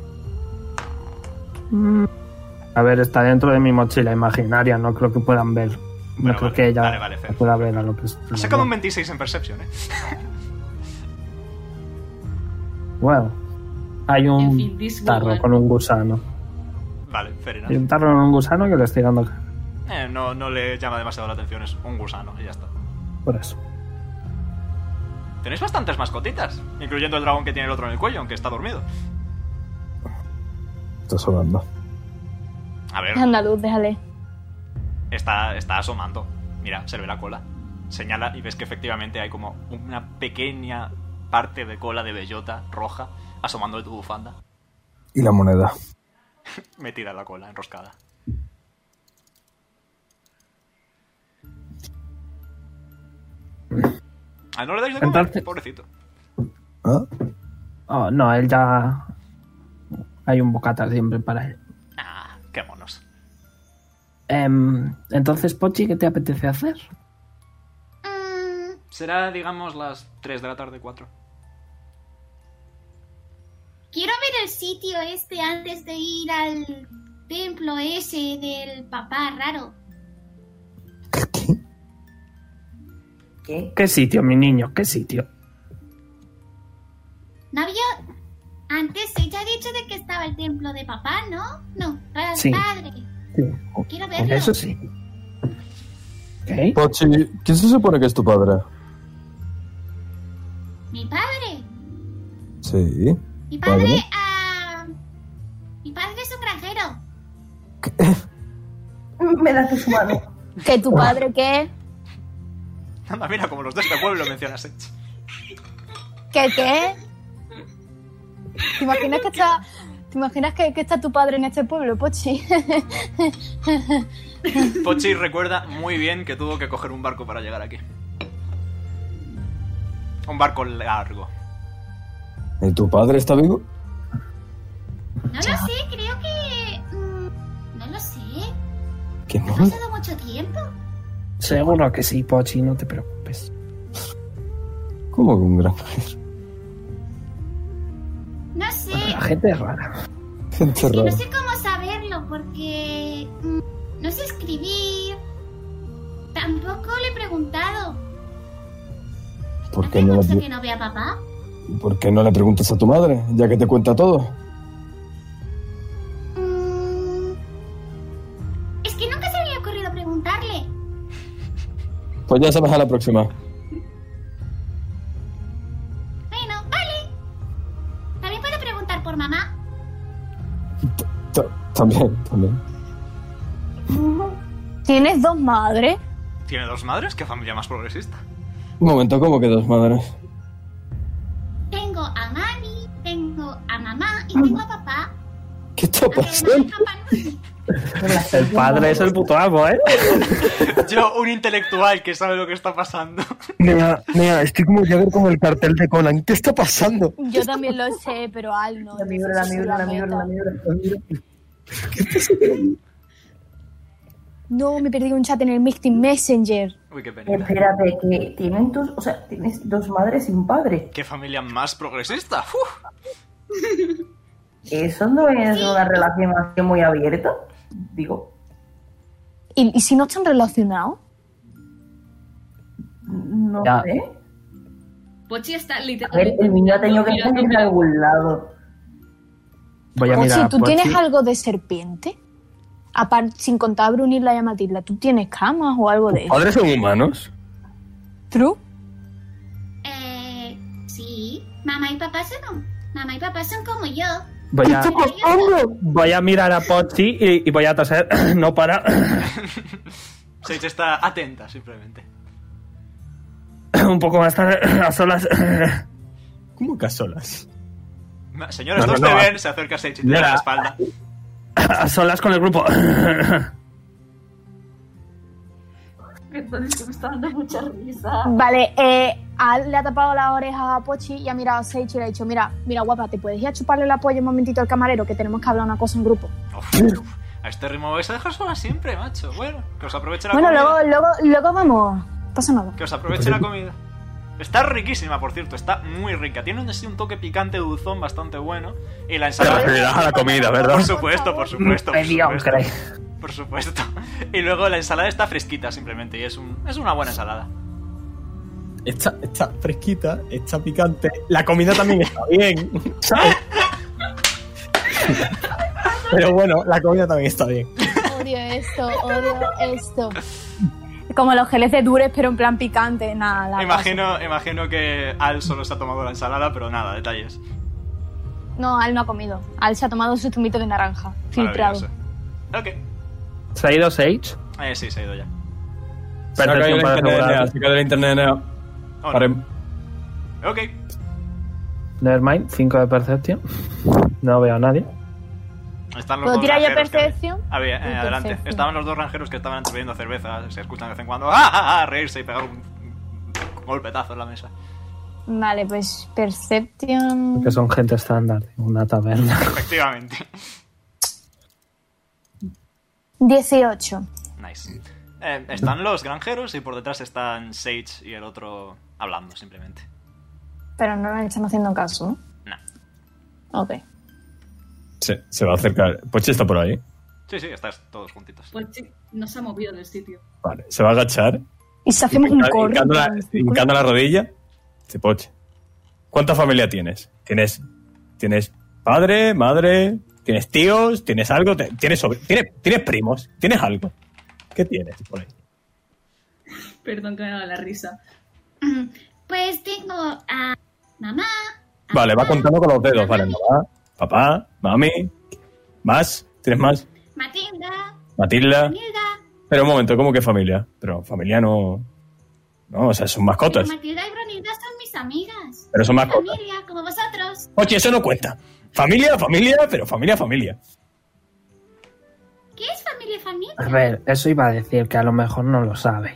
A: A ver, está dentro de mi mochila imaginaria, no creo que puedan ver. No
C: Bueno,
A: creo
C: vale,
A: que ella
C: vale, vale, fair.
A: pueda ver a lo que es.
C: Ha sacado un 26 en Perception, eh.
A: [laughs] Wow. Hay
E: En fin,
A: un
E: this
A: tarro
E: woman.
A: con un gusano.
C: Vale, fair enough.
A: Hay un tarro con un gusano que le estoy dando
C: Eh, no, no le llama demasiado la atención, es un gusano y ya está.
A: por eso.
C: Tenéis bastantes mascotitas, incluyendo el dragón que tiene el otro en el cuello, aunque está dormido.
H: Estás hablando.
C: A ver,
D: Andaluz, déjale.
C: está, está asomando. Mira, se le ve la cola. Señala y ves que efectivamente hay como una pequeña parte de cola de bellota roja asomando de tu bufanda.
H: Y la moneda.
C: [laughs] Me tira la cola enroscada. Ah, no le dais de comer,
A: Entonces-
C: pobrecito.
H: ¿Ah?
A: Oh, no, él ya. Hay un bocata siempre para él.
C: Ah, qué monos.
A: Em, entonces, Pochi, ¿qué te apetece hacer?
F: Mm,
C: Será, digamos, las 3 de la tarde, 4.
F: quiero ver el sitio este antes de ir al templo ese del papá raro.
B: ¿Qué?
A: ¿Qué sitio, mi niño? ¿Qué sitio?
F: ¿No había...? Antes ella ha dicho de que estaba el templo de papá, ¿no? No, para el
A: Sí.
F: padre.
A: Sí.
F: Quiero verlo.
A: Eso sí. Ok.
H: Pochi, ¿quién se supone que es tu padre?
F: Mi padre.
H: Sí.
F: Mi padre...
H: Padre.
F: ah, mi padre es un granjero.
B: Me das tu mano.
D: ¿Que tu padre qué?
C: [laughs] Anda, mira, como los de este pueblo mencionas. eh.
D: ¿Qué qué? ¿Te imaginas que está, ¿te imaginas que, que está tu padre en este pueblo, Pochi?
C: Pochi recuerda muy bien que tuvo que coger un barco para llegar aquí. Un barco largo.
H: ¿Y tu padre está vivo?
F: No lo sé, creo que... mm, no lo sé.
H: ¿Qué no?
F: Ha pasado mucho tiempo.
A: Seguro que sí, Pochi, no te preocupes.
H: ¿Cómo que un granjero?
F: No sé.
A: La gente es rara.
H: Gente
F: Es que no
H: rara.
F: sé cómo saberlo porque mm, no sé escribir. Tampoco le he preguntado.
H: ¿Por
F: Hace
H: qué, no
F: mucho
H: le,
F: que no ve a papá.
H: ¿Por qué no le preguntas a tu madre? Ya que te cuenta todo.
F: Mm, es que nunca se me había ocurrido preguntarle.
H: Pues ya sabes a la próxima.
F: Bueno, vale. También puedo preguntar por mamá.
H: Ta- También, también.
D: [laughs] ¿Tienes dos madres?
C: ¿Tiene dos madres? ¿Qué familia más progresista? [laughs]
H: Un momento, ¿cómo que dos madres?
F: Tengo a mami, tengo a mamá y tengo a papá.
H: ¿Qué está
F: Aunque no
H: pasando?
F: mi papá
A: El padre es el puto amo, ¿eh?
C: Yo, un intelectual que sabe lo que está pasando. [laughs]
G: Nea, nea, estoy como Jagger con el cartel de Conan. ¿Qué está pasando?
D: Yo también lo sé, pero Al no.
B: La miura, la miura, la miura, la miura.
D: No, me perdí un chat en el Mixing Messenger.
C: Uy, qué pena.
B: Espérate, que tienen tus. O sea, tienes dos madres y un padre.
C: Qué familia más progresista. [coughs] ¡Uf!
B: Eso no es una relación así muy abierta. Digo,
D: ¿Y, y si no están relacionados?
B: no
A: Ya.
B: sé.
E: Pochi Pues está
B: A ver,
E: literalmente...
B: el niño ha tenido que
E: mirando-
B: estar en algún lado.
A: Voy a mirar
D: Ochi,
A: a
D: ¿tú
A: Pochi.
D: tienes algo de serpiente? Apar- sin contar a Brunilda y a Matilda, ¿tú tienes camas o algo de eso?
G: ¿Padres son [clears throat] humanos?
D: ¿True?
F: Eh, sí. Mamá y papá son. Mamá y papá son como yo.
A: Voy a,
F: pasando?
A: voy a mirar a Pochi y, y voy a toser. [coughs] no para.
C: Sage está atenta, simplemente.
A: Un poco más
G: [clears throat]
A: tarde, a solas.
G: ¿Cómo [clears throat] casolas?
C: Ma- Señores,
G: No,
C: dos
G: no,
C: te
G: no.
C: ven, se acerca Sage y te da
G: Mira.
C: la espalda.
A: a solas con
G: [clears throat]
A: el grupo.
E: Perdón, es que me está dando mucha risa.
D: Vale, eh, Al le ha tapado las orejas a Pochi y ha mirado a Seichi y le ha dicho, mira, mira guapa, ¿te puedes ir a chuparle la polla un momentito al camarero que tenemos que hablar una cosa en grupo?
C: Uf, uf. A este ritmo vais a dejar sola siempre, macho. Bueno, que os aproveche la
D: bueno,
C: comida.
D: luego, luego, luego vamos. No Pasa nada.
C: Que os aproveche la comida. Está riquísima, por cierto, está muy rica. Tiene un, sí, un toque picante dulzón bastante bueno. Y la
G: Te
C: ensalada.
G: refieres a la comida, ¿verdad?
C: Por supuesto, por supuesto. Por supuesto, por supuesto. Y luego la ensalada está fresquita, simplemente. Y es, un, es una buena ensalada.
G: Está, está fresquita, está picante. La comida también está bien, ¿sabes? [laughs] Pero bueno, la comida también está bien.
D: Odio esto, odio esto. Como los geles de dures, pero en plan picante, nada. la
C: Imagino, imagino que Al solo se ha tomado la ensalada, pero nada, detalles.
D: paso. No, Al no ha comido. Al se ha tomado su zumito de naranja, filtrado.
C: Maravilloso. Ok.
A: ¿Se ha ido Sage?
C: Eh, sí, se ha ido ya.
A: Percepción para asegurar.
G: saca del internet, Nea.
C: Oh, no. Ok.
A: Nevermind, 5 de percepción. No veo a nadie.
C: Están los
D: ¿Puedo
C: dos
D: tirar yo
C: granjeros que-
D: Pues percepción?
C: Ah, bien, eh,
D: Sí,
C: adelante.
D: percepción.
C: Estaban los dos ranjeros que estaban bebiendo cerveza. Se escuchan de vez en cuando. ¡Ah, ah, ah! Reírse y pegar un golpetazo en la
D: [laughs]
C: mesa.
D: Vale, pues Perception...
A: Que son gente estándar de una taberna.
C: Efectivamente.
D: 18.
C: Nice. Eh,
D: Mm.
C: están los granjeros y por detrás están Sage y el otro hablando simplemente.
D: Pero no nos están haciendo caso,
C: No.
D: ¿no? Ok.
G: Se, se va a acercar. Pochi está por ahí.
C: Sí, sí, estás todos juntitos.
E: Pochi Pues no se ha movido del sitio.
G: Vale, se va a agachar.
D: Y si hacemos un
G: hinca-
D: corte. pues.
G: hincando la, hincando la rodilla. Dice, Pochi, ¿cuánta familia tienes? ¿Tienes, tienes padre, madre? ¿Tienes tíos? ¿Tienes algo? Te- ¿Tienes, sobre- ¿Tienes, ¿Tienes primos? ¿Tienes algo? ¿Qué tienes por ahí?
E: Perdón que me ha dado la risa.
F: Mm, Pues tengo a mamá. a
G: Vale,
D: Ah.
G: va
F: papá,
G: contando con los dedos. Vale, mamá, papá, mami. ¿Más? ¿Tienes más?
F: Matilda,
G: Matilda.
F: Matilda.
G: Pero un momento, ¿cómo que familia? Pero familia no. No, o sea, son mascotas.
F: Pero Eh, Matilda y Brunilda son mis amigas.
G: Pero son mascotas.
F: Familia, como vosotros.
G: Oye, eso no cuenta. Familia, familia, pero familia, familia.
F: ¿Qué es familia y
G: Ah.
F: familia?
A: A ver, eso iba a decir que a lo mejor no lo sabe.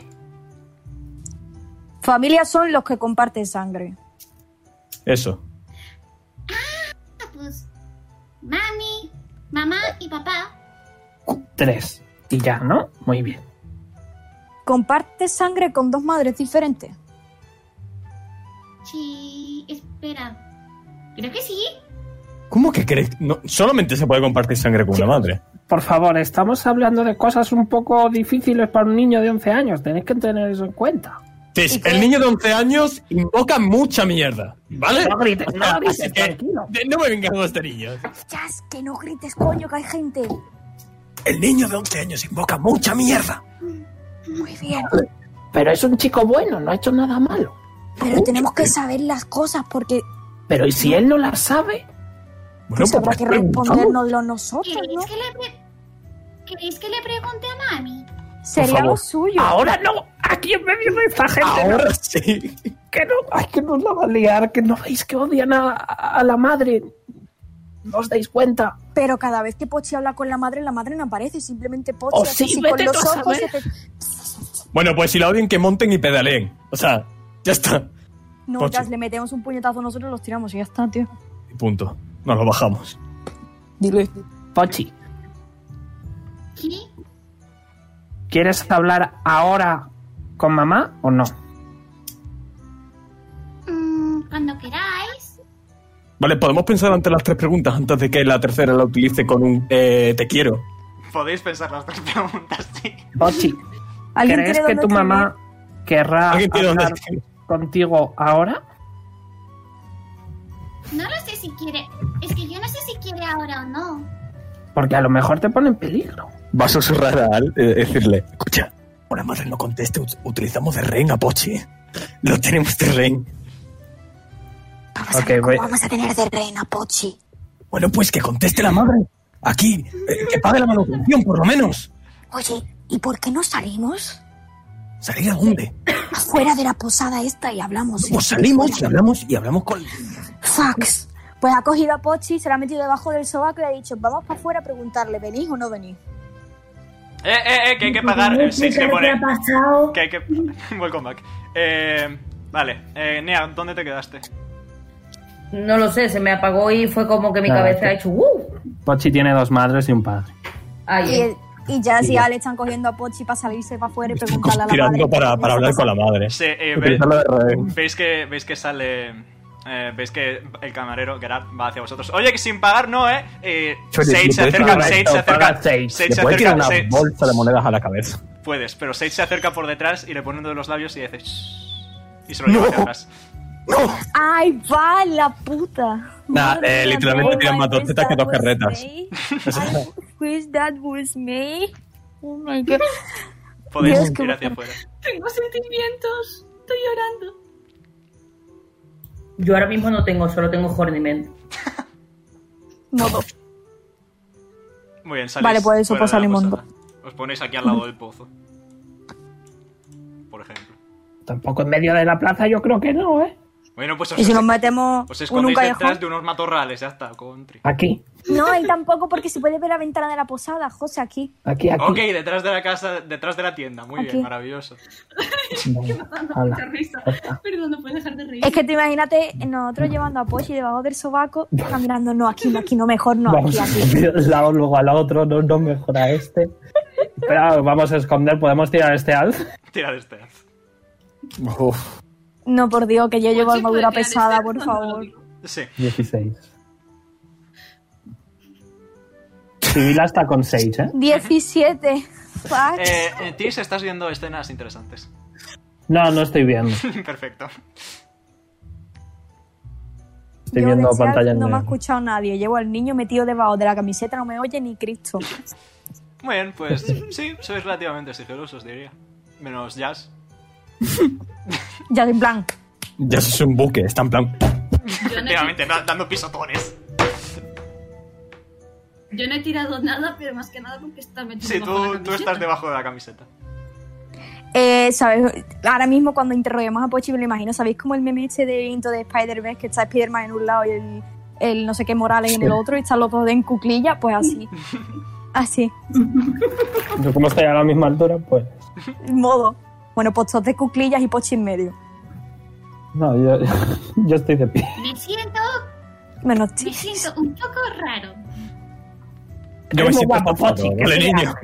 D: Familia son los que comparten sangre.
G: Eso.
F: Ah, Pues mami, mamá y papá.
A: Tres. Y ya, ¿no? Muy bien.
D: Comparte sangre con dos madres diferentes.
F: Sí, espera. Creo que sí.
G: ¿Cómo que crees? No, solamente se puede compartir sangre con una madre.
A: Por favor, estamos hablando de cosas un poco difíciles para un niño de 11 años. Tenéis que tener eso en cuenta.
G: Tish,
D: ¿Y qué?
G: el niño de 11 años invoca mucha mierda, ¿vale?
A: No grites, no
G: Así
A: grites,
G: que,
A: tranquilo.
G: de- no me vengan los niños.
D: Chas, que no grites, coño, que hay gente.
G: El niño de 11 años invoca mucha mierda.
D: Muy bien.
A: Pero es un chico bueno, no ha hecho nada malo.
D: Pero tenemos que saber las cosas porque
A: Pero ¿y si él no la sabe?
G: Bueno, pues,
D: habrá que respondernoslo nosotros,
F: ¿Queréis
D: ¿no?
F: que le, pre- ¿Queréis que le pregunte a mami?
D: Sería lo
G: favor.
D: suyo.
A: Ahora no. Aquí en medio de esta gente. no.
G: ahora sí.
A: Que no, ay, que nos la va a liar. Que no veis que odian a, a la madre. No os dais cuenta.
D: Pero cada vez que Pochi habla con la madre, la madre no aparece. Simplemente Pochi
B: Oh,
D: hace
B: sí,
D: así
B: vete
D: con los
B: tú a
D: ojos.
B: saber.
D: hace-
G: Bueno, pues si la odian, que monten y pedaleen. O sea, ya está.
D: No,
G: Pochi.
D: ya le metemos un puñetazo nosotros, los tiramos y ya está, tío.
G: Y punto. Nos lo bajamos.
A: Dile, Pochi,
F: ¿Qué?
A: ¿quieres hablar ahora con mamá o no?
F: Mm, cuando queráis.
G: Vale, podemos pensar ante las tres preguntas antes de que la tercera la utilice con un eh, te quiero.
C: Podéis pensar las tres preguntas, sí.
A: Pochi,
D: ¿Alguien
A: ¿crees
D: tiene
A: que
D: dónde
A: tu mamá querrá
G: ¿Alguien tiene dónde
A: hablar contigo ahora?
F: No lo sé si quiere. Es que yo no sé si quiere ahora o no.
A: Porque a lo mejor te pone en peligro.
G: Va a susurrar a Al eh, decirle, escucha, ahora madre no conteste, ut- utilizamos de rehén a Pochi. Lo tenemos de rehén.
D: Vamos,
A: Ok,
D: a, ver cómo
A: voy-
D: vamos a tener de reina, Pochi.
G: Bueno, pues que conteste la madre. Aquí, eh, que pague la manutención, por lo menos.
D: Oye, ¿y por qué no salimos
G: ¿Salir a dónde?
D: afuera de la posada esta y hablamos? ¿eh?
G: Pues salimos y hablamos y hablamos
C: Eh,
G: con...
D: Fax. Pues ha cogido a Pochi, se la ha metido debajo del sobaco y le ha dicho, vamos para afuera a preguntarle, ¿venís o no venís?
C: Eh, eh, eh, que hay que pagar. eh, Sí,
B: Explícale
C: que
B: ¿Qué
C: pone.
B: ha pasado?
C: Que hay que. [laughs] Welcome back. Eh, vale, eh, Nea, ¿dónde te quedaste?
B: No lo sé, se me apagó y fue como que mi
A: Nada,
B: cabeza
A: que-
B: ha hecho ¡uh!
A: Pochi tiene dos madres y un padre.
B: Ahí.
D: Y, y ya si ya le están cogiendo a Pochi para salirse para afuera y preguntarle a la madre.
G: Conspirando para, para hablar con la madre.
C: Sí, eh, ve-
G: Utilizarla de rehén.
C: veis que veis que sale. eh, veis que el camarero Gerard va hacia vosotros. Oye, que sin pagar no, eh. eh
G: Oye,
C: Sage
G: le
C: se
G: puedes
C: acerca,
G: pagar
C: Sage
A: esto,
C: se acerca.
A: paga Sage.
C: Sage
G: Le
C: se
G: puede tirar
C: acerca.
G: una
C: Sage-
G: bolsa de monedas a la cabeza.
C: Puedes, pero Sage se acerca por detrás y le pone uno de los labios y dice. "Shh", Y se lo lleva
G: No.
C: hacia atrás.
D: ¡Ay, va la puta!
G: Nah,
D: Madre
G: eh,
D: mía,
G: literalmente
D: babe,
G: tiran
D: I
G: más dos
D: wish
G: tetas que
D: that
G: dos
D: was
G: carretas.
D: me. I wish that was me. Oh my god.
C: Podéis
D: Dios, qué
C: ir hacia
D: bueno.
C: afuera.
E: [laughs] Tengo sentimientos. Estoy llorando.
B: Yo ahora mismo no tengo, solo tengo
D: [laughs]
B: Horniment.
D: Modo.
C: Muy bien, salís.
D: Vale, pues eso,
C: fuera
D: pues
C: de la
D: salimos.
C: posada. Os ponéis aquí al lado del pozo. Por ejemplo.
A: Tampoco en medio de la plaza, yo creo que no, ¿eh?
C: Bueno, pues os,
D: Y si nos
C: os
D: metemos en un
C: escondéis
D: callejón.
C: detrás de unos matorrales, ya está, country.
D: [laughs]
A: Aquí,
D: No, ahí tampoco, porque se puede ver la ventana de la posada, José, aquí.
A: aquí, aquí.
C: Ok, detrás de la casa, detrás de la tienda. Muy
D: Aquí.
C: bien, maravilloso.
A: Venga, habla.
E: Ah, Mucha risa.
A: Ya está.
E: Perdón, no puedo dejar de reír.
D: Es que te imagínate nosotros llevando a Pochi debajo del sobaco, caminando, no, aquí, no, aquí, no, mejor no,
A: vamos
D: aquí, aquí.
A: de un lado luego al otro, no, no mejora este. Pero vamos a esconder, podemos tirar este al.
C: Tira de este.
G: Uf.
D: No, por Dios, que yo llevo
E: Pochi puede
D: armadura
E: tirar
D: pesada,
E: este
D: por
E: cuando lo
D: favor. [laughs]
E: digo.
C: Sí.
A: 16. Sibila está con 6, ¿eh?
D: 17. Fuck.
C: Eh, eh, Tis, estás viendo escenas interesantes.
A: No, no estoy viendo.
C: [laughs] Perfecto.
A: Estoy
D: Yo
A: viendo
D: del chat
A: pantalla
D: No me ha
A: negra.
D: escuchado nadie. Llevo al niño metido debajo de la camiseta, no me oye ni Cristo.
C: Muy bien, pues sí, sois relativamente sigilosos, diría. Menos Jazz.
D: Ya en plan.
G: Ya eso es un buque, está en plan...
E: Yo no, he,
C: Efectivamente, da- dando pisotones.
E: yo no he tirado nada, pero más que nada porque está metido
C: Sí,
E: bajo la
C: tú, tú
E: camiseta.
C: estás debajo de la camiseta.
D: Eh, ¿sabes? Ahora mismo cuando interroguemos a Pochi, me lo imagino, ¿sabéis como el meme este de Into de Spider-Man que está Spider-Man en un lado y el, el no sé qué Morales en el otro y están los dos en cuclilla? Pues así. Así.
A: Yo como estoy a la misma altura, pues...
D: Modo. Bueno, pues todos de cuclillas y Pochi en medio.
A: No, yo, [laughs] yo estoy de pie.
F: Me siento,
D: Menos
F: me
D: ti.
F: siento un poco raro.
G: Yo me
A: Eres muy
G: siento
A: guapo,
G: estafado,
A: Pochi, que
G: vale,
A: sea.
G: niño. [laughs]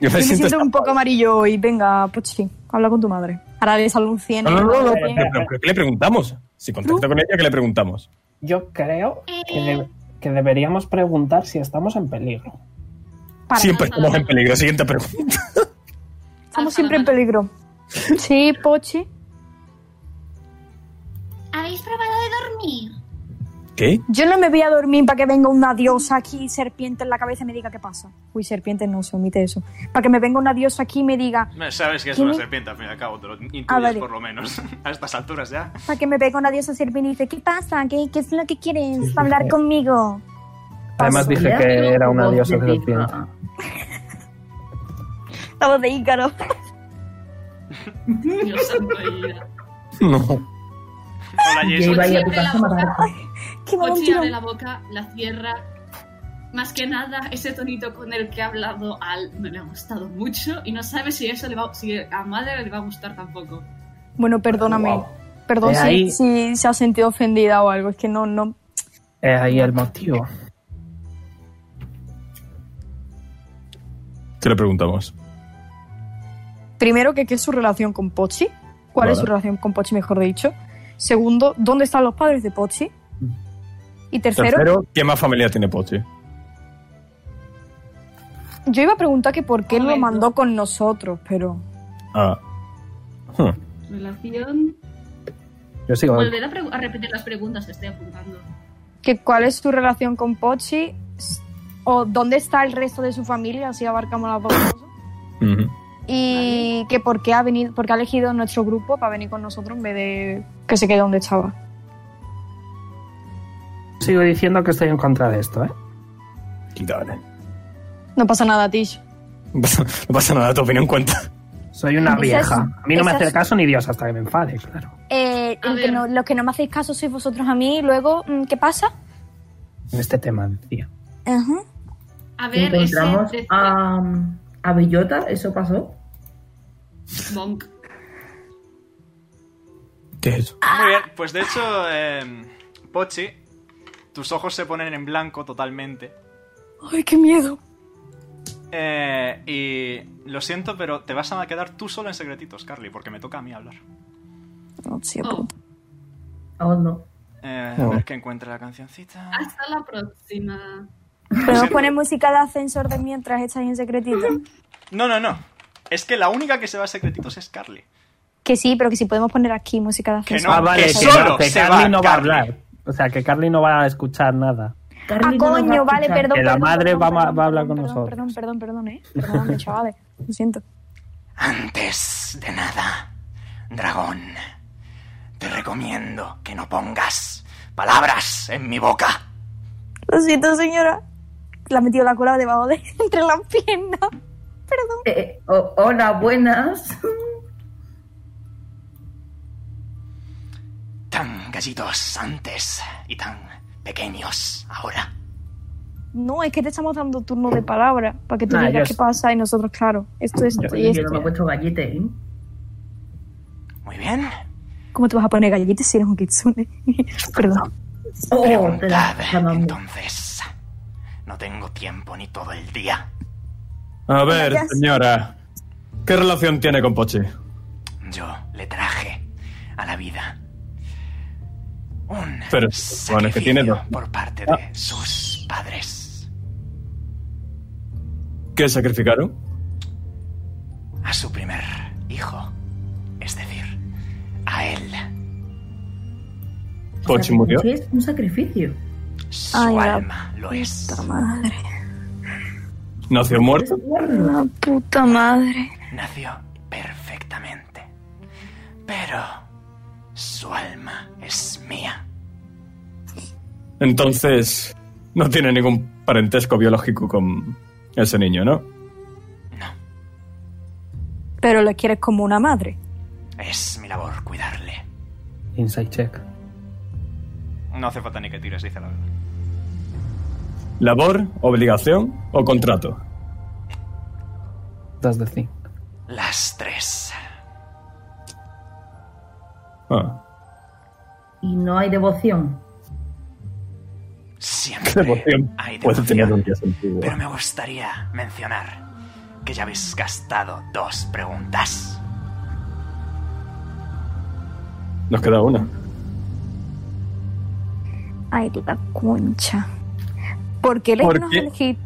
G: Yo
D: Yo
G: me siento
D: un
G: estafado.
D: poco amarillo hoy. Venga, Pochi, habla con tu madre. Ahora le sale un 100.
G: No, no, no, no,
A: Eh,
G: pero- pero- pero ¿qué le preguntamos? Si contacta con ella, ¿qué le preguntamos?
A: Yo creo que, de- que deberíamos preguntar si estamos en peligro.
D: Para
G: Siempre estamos en peligro. Siguiente pregunta.
D: Estamos siempre en peligro. Sí, Pochi.
F: ¿Habéis probado de dormir?
G: ¿Qué?
D: Yo no me voy a dormir para que venga una diosa aquí, serpiente en la cabeza y me diga qué pasa. Uy, serpiente no, se omite eso. Para que me venga una diosa aquí y me diga,
C: Sabes que es
D: ¿Quién
C: una
D: es?
C: serpiente, al fin y al cabo, te
E: Ah,
C: lo intuyes
D: vale.
C: por lo menos. [laughs] A estas alturas ya.
D: para que me venga una diosa serpiente y dice, ¿qué pasa? ¿Qué, qué es lo que quieres? Hablar conmigo.
A: Además
D: Paso.
A: dije que era una diosa de serpiente.
D: La voz de Ícaro.
E: Dios santo, Aida.
G: No.
C: Hola,
B: Yo
C: Jason.
B: iba a ir a tu casa a matarte.
D: Que me da un
E: Pochi
D: tiro.
E: abre la boca, la cierra, Más que nada, ese tonito con el que ha hablado al no le ha gustado mucho y no sabe si eso le va, si a madre le va a gustar tampoco.
D: Bueno, perdóname.
A: Wow.
D: Perdón
A: Eh,
D: si,
A: ahí-
D: si se ha sentido ofendida o algo. Es que no, no.
A: Es ahí el motivo.
G: ¿Qué le preguntamos?
D: Primero, que ¿qué es su relación con Pochi? ¿Cuál es
G: Vale.
D: su relación con Pochi, mejor dicho? Segundo, ¿dónde están los padres de Pochi? Y tercero,
G: Tercero, ¿qué más familia tiene Pochi?
D: yo iba a preguntar que por qué lo
E: Momento.
D: mandó con nosotros, pero...
G: Ah. Huh.
E: Relación.
A: Yo sigo. ¿eh?
E: Volver a, pregu- a repetir las preguntas que estoy apuntando.
D: que ¿Cuál es su relación con Pochi? S- ¿O dónde está el resto de su familia? Así abarcamos las dos cosas.
G: Ujú.
D: Y que por qué ha venido, por qué ha elegido nuestro grupo para venir con nosotros en vez de que se quede donde estaba.
A: Sigo diciendo que estoy en contra de esto, ¿eh?
G: Quítale.
D: No pasa nada, Tish.
G: No pasa, no pasa nada, tu opinión cuenta.
A: Soy una
D: Esa es-
A: vieja. A mí no me
D: esa
A: hace
D: es-
A: caso ni Dios hasta que me enfade, claro.
D: Eh,
E: A
D: el que
E: ver.
D: no- los que no me hacéis caso sois vosotros a mí. y Luego, mm, ¿qué pasa?
A: En este tema, decía.
D: Ajá.
E: A ver, ese
B: Encontramos
E: de- este.
B: a, a Bellota, eso pasó.
E: Bonk.
G: ¿Qué es eso?
E: Ah.
C: Muy bien, pues de hecho, eh, Pochi, tus ojos se ponen en blanco totalmente.
D: Ay, qué miedo.
C: Eh, y lo siento, pero te vas a quedar tú solo en secretitos, Carly, porque me toca a mí hablar.
D: No, sí,
E: Oh,
B: Oh, no.
C: Eh, A
G: Oh.
C: ver que encuentre la cancioncita.
E: hasta la próxima. [laughs]
D: ¿Podemos poner música de ascensor de mientras estáis en secretito?
C: No, no, no. Es que la única que se va a secretitos es Carly.
D: que sí, pero que si podemos poner aquí música de
C: Que
D: ascensor.
C: No,
A: ah, vale,
C: que
A: que,
C: solo
A: no, que
C: se
A: Carly
C: va,
A: no va
C: Carly.
A: a hablar. O sea, que Carly no va a escuchar nada.
D: Ah,
B: Carly no nos va a
D: coño, vale,
B: escuchar.
D: perdón.
A: Que la
D: perdón,
A: madre
D: perdón,
A: va ma-
D: perdón,
A: va a hablar
D: perdón,
A: con
D: perdón,
A: nosotros.
D: Perdón, perdón, perdón, eh. Perdón, chavales. Lo siento.
I: Antes de nada, dragón, te recomiendo que no pongas palabras en mi boca.
D: Lo siento, señora. Le ha metido la cola debajo de [laughs] entre las piernas. [laughs] Perdón.
B: Eh, eh, oh, hola, buenas.
I: Tan gallitos antes y tan pequeños ahora.
D: No, es que te estamos dando turno de palabra para que tú
A: Nah, yo
D: digas qué
A: es-
D: pasa y nosotros, claro. Esto
B: [laughs]
D: es.
B: Oye, Ah, yo
D: esto.
B: no me he puesto gallete, ¿eh?
I: Muy bien.
D: ¿Cómo te vas a poner galletitas si eres un kitsune? [laughs] Perdón.
B: Oh, te la
I: Preguntad,
B: llamamos.
I: entonces. No tengo tiempo ni todo el día.
G: A ver,
D: Gracias.
G: señora. ¿Qué relación tiene con Pochi?
I: Yo le traje a la vida un
G: Pero, bueno, es que tiene
I: sacrificio
G: dos.
I: por parte de sus padres.
G: ¿Qué sacrificaron?
I: a su primer hijo, es decir, a él,
G: Pochi murió.
B: Sí, Es un sacrificio.
I: su
D: Ay, la
I: alma lo es.
D: Puta madre.
G: ¿Nació muerto?
D: La puta madre.
I: Nació perfectamente, pero su alma es mía.
G: Entonces, no tiene ningún parentesco biológico con ese niño, ¿no?
D: Pero lo quieres como una madre.
I: Es mi labor cuidarle.
A: Inside check.
C: No hace falta ni que tires, dice la verdad.
G: ¿Labor, obligación o contrato?
A: Dos de cinco.
I: Las tres.
G: Ah,
B: Y no hay devoción.
G: qué
I: Siempre
G: devoción
I: hay
G: puede
I: devoción.
G: tener un día sentido.
I: Pero me gustaría mencionar que ya habéis gastado dos preguntas.
G: Nos queda una.
D: Ay, la concha. ¿Por qué le
G: ¿Por
D: nos
G: qué?
D: elegí?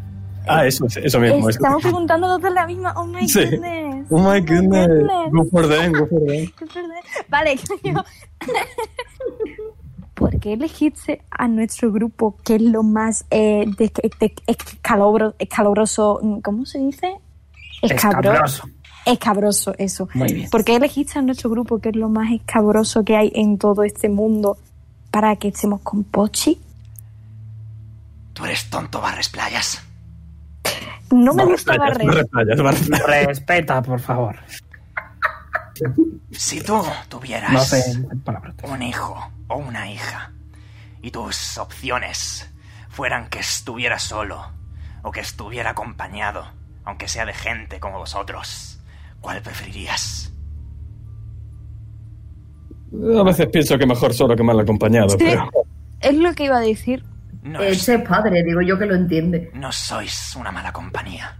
G: Ah, eso, eso mismo. eso.
D: Estamos preguntando dos de la misma. Oh [laughs] my
G: Sí.
D: goodness.
G: Oh my goodness. Go for them, go for them.
D: Qué perdón. Vale, coño. [laughs] ¿Por qué elegiste a nuestro grupo, que es lo más eh, de- de- escalobro- escalobroso? ¿Cómo se dice?
A: Escabroso.
D: Escabroso, eso.
A: Muy bien.
D: ¿Por qué elegiste a nuestro grupo, que es lo más escabroso que hay en todo este mundo, para que estemos con Pochi?
I: Tú eres tonto, Barres Playas.
D: No me
G: Barra
D: gusta
G: playas,
D: Barret.
G: barra playas, barra playas.
A: Respeta, Ah, por favor.
I: Si tú tuvieras...
A: No sé palabras.
I: un hijo o una hija y tus opciones fueran que estuviera solo o que estuviera acompañado, aunque sea de gente como vosotros. ¿Cuál preferirías?
G: A veces pienso que mejor solo que mal acompañado,
D: Sí,
G: pero...
D: es lo que iba a decir.
I: No,
B: Ese es padre, digo yo que lo entiende.
I: no sois una mala compañía.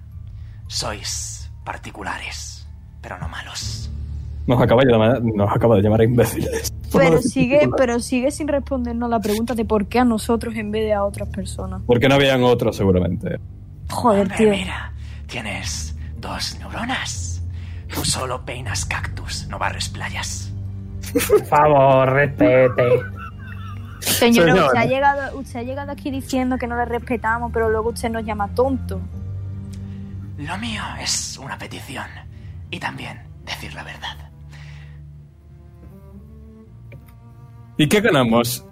I: Sois particulares, pero no malos.
G: Nos acaba, de llamar, nos acaba de llamar imbéciles. [laughs] Por no
D: Pero
G: decir-
D: sigue, pero sigue sin respondernos la pregunta de por qué a nosotros en vez de a otras personas.
G: Porque no habían otros, seguramente.
D: Joder,
I: Hombre,
D: tío.
I: mira, tienes dos neuronas. Tú solo peinas cactus, no barres playas.
A: Por favor, respete.
D: Señora,
G: Señor.
D: Usted, ha llegado, usted ha llegado aquí diciendo que no le respetamos, pero luego usted nos llama tonto.
I: Lo mío es una petición y también decir la verdad.
J: ¿Y qué ganamos?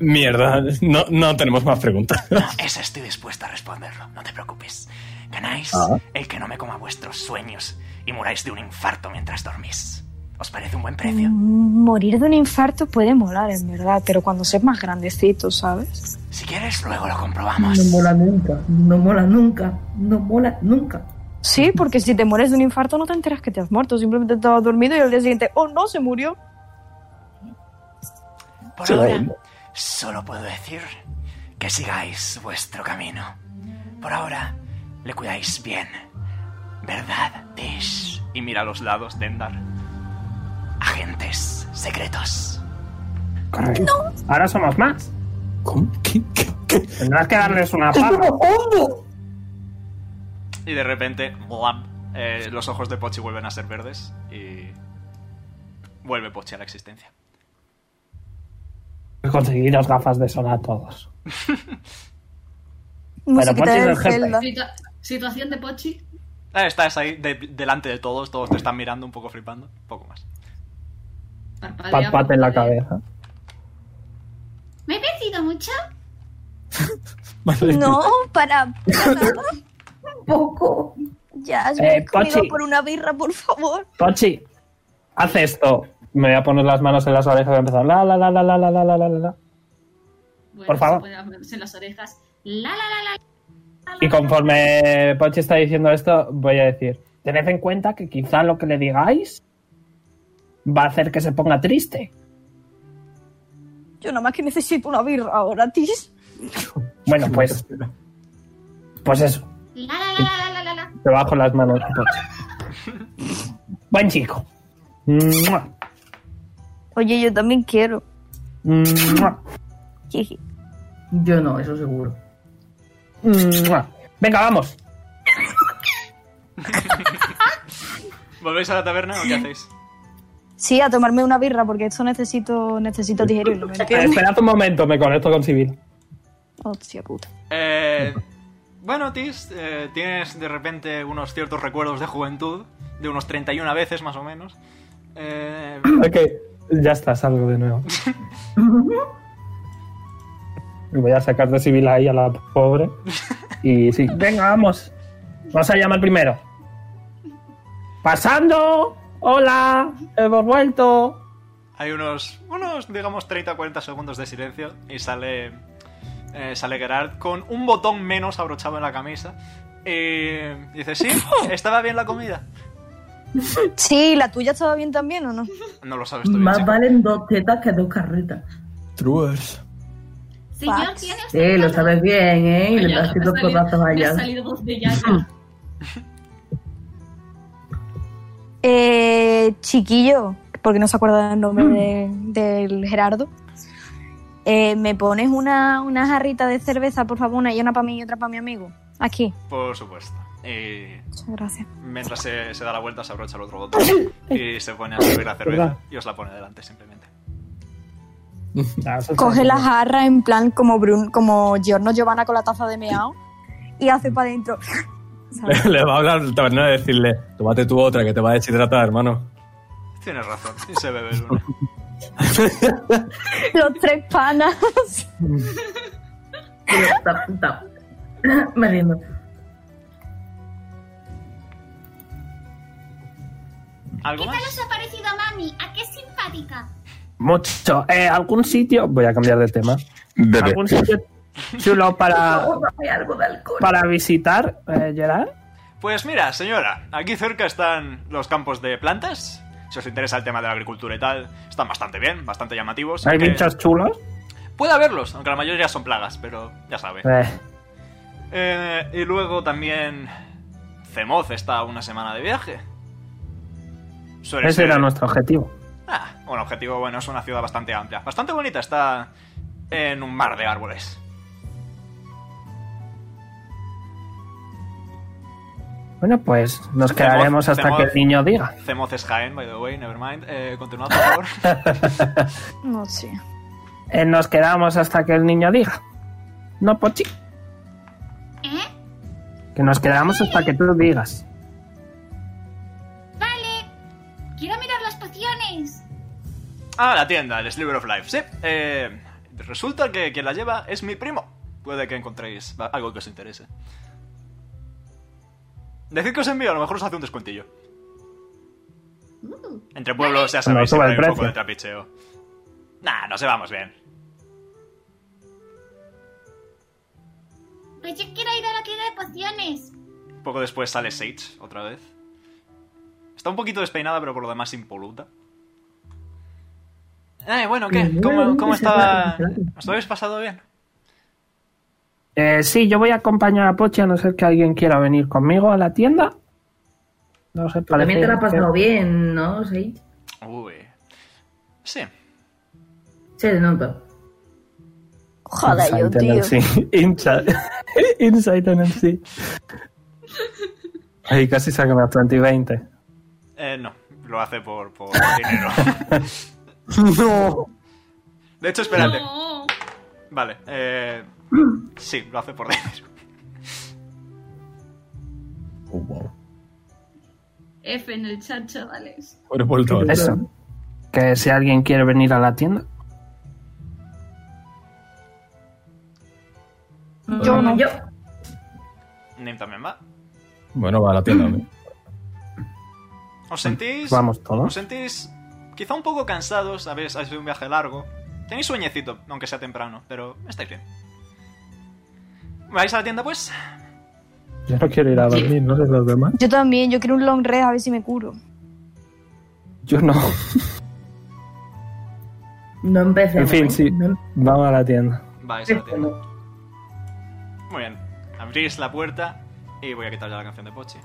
J: Mierda, no, no tenemos más
D: [laughs]
J: preguntas.
I: No, esa estoy dispuesta a responderlo, no te preocupes. Ganáis
K: Ah.
I: el que no me coma vuestros sueños y muráis de un infarto mientras dormís. ¿Os parece un buen precio?
D: Mm, Morir de un infarto puede molar, en verdad, pero cuando seas más grandecito, ¿sabes?
I: Si quieres, luego lo
B: No
I: comprobamos.
B: mola nunca, no mola nunca, no mola nunca.
D: Sí, porque si te mueres de un infarto no te enteras que te has muerto, simplemente estabas dormido y al día siguiente, oh no, se murió.
I: Por ahora, solo puedo decir que sigáis vuestro camino. Por ahora, le cuidáis bien. ¿Verdad, Tish?
C: Y mira a los lados, Dendar.
I: Agentes secretos.
A: Correcto. Ahora somos más.
G: ¿Cómo? ¿Qué? ¿Qué? ¿Qué?
A: Tendrás que darles una pava.
C: Y de repente, ¡blam! Eh, los ojos de Pochi vuelven a ser verdes y. Vuelve Pochi a la existencia.
A: Conseguiros gafas de sol a
D: [laughs]
A: todos.
D: Musiquita
A: Pochi es
D: de
A: el jefe.
D: Zelda.
E: Situa- situación de Pochi.
C: Ah, estás ahí de- delante de todos, todos te están mirando un poco flipando, poco más.
E: Parpadea,
A: Pat pat en la
E: parpadea.
A: cabeza.
F: ¿Me he perdido mucho?
D: No, para, para nada.
B: Un poco.
D: Ya, has
A: Eh,
D: venido conmigo
A: Pochi.
D: por una birra, por favor.
A: Pochi, haz esto. Me voy a poner las manos en las orejas y voy a empezar. La la la la la la la la la la.
E: Bueno,
A: Por favor.
E: se pone las manos en las orejas.
F: La, la, la, la.
A: Y conforme Pochi está diciendo esto, voy a decir: Tened en cuenta que quizá lo que le digáis va a hacer que se ponga triste.
D: Yo nada más que necesito una birra ahora, Tis.
A: Bueno, pues. Pues eso.
F: La, la, la, la, la, la, la.
A: Te bajo las manos a Pochi. Buen chico. Mua,
D: Oye, yo también quiero.
A: mua,
D: Jiji.
B: Yo no, eso seguro.
A: mua. Venga, vamos.
C: ¿Volvéis a la taberna o qué hacéis?
D: Sí, a tomarme una birra porque esto necesito, necesito digerirlo, [laughs] ¿me
A: Eh,
D: entiendes?
A: Esperad un momento, me conecto con Civil.
D: Hostia puta.
C: Eh, bueno, Tis, eh, tienes de repente unos ciertos recuerdos de juventud, de unos 31 veces más o menos. Eh,
A: [coughs] Ok, ya está, salgo de [laughs] nuevo. Me voy a sacar de civil ahí a la pobre. Y sí, [laughs] venga, vamos. Vamos a llamar primero. ¡Pasando! ¡Hola! ¡Hemos vuelto!
C: hay unos, unos, digamos, 30 o 40 segundos de silencio y sale, eh, sale Gerard con un botón menos abrochado en la camisa. Y dice,
D: [laughs]
C: sí, estaba bien la comida.
D: Sí, ¿la tuya estaba bien también o no?
C: No lo sabes tú bien,
B: Más
C: chico.
B: valen dos tetas que dos carretas.
J: Truers.
F: Señor,
D: Fax.
F: ¿tiene usted
B: Sí, lo
F: calor?
B: sabes bien, ¿eh? Y le
E: Allá,
B: das
E: me ha
B: dos
E: salido-
B: codazos
E: me ha
B: allá.
E: salido voz de Yaya.
D: Eh, chiquillo, porque no se acuerda el nombre de-
F: Mm.
D: del Gerardo. Eh, ¿Me pones una, una jarrita de cerveza, por favor? Una y una para mí y otra para mi amigo. Aquí.
C: Por supuesto. Y
D: Muchas gracias.
C: mientras se, se da la vuelta, se abrocha el otro botón y se pone a servir la cerveza y os la pone delante simplemente.
A: Ah,
F: Pues
A: eso está
D: Coge
A: bien.
D: la jarra en plan como Brun, como Giorno Giovanna con la taza de meao y hace para adentro. ¿Sabes?
J: Le va a hablar el tabernero y decirle, tómate tú otra que te va a deshidratar, hermano.
C: Tienes razón, y se bebe el una.
D: [laughs] Los tres panas.
B: [laughs] Tap, tap. Me rindo.
C: [laughs] ¿Algo
F: ¿Qué
C: más?
F: tal os ha parecido mami? ¿A qué simpática?
A: Mucho. Eh, ¿Algún sitio? Voy a cambiar de tema.
G: Bebé.
A: ¿Algún sitio chulo para,
B: Hay algo de alcohol.
A: para visitar, eh, Gerard.
C: Pues mira, señora, aquí cerca están los campos de plantas. Si os interesa el tema de la agricultura y tal, están bastante bien, bastante llamativos.
A: Hay
C: aunque-
A: bichos chulos.
C: Puede haberlos, aunque la mayoría son plagas, pero ya sabe.
A: Eh,
C: Eh, y luego también. Zemoz está a una semana de viaje. Suele
A: ese
C: ser-
A: era nuestro objetivo.
C: Ah, un objetivo bueno, es una ciudad bastante amplia. Bastante bonita, está en un mar de árboles.
A: Bueno, pues nos
C: Hacemos-
A: quedaremos hasta
C: hacemos-
A: que el niño diga.
C: Zemoz es Jaén, by the way, nevermind. Eh, continuad, por favor.
A: [laughs]
K: No sé.
A: Eh, nos quedamos hasta que el niño diga. No, Pochi.
F: ¿Eh?
A: Que nos quedamos hasta que tú digas.
F: Vale. Quiero mirar las pociones.
C: Ah, la tienda, el Sliver of Life. Sí, eh, resulta que quien la lleva es mi primo. Puede que encontréis va- algo que os interese. Decid que os envío, a lo mejor os hace un descuentillo.
F: Uh,
C: Entre pueblos, ya
A: Cuando
C: sabéis,
A: suba
C: siempre hay
A: el
C: un poco
A: precio.
C: de trapicheo. Nah, no se vamos bien.
F: Pues yo quiero ir a la tienda de pociones.
C: Poco después sale Sage, otra vez. Está un poquito despeinada, pero por lo demás impoluta. Eh, bueno, ¿qué? ¿Cómo, cómo estaba? ¿Os lo habéis pasado bien?
A: Eh, sí, yo voy a acompañar a Pochi a no ser que alguien quiera venir conmigo a la tienda. No sé, parece
B: También te la has
A: que-
B: pasado bien, ¿no? Sí.
C: Uy. Sí,
B: Se le nota.
K: Joder, yo,
A: Insight
K: tío.
A: NLC. [laughs] Insight, [laughs] Insight NLC. Ahí casi saca más 20 y 20.
C: Eh, no, lo hace por, por [laughs] dinero.
A: [laughs] No.
C: De hecho, espérate.
E: No.
C: Vale, eh, sí, lo hace por dinero.
G: Oh, wow.
E: F en el chat, chavales.
G: Pobre Poltor.
A: Eso. Que si alguien quiere venir a la tienda.
K: Yo no.
B: Yo.
C: Nim también va.
G: Bueno, va a la tienda. hombre.
C: ¿Os sentís?
A: Vamos
C: ¿Os
A: todos.
C: sentís quizá un poco cansados? Habéis ha sido un viaje largo. Tenéis sueñecito, aunque sea temprano, pero estáis bien. ¿Vais a la tienda, pues?
H: Yo no quiero ir a dormir, no sé los demás.
K: Yo también, yo quiero un long rest a ver si me curo.
H: Yo no.
B: No empecé.
A: En fin, sí.
B: No
A: Vamos a la tienda.
C: Vais a la tienda.
B: empecemos.
C: Muy bien. Abrís la puerta y voy a quitar ya la canción de Pochi.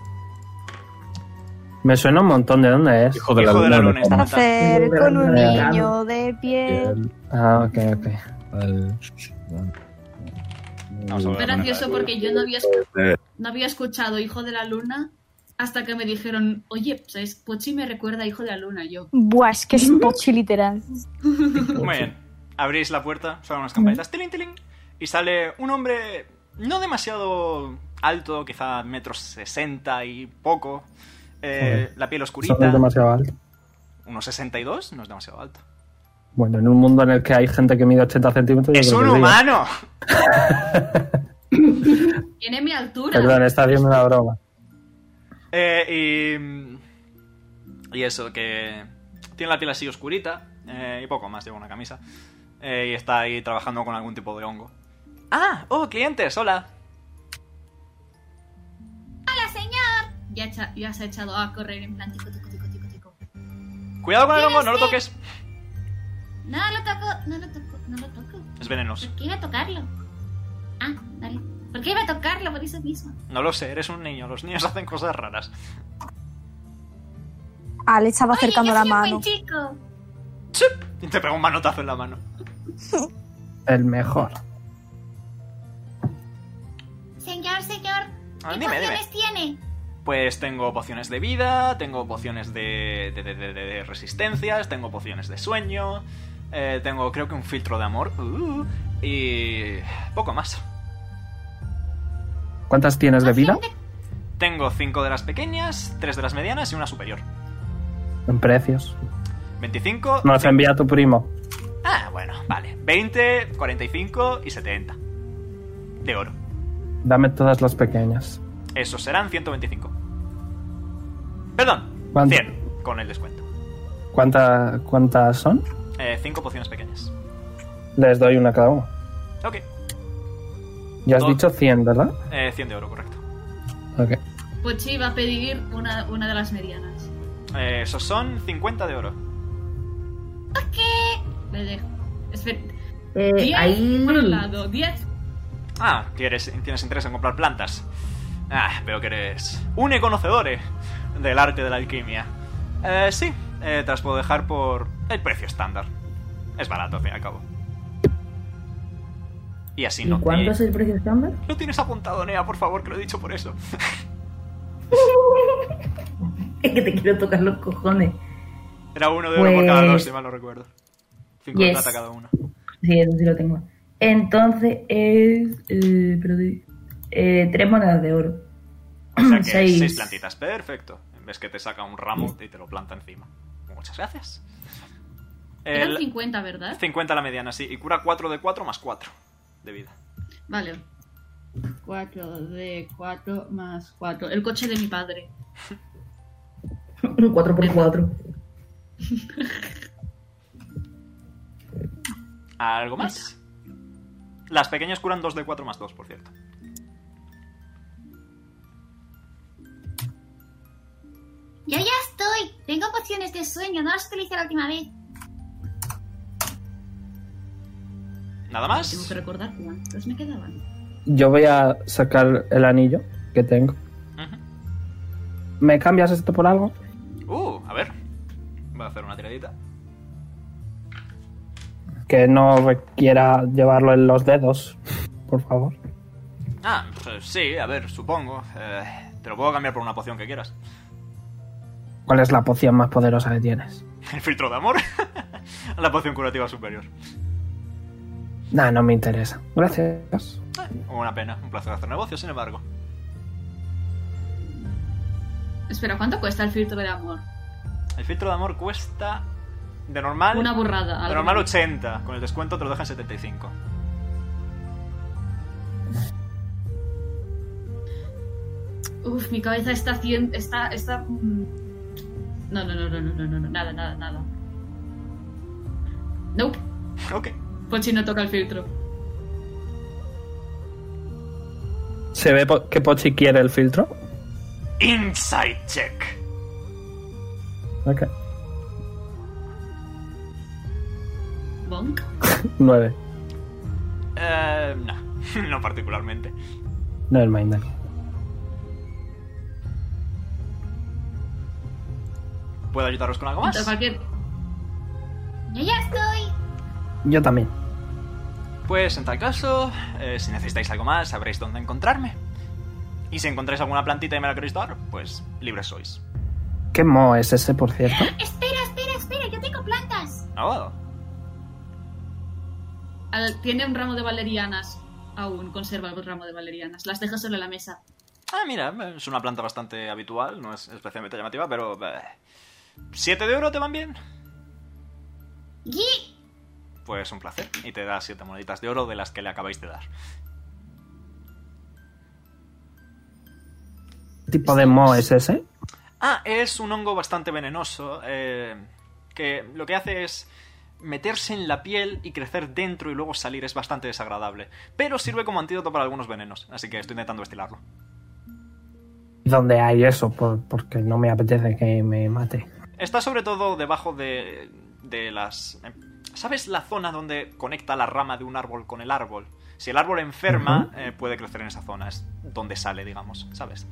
A: Me suena un montón de dónde es.
G: Hijo de la
C: Hijo de la
G: luna.
C: luna, está-
K: Hacer
B: Muy
K: con un
A: grande.
K: niño de pie.
A: Ah, ok, ok.
G: Al-
C: Vamos a
E: Fue
C: ver.
E: gracioso porque yo no había, no había escuchado Hijo de la Luna hasta que me dijeron, oye, ¿sabes? Pochi me recuerda a Hijo de la Luna. Yo,
K: Buah, es que es pochi literal.
C: Muy bien. Abrís la puerta, suenan unas campanitas, tiling, tiling, y sale un hombre no demasiado alto, quizá metros sesenta y poco, eh, la piel oscurita,
A: Son demasiado altos.
C: unos 62, no es demasiado alto.
A: Bueno, en un mundo en el que hay gente que mide 80 centímetros. yo
C: ¡Es
A: creo
C: un
A: que sí.
C: humano!
E: tiene mi altura.
A: Perdón, está haciendo una broma.
C: Eh, y, mm, y eso, que tiene la piel así oscurita eh, y poco más, lleva una camisa. eh, y está ahí trabajando con algún tipo de hongo. ¡Ah! ¡Oh, clientes! ¡Hola!
F: Hola, señor.
E: Ya, echa- ya se ha echado a correr en plan tico, tico, tico, tico, tico.
C: Cuidado con el hongo, no lo
F: Dígame.
C: toques.
F: No lo toco, no lo toco, no lo toco.
C: Es venenoso.
F: ¿Por qué iba a tocarlo? Ah, vale. ¿Por qué iba a tocarlo por eso mismo?
C: No lo sé, eres un niño, los niños [laughs] hacen cosas raras.
K: Ale estaba acercando
F: Oye, yo
K: la
F: soy
K: mano.
F: Un buen chico.
C: Y te pega un manotazo en la mano.
A: El mejor.
F: Señor, señor.
C: Ah,
F: ¿Qué
C: dime, dime.
F: pociones tiene?
C: Pues tengo pociones de vida, tengo pociones de, de, de- de- de resistencias, tengo pociones de sueño, eh, tengo creo que un filtro de amor uh, y poco más.
A: ¿Cuántas tienes de vida?
C: Tengo cinco de las pequeñas, tres de las medianas y una superior.
A: En precios.
G: Oh,
C: 25...
A: Nos envía tu primo.
C: Ah, bueno, vale. 20, 45 y 70. De oro.
A: Dame todas las pequeñas.
C: Esos serán 125. Perdón,
A: ¿Cuánto?
C: 100 con el descuento.
A: ¿Cuánta- ¿Cuántas son?
C: Eh, cinco pociones pequeñas.
A: Les doy una a cada uno.
C: Ok.
A: Ya has
C: Todo-
A: dicho 100, ¿verdad?
C: Eh, 100 de oro, correcto.
A: Ok.
E: Pochi va a pedir una, una de las medianas.
C: Eh, esos son 50 de oro.
E: Le dejo. Espera.
B: Eh,
E: 10
B: ahí.
E: por un lado, 10.
C: Ah, ¿quieres, tienes interés en comprar plantas. Ah, veo que eres une conocedor eh, del arte de la alquimia. Eh, sí, eh, te las puedo dejar por el precio estándar. Es barato, al fin y al cabo. Y así
B: ¿Y
C: no. eh.
B: cuánto
C: y-
B: es el precio estándar?
C: Lo tienes apuntado, Nea, por favor, que lo he dicho por eso.
B: [laughs]
C: [laughs]
B: Es que te quiero tocar los cojones.
C: Era uno de oro por cada dos,
B: Pues-
C: si mal no recuerdo. Cinco de
B: Yes.
C: plata cada
B: [clears throat]
C: uno.
B: Sí, eso sí lo tengo. Entonces es. eh, pero di- eh, tres monedas de oro. [laughs]
C: O sea que
B: Seis.
C: seis. plantitas, perfecto. Ves que te saca un ramo y te lo planta encima. Muchas gracias.
E: Eran
C: El-
E: 50, ¿verdad?
C: 50 la mediana, sí. Y cura 4 de 4 más 4 de vida.
E: Vale. 4 de 4 más 4. El coche de mi padre.
B: Un 4x4.
C: ¿Algo más? Las pequeñas curan 2 de 4 más 2, por cierto.
F: Yo ya estoy. Tengo pociones de sueño. No las utilicé la última vez.
C: ¿Nada
E: Tengo
C: más?
E: que recordar cuántos me quedaban.
A: Yo voy a sacar el anillo que tengo. ¿Me cambias esto por algo?
C: Ujú. Uh, a ver. Voy a hacer una tiradita.
A: Que no requiera llevarlo en los dedos, por favor.
C: Ah, pues sí, a ver, supongo. Eh, te lo puedo cambiar por una poción que quieras. [laughs]
A: ¿Cuál es la poción más poderosa que tienes?
C: El filtro de amor. [laughs] la poción curativa superior. Eh,
A: Nah, no me interesa. Gracias.
C: Una pena, un placer hacer negocio, sin embargo.
E: Espera, ¿cuánto cuesta el filtro del amor?
C: El filtro de amor cuesta de normal.
E: Una burrada.
C: de
E: algo.
C: normal 80. Con el descuento te lo dejan 75.
E: Uf, mi cabeza está haciendo. Está, está. mm. No, no, no, no, no, no, no, no, nada, nada, nada. Nope.
C: Ok.
E: Pochi no toca el filtro.
A: ¿Se ve po- que Pochi quiere el filtro?
C: Insight check.
A: Ok.
E: Bonk.
A: 9.
C: Eh, no, no [laughs] particularmente.
A: No mind. dale.
C: ¿Puedo ayudaros con algo
E: Entonces,
C: más?
E: cualquier.
F: Yo ya estoy.
A: Yo también.
C: Pues en tal caso, eh, si necesitáis algo más, sabréis dónde encontrarme. Y si encontráis alguna plantita y me la queréis dar, pues libres sois.
A: ¿Qué mo es ese, por cierto?
F: Espera, espera, espera. Yo tengo plantas.
C: Oh,
E: Al- tiene un ramo de valerianas. Aún conserva el ramo de valerianas. Las deja sobre la mesa.
C: ah, mira, es una planta bastante habitual, no es especialmente llamativa, pero... eh, ¿Siete de oro te van bien?
F: Gui.
C: Pues un placer. Y te da siete moneditas de oro de las que le acabáis de dar.
A: ¿Qué tipo de mo es ese?
C: Ah, es un hongo bastante venenoso eh, que lo que hace es meterse en la piel y crecer dentro y luego salir. Es bastante desagradable. Pero sirve como antídoto para algunos venenos, así que estoy intentando estilarlo.
A: ¿Dónde hay eso? Por- porque no me apetece que me mate.
C: Está sobre todo debajo de, de las... eh, ¿Sabes la zona donde conecta la rama de un árbol con el árbol? Si el árbol enferma, eh, puede crecer en esa zona. Es donde sale, digamos, ¿sabes?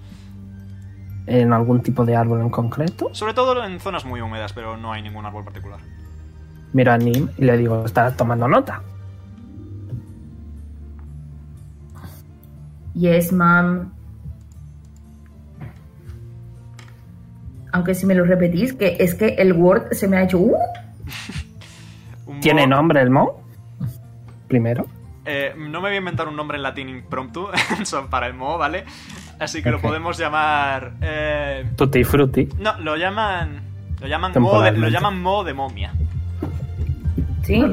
A: ¿En algún tipo de árbol en concreto?
C: Sobre todo en zonas muy húmedas, pero no hay ningún árbol particular.
A: Miro a Nim y le digo, estarás tomando nota.
B: Yes, ma'am. Aunque si me lo repetís, que es que el Word se me ha hecho. ¡Uh!
C: Un
A: ¿Tiene
C: mo-
A: nombre el mo? Primero.
C: Eh, no me voy a inventar un nombre en latín impromptu [laughs] son para el moho, ¿vale? Así que lo
A: Ok.
C: podemos llamar. eh,
A: Tutti frutti.
C: no, lo llaman. Lo llaman moho de, lo
A: Temporalmente.
C: llaman moho de momia.
B: Sí,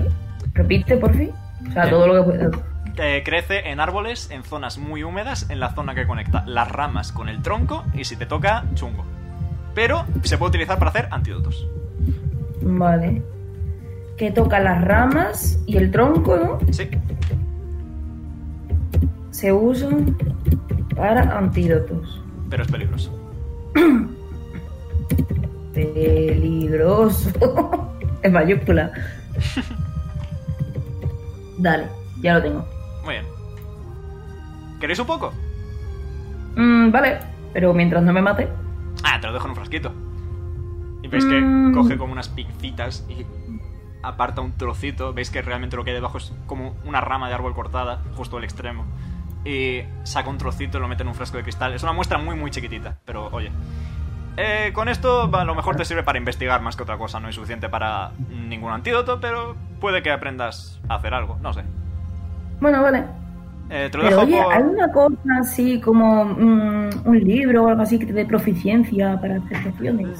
B: repite por fin. O sea,
C: Bien.
B: todo lo que pueda.
C: Eh, crece en árboles, en zonas muy húmedas, en la zona que conecta las ramas con el tronco y si te toca, chungo. Pero se puede utilizar para hacer antídotos.
B: Vale. Que toca las ramas y el tronco, ¿no?
C: Sí.
B: se usan para antídotos. [clears throat]
C: Pero es peligroso.
B: Peligroso. [laughs] en mayúscula. Dale, ya lo tengo.
C: Muy bien. ¿Queréis un poco?
B: Mm, vale, pero mientras no me mate.
C: Ah, te lo dejo en un frasquito. Y veis que
B: Mm.
C: coge como unas pincitas y aparta un trocito. Veis que realmente lo que hay debajo es como una rama de árbol cortada, justo al extremo. Y saca un trocito y lo mete en un frasco de cristal. Es una muestra muy, muy chiquitita, pero oye. Eh, con esto a lo mejor te sirve para investigar más que otra cosa. No es suficiente para ningún antídoto, pero puede que aprendas a hacer algo. No sé.
B: Bueno, vale.
C: Eh, te lo
B: Pero
C: dejo
B: oye,
C: por-
B: ¿hay una cosa así como mm, un libro o algo así que te dé proficiencia para hacer pociones?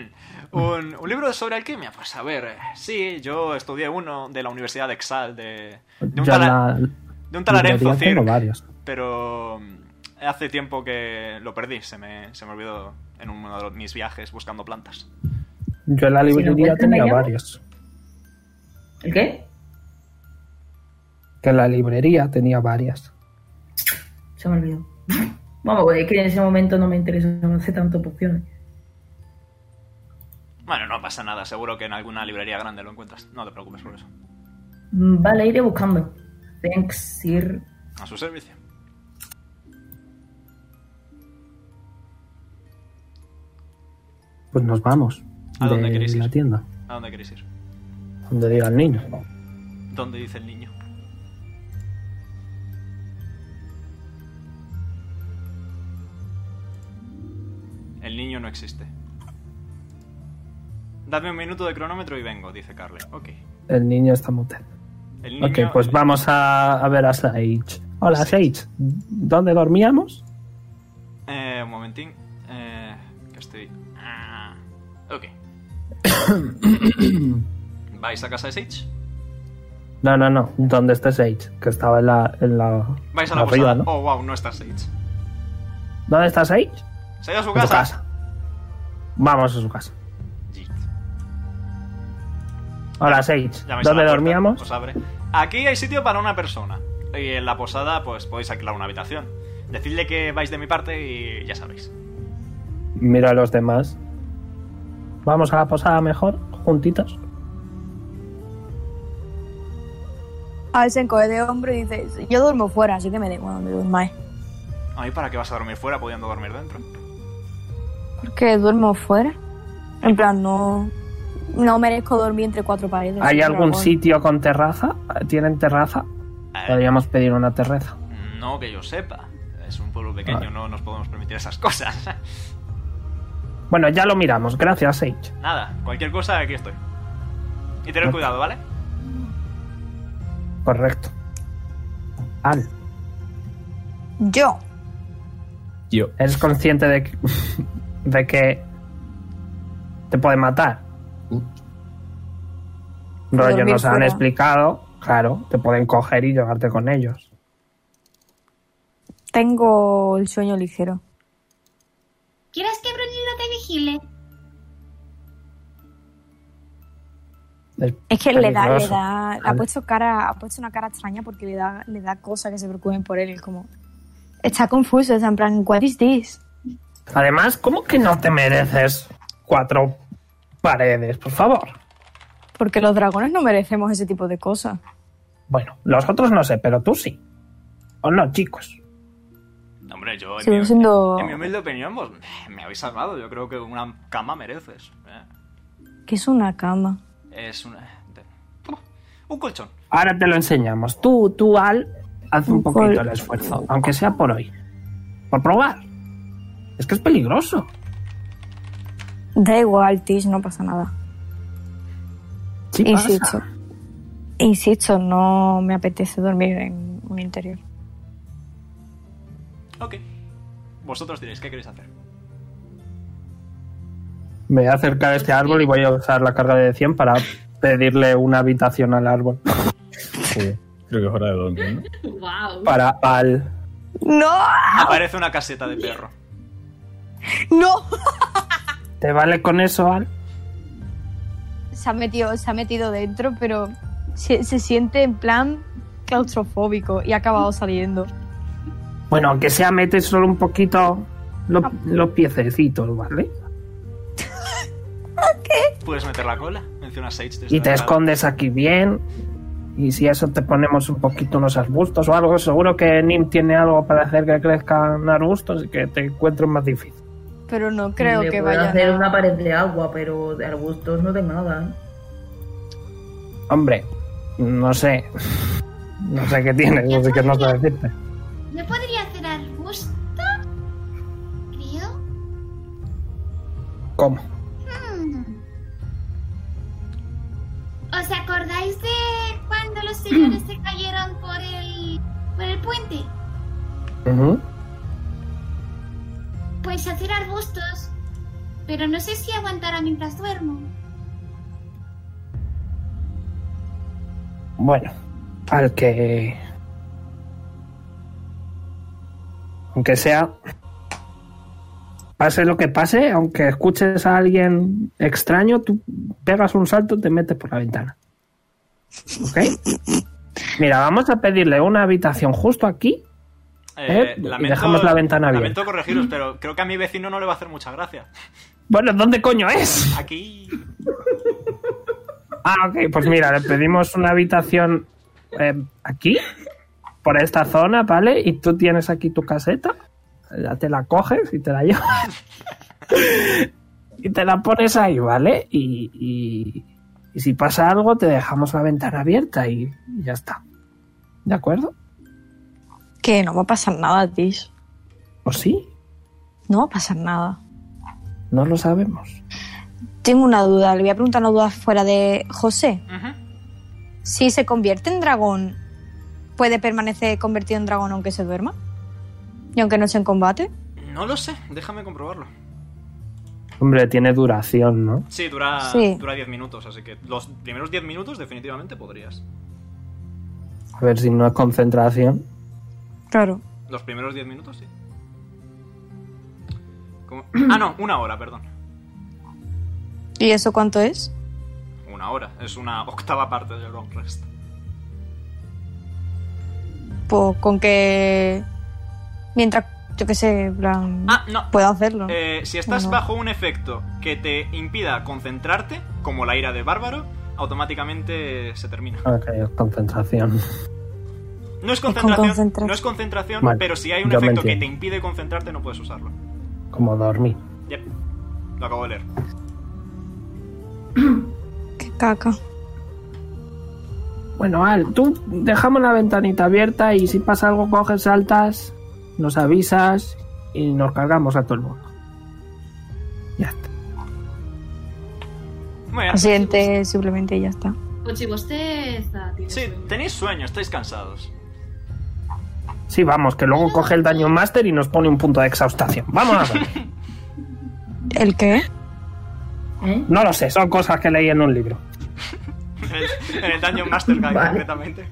C: [laughs] un, un libro sobre alquimia. Pues a ver, eh, sí, yo estudié uno de la Universidad de Exal, de, de un,
A: Yo
C: tala-
A: la-
C: de un talarenzo
A: librería tengo
C: circ,
A: varios.
C: pero mm, hace tiempo que lo perdí, se me, se me olvidó en uno de los- mis viajes buscando plantas.
A: Yo en la
B: Si lo
A: librería
B: encuentras, me
A: tenía
B: llama.
A: varios.
B: ¿El qué?
A: Que en la librería tenía varias.
B: Se me olvidó. [laughs] Vamos, pues, es que en ese momento no me interesa hacer tanto pociones.
C: Bueno, no pasa nada, seguro que en alguna librería grande lo encuentras, no te preocupes por eso.
B: Mm, Vale, iré buscando. Thanks, Sir.
C: A su servicio.
A: Pues nos vamos.
C: ¿A dónde
A: de
C: queréis ir?
A: la tienda.
C: ¿A dónde queréis ir?
A: Donde diga el niño.
C: ¿Dónde dice el niño? El niño no existe. Dadme un minuto de cronómetro y vengo, dice Carly. Ok.
A: El niño está mute.
C: El niño...
A: Ok, pues vamos a, a ver a Sage. Hola, Sage. [coughs] ¿Dónde dormíamos?
C: Eh, un momentín. Eh, que estoy... Ah, ok. ¿Vais a casa de Sage?
A: No, no, no. ¿Dónde está Sage? Que estaba en la. En la
C: ¿Vais a la
A: arriba,
C: posada?
A: ¿no?
C: Oh, wow, no está Sage.
A: ¿Dónde está Sage?
C: ¿Se ha ido a su
A: En su
C: casa?
A: casa. Vamos a su casa.
C: Yeet.
A: Hola, Sage.
C: Llamáis a la
A: ¿Dónde
C: puerta,
A: dormíamos?
C: os abre. Aquí hay sitio para una persona. Y en la posada, pues podéis alquilar una habitación. Decidle que vais de mi parte y ya sabéis.
A: Miro a los demás. Vamos a la posada mejor, juntitos.
D: Al se encoge de hombro y dice, yo duermo fuera, así que me da igual donde duermáis.
C: A mí, ¿para qué vas a dormir fuera pudiendo dormir dentro?
D: Porque duermo fuera. En plan, no... No merezco dormir entre cuatro paredes.
A: ¿Hay
D: Pero
A: algún
D: bueno.
A: sitio con terraza? ¿Tienen terraza?
C: Eh.
A: Podríamos pedir una terraza.
C: No que yo sepa. Es un pueblo pequeño, no nos podemos permitir esas cosas. [laughs]
A: Bueno, ya lo miramos. Gracias, Sage.
C: Nada, cualquier cosa, aquí estoy. Y tener
A: Ok.
C: cuidado, ¿vale?
A: Correcto. Al,
D: Yo.
L: Yo.
A: ¿eres consciente de que, [laughs] de que te pueden matar? Rollo,
D: dormir
A: nos han
D: fuera.
A: explicado. Claro, te pueden coger y llevarte con ellos.
D: Tengo el sueño ligero.
F: ¿Quieres que Brunilda te vigile?
A: Es
D: Es que le da, le
A: peligroso.
D: da, ha
A: Al-
D: puesto cara, ha puesto una cara extraña porque le da, le da cosa que se preocupen por él. Es como, está confuso, está en plan, what is this?
A: Además, ¿cómo que no te mereces cuatro paredes? Por favor.
D: Porque los dragones no merecemos ese tipo de cosas.
A: Bueno, los otros no sé, pero tú sí. ¿O no, chicos?
C: No, Hombre, yo, en,
D: Sigo
C: mi,
D: siendo-
C: en mi humilde opinión, pues me habéis salvado. Yo creo que una cama mereces. ¿eh?
D: Que es una cama.
C: Es una... de- Un colchón.
A: Ahora te lo enseñamos. Tú, tú, Al, haz un
D: Un
A: poquito
D: col-
A: el esfuerzo, aunque sea por hoy. Por probar. Es que es peligroso.
D: Da igual, Tish, no pasa nada.
A: Sí
D: Insisto.
A: pasa.
D: Insisto, no me apetece dormir en un interior.
C: Ok. Vosotros diréis, ¿qué queréis hacer?
A: Me voy a acercar a este árbol y voy a usar la carga de 100 para pedirle una habitación al árbol.
L: [laughs] Sí, creo que es hora de dormir, ¿no?
M: ¡Wow!
A: Para Al.
D: ¡No!
C: Aparece una caseta de perro.
D: ¡No!
A: ¿Te vale con eso, Al?
D: Se ha metido, se ha metido dentro, pero se, se siente en plan claustrofóbico y ha acabado saliendo.
A: Bueno, aunque sea mete solo un poquito los, los piececitos, ¿vale?
C: Puedes meter la cola, menciona Sage. desde
A: Y te
C: la-
A: escondes aquí bien. Y si eso te ponemos un poquito unos arbustos o algo, seguro que Nim tiene algo para hacer que crezcan arbustos y que te encuentres más difícil.
K: Pero no creo
B: Le
K: que
B: puedo
K: vaya.
B: hacer
K: nada.
B: una pared de agua, pero de arbustos no tengo nada. ¿eh?
A: Hombre, no sé. [laughs] No sé qué tienes, así que no sé decirte.
F: ¿No podría hacer arbusto? Creo.
A: ¿Cómo?
F: Hmm. ¿Os acordáis de cuando los señores se cayeron por el, por el puente?
A: Ujú.
F: Pues hacer arbustos. Pero no sé si aguantará mientras duermo.
A: Bueno, al que. Aunque sea. Pase lo que pase, aunque escuches a alguien extraño, tú pegas un salto y te metes por la ventana. ¿Ok? Mira, vamos a pedirle una habitación justo aquí.
C: Eh,
A: ¿eh? Y dejamos la ventana abierta.
C: Lamento corregiros, pero creo que a mi vecino no le va a hacer mucha gracia.
A: Bueno, ¿dónde coño es?
C: Aquí.
A: Ah, ok, pues mira, le pedimos una habitación eh, aquí, por esta zona, ¿vale? Y tú tienes aquí tu caseta, ya te la coges y te la [laughs] llevas. y te la pones ahí, ¿vale? Y, y- y si pasa algo, te dejamos la ventana abierta y, y ya está. ¿De acuerdo?
K: Que no va a pasar nada, Tish.
A: ¿O sí?
K: No va a pasar nada.
A: No lo sabemos.
K: Tengo una duda, le voy a preguntar una duda fuera de José.
C: Ujú.
K: Si se convierte en dragón, ¿puede permanecer convertido en dragón aunque se duerma? ¿Y aunque no esté en combate?
C: No lo sé, déjame comprobarlo.
A: Hombre, tiene duración, ¿no?
C: Sí, dura
K: Sí.
C: dura 10 minutos, así que los primeros 10 minutos definitivamente podrías.
A: A ver si no es concentración.
K: Claro.
C: Los primeros 10 minutos, sí. ¿Cómo? [clears throat] Ah, no, una hora, perdón.
K: ¿Y eso cuánto es?
C: Una hora, es una [laughs] octava parte del long rest.
K: Pues con que... Mientras, yo qué sé, en plan...
C: Ah, no.
K: Puedo hacerlo.
C: Eh, si estás
K: No.
C: bajo un efecto que te impida concentrarte, como la ira de Bárbaro, automáticamente se termina.
A: Ok, es concentración.
C: No es
K: con
C: concentración,
K: concentración.
C: no es concentración
A: Vale,
C: pero si hay un
A: ya me
C: efecto que te
A: entiendo.
C: impide concentrarte, no puedes usarlo.
A: Como dormir.
C: Yep. Lo acabo de leer.
K: Qué caca.
A: Bueno, Al, tú dejamos la ventanita abierta y si pasa algo coges, saltas, nos avisas y nos cargamos a todo el mundo. Ya está.
C: Muy bien.
K: Al siguiente Eh, simplemente y ya está.
E: Pochi bosteza, tienes
C: Sí,
E: sueño.
C: tenéis sueño, estáis cansados. [laughs]
A: Sí, vamos, que luego coge el daño master y nos pone un punto de exhaustación. Vamos a ver.
K: [laughs] ¿El qué?
B: ¿Eh?
A: No lo sé, son cosas que leí en un libro.
C: En- en el Dungeon Master Guide,
B: Vale.
C: concretamente.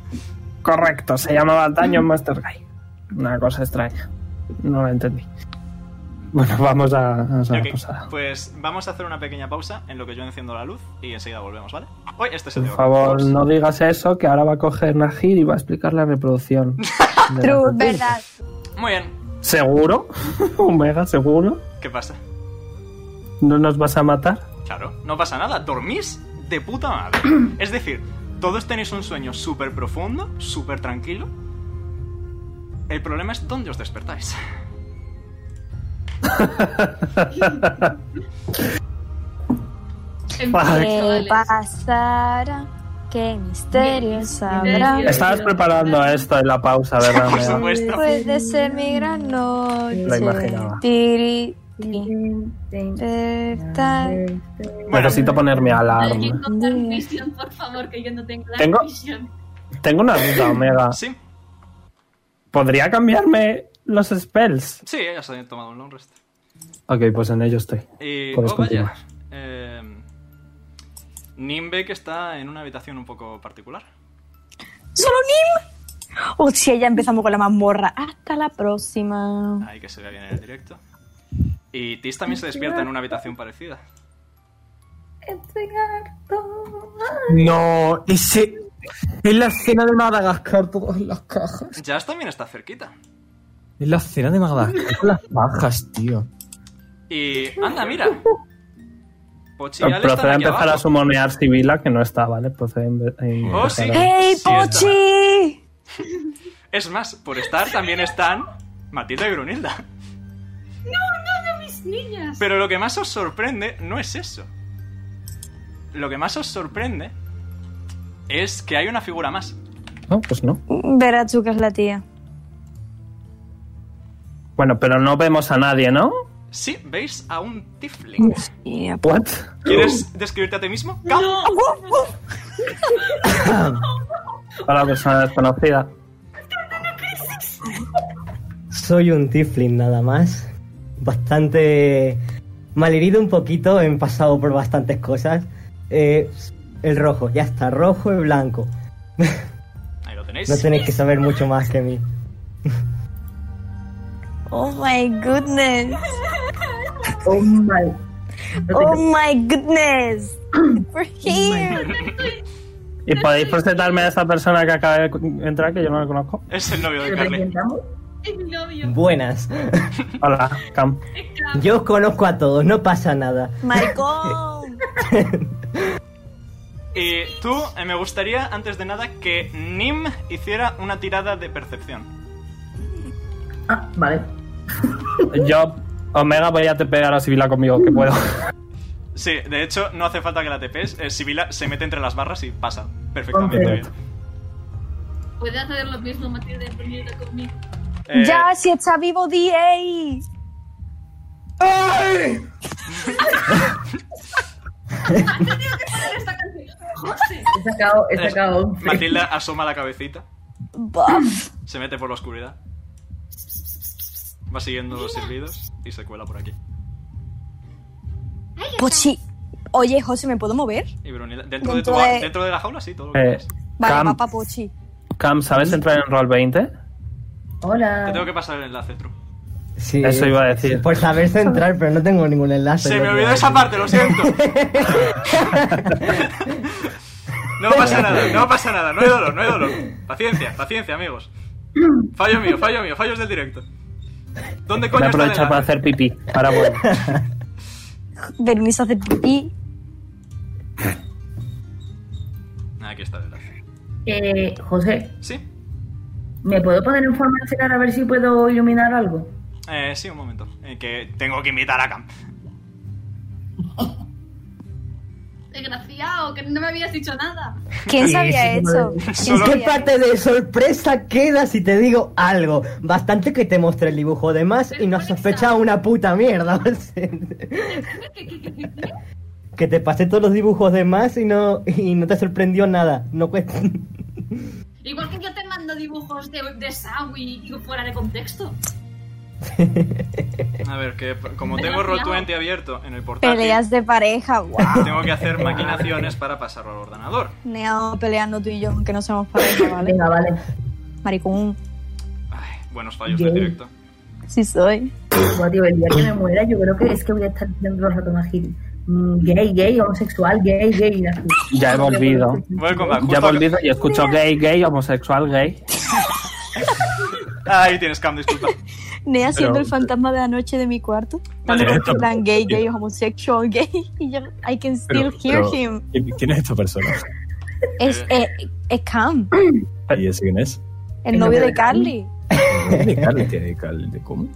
A: Correcto, se llamaba Daño Master Guy. Una cosa extraña. No la entendí. Bueno, vamos a, vamos a la
C: Ok,
A: posada.
C: pues vamos a hacer una pequeña pausa en lo que yo enciendo la luz y enseguida volvemos, ¿vale? Hoy este es el
A: Por
C: de oro.
A: favor, no digas eso, que ahora va a coger Nahir y va a explicar la reproducción. de la
K: True,
A: tortuga.
K: verdad.
C: Muy
K: [laughs]
C: bien.
A: ¿Seguro? [laughs] Omega, ¿seguro?
C: ¿Qué pasa?
A: ¿No nos vas a matar?
C: Claro, no pasa nada, dormís de puta
A: [clears throat]
C: madre. Es decir, todos tenéis un sueño súper profundo, súper tranquilo. El problema es dónde os despertáis.
E: En
A: Vale.
E: fin,
K: ¿Qué
E: chavales.
K: Eh, pasará? ¿Qué misterios habrá?
A: [laughs]
E: Misterio.
A: Estabas preparando esto en la pausa, ¿verdad?
C: Por
A: Omega?
C: supuesto.
D: Pues
K: Puede ser mi gran noche.
A: Lo imaginaba.
K: Tiri, tiri,
B: Tin, tin,
K: despertar.
B: tin, tin.
A: Necesito ponerme
E: Alguien
A: alarma.
E: con Dark Vision, por favor, que yo no tengo Dark
A: ¿Tengo?
E: Vision.
A: Tengo una duda, Omega.
C: Sí,
A: ¿Podría cambiarme los spells?
C: sí, ya os he tomado un long rest.
A: Ok, pues en ello estoy.
C: Y,
A: Puedes
C: oh, vaya.
A: continuar.
C: Eh, Nimbe que está en una habitación un poco particular.
K: ¡Solo Nim!
D: Oh,
K: O si ya empezamos con la mazmorra. Hasta la
D: Mm.
K: próxima.
C: Ahí que se vea bien en el directo. Y Tis también se despierta en una habitación parecida.
B: Estoy harto.
G: No, ese. Es la escena de Madagascar, todas las cajas.
C: Jazz también está cerquita.
N: Es la cena de Madagascar con las bajas, tío.
C: Y. Anda, mira. Pochi y Ale están
A: Procede a
C: aquí
A: empezar a
C: abajo.
A: sumonear Sibila, que no está, ¿vale? Procede a empe- a empezar
C: Oh,
A: a-
C: sí.
D: ¡Hey,
C: Sí, está.
D: Pochi!
C: Es más, por estar también están Matilda y Brunilda.
E: no, no, mis niñas.
C: Pero lo que más os sorprende no es eso. Lo que más os sorprende es que hay una figura más.
A: No, pues no.
D: Verás tú que es la tía.
A: Bueno, pero no vemos a nadie, ¿no?
C: Sí, veis a un tiefling.
D: Tía,
A: What? [laughs]
C: ¿Quieres describirte a ti mismo? Cal?
A: Para la persona desconocida.
O: Soy un tiflin nada más. Bastante malherido un poquito, he pasado por bastantes cosas. Eh, el rojo, ya está, rojo y blanco.
C: Ahí lo tenéis.
O: No tenéis que saber mucho más que mí.
D: Oh my goodness.
B: Oh my.
D: Oh my goodness. We're here.
A: ¿Y podéis presentarme a esta persona que acaba de cu- entrar, que yo no la conozco?
C: [laughs] Es el novio de
B: ¿Lo
C: Carly.
B: presentamos?
E: Es mi novio.
O: Buenas.
A: Hola, Cam.
O: Yo os conozco a todos, no pasa nada.
D: Maricón.
C: [laughs] Y tú, eh, me gustaría, antes de nada, que Nim hiciera una tirada de percepción.
B: Ah, vale.
A: Yo, Omega, voy a pegar a Sibila conmigo, que
C: [laughs]
A: puedo.
C: Sí, de hecho, no hace falta que la TPs. Eh, Sibila se mete entre las barras y pasa. Perfectamente bien.
E: Puedes hacer lo mismo, Matilda, y Brunilda conmigo. [laughs]
C: Eh,
D: Ya, si está vivo, DA.
E: Ah, Esta canción. José.
B: He sacado,
O: Eh,
B: he sacado
C: es-
B: once.
C: Matilda asoma la cabecita,
D: Buff.
C: se mete por la oscuridad. Va siguiendo los silbidos y se cuela por aquí.
P: Ahí está.
D: Pochi. Oye, José, ¿me puedo mover?
C: Y Brunilda, dentro, de tu,
D: Dentro de-
C: dentro de la jaula, sí, todo lo que
A: Eh,
C: quieras.
D: Vale,
A: Cam,
D: papá Pochi.
A: Cam, ¿sabes entrar en Roll 20?
B: Hola.
C: Te tengo que pasar el enlace, Tru.
O: Sí,
A: Eso iba a decir.
O: Por saber centrar, pero no tengo ningún enlace. yo
C: Se me
O: creo.
C: olvidó esa parte, lo siento. No pasa nada, no pasa nada, no hay dolor, no hay dolor. Paciencia, paciencia, amigos. Fallo mío, fallo mío, fallos del directo. ¿Dónde
A: Voy
C: coño
A: a
C: está el
A: aprovechar para
C: enlace?
A: hacer pipí. Ahora vuelvo.
D: [laughs] Permiso hacer pipí.
C: Aquí está el enlace.
B: Eh, José,
C: ¿Sí?
B: ¿me puedo poner en forma estelar a ver si puedo iluminar algo?
C: Eh, sí, un momento. Eh, que tengo que invitar a Cam.
E: [clears throat] Desgraciado, que no me habías dicho nada.
D: ¿Quién
O: Sí,
D: sabía
O: sí,
D: eso?
O: madre.
D: ¿Quién
C: Solo-
O: ¿Qué
D: sabía
O: parte de sorpresa queda si te digo algo? Bastante que te mostré el dibujo de más y no has sospechado una puta mierda. [laughs] o sea, que te pasé todos los dibujos de más y no, y no te sorprendió nada. No cuen-
E: Igual que yo te mando dibujos de, de Sawi y fuera de contexto.
C: A ver, que como tengo Roll20 abierto en el portátil,
D: Peleas de pareja,
C: [laughs]
D: guau.
C: tengo que hacer maquinaciones para pasarlo al ordenador.
D: Neo peleando tú y yo, aunque no seamos pareja, ¿vale?
B: Venga, vale.
D: Maricón.
C: Ay, buenos fallos del directo.
D: Sí soy.
B: Buah, tío, el día que me muera, yo creo que es que voy a estar diciendo todo el rato más gil. Mm, Gay, gay, homosexual, gay, gay. así.
A: Ya he volvido.
C: Welcome back.
A: Ya he
C: Justo
A: volvido y escucho gay, gay, homosexual, gay.
C: Ahí tienes, Cam, disculpa.
D: Nea siendo
A: Pero-
D: el fantasma de anoche de mi cuarto.
C: Vale,
D: Cuando
G: Pero-
D: en plan gay, gay, homosexual, gay. [laughs] Y yo, I can still
G: Pero-
D: hear
G: pero-
D: him.
G: ¿Quién quién es esta persona?
D: Es, eh, es Cam,
G: ¿Y ese quién es?
D: el novio de Carly.
G: ¿De Carly? ¿Tiene Carly? ¿De cómo?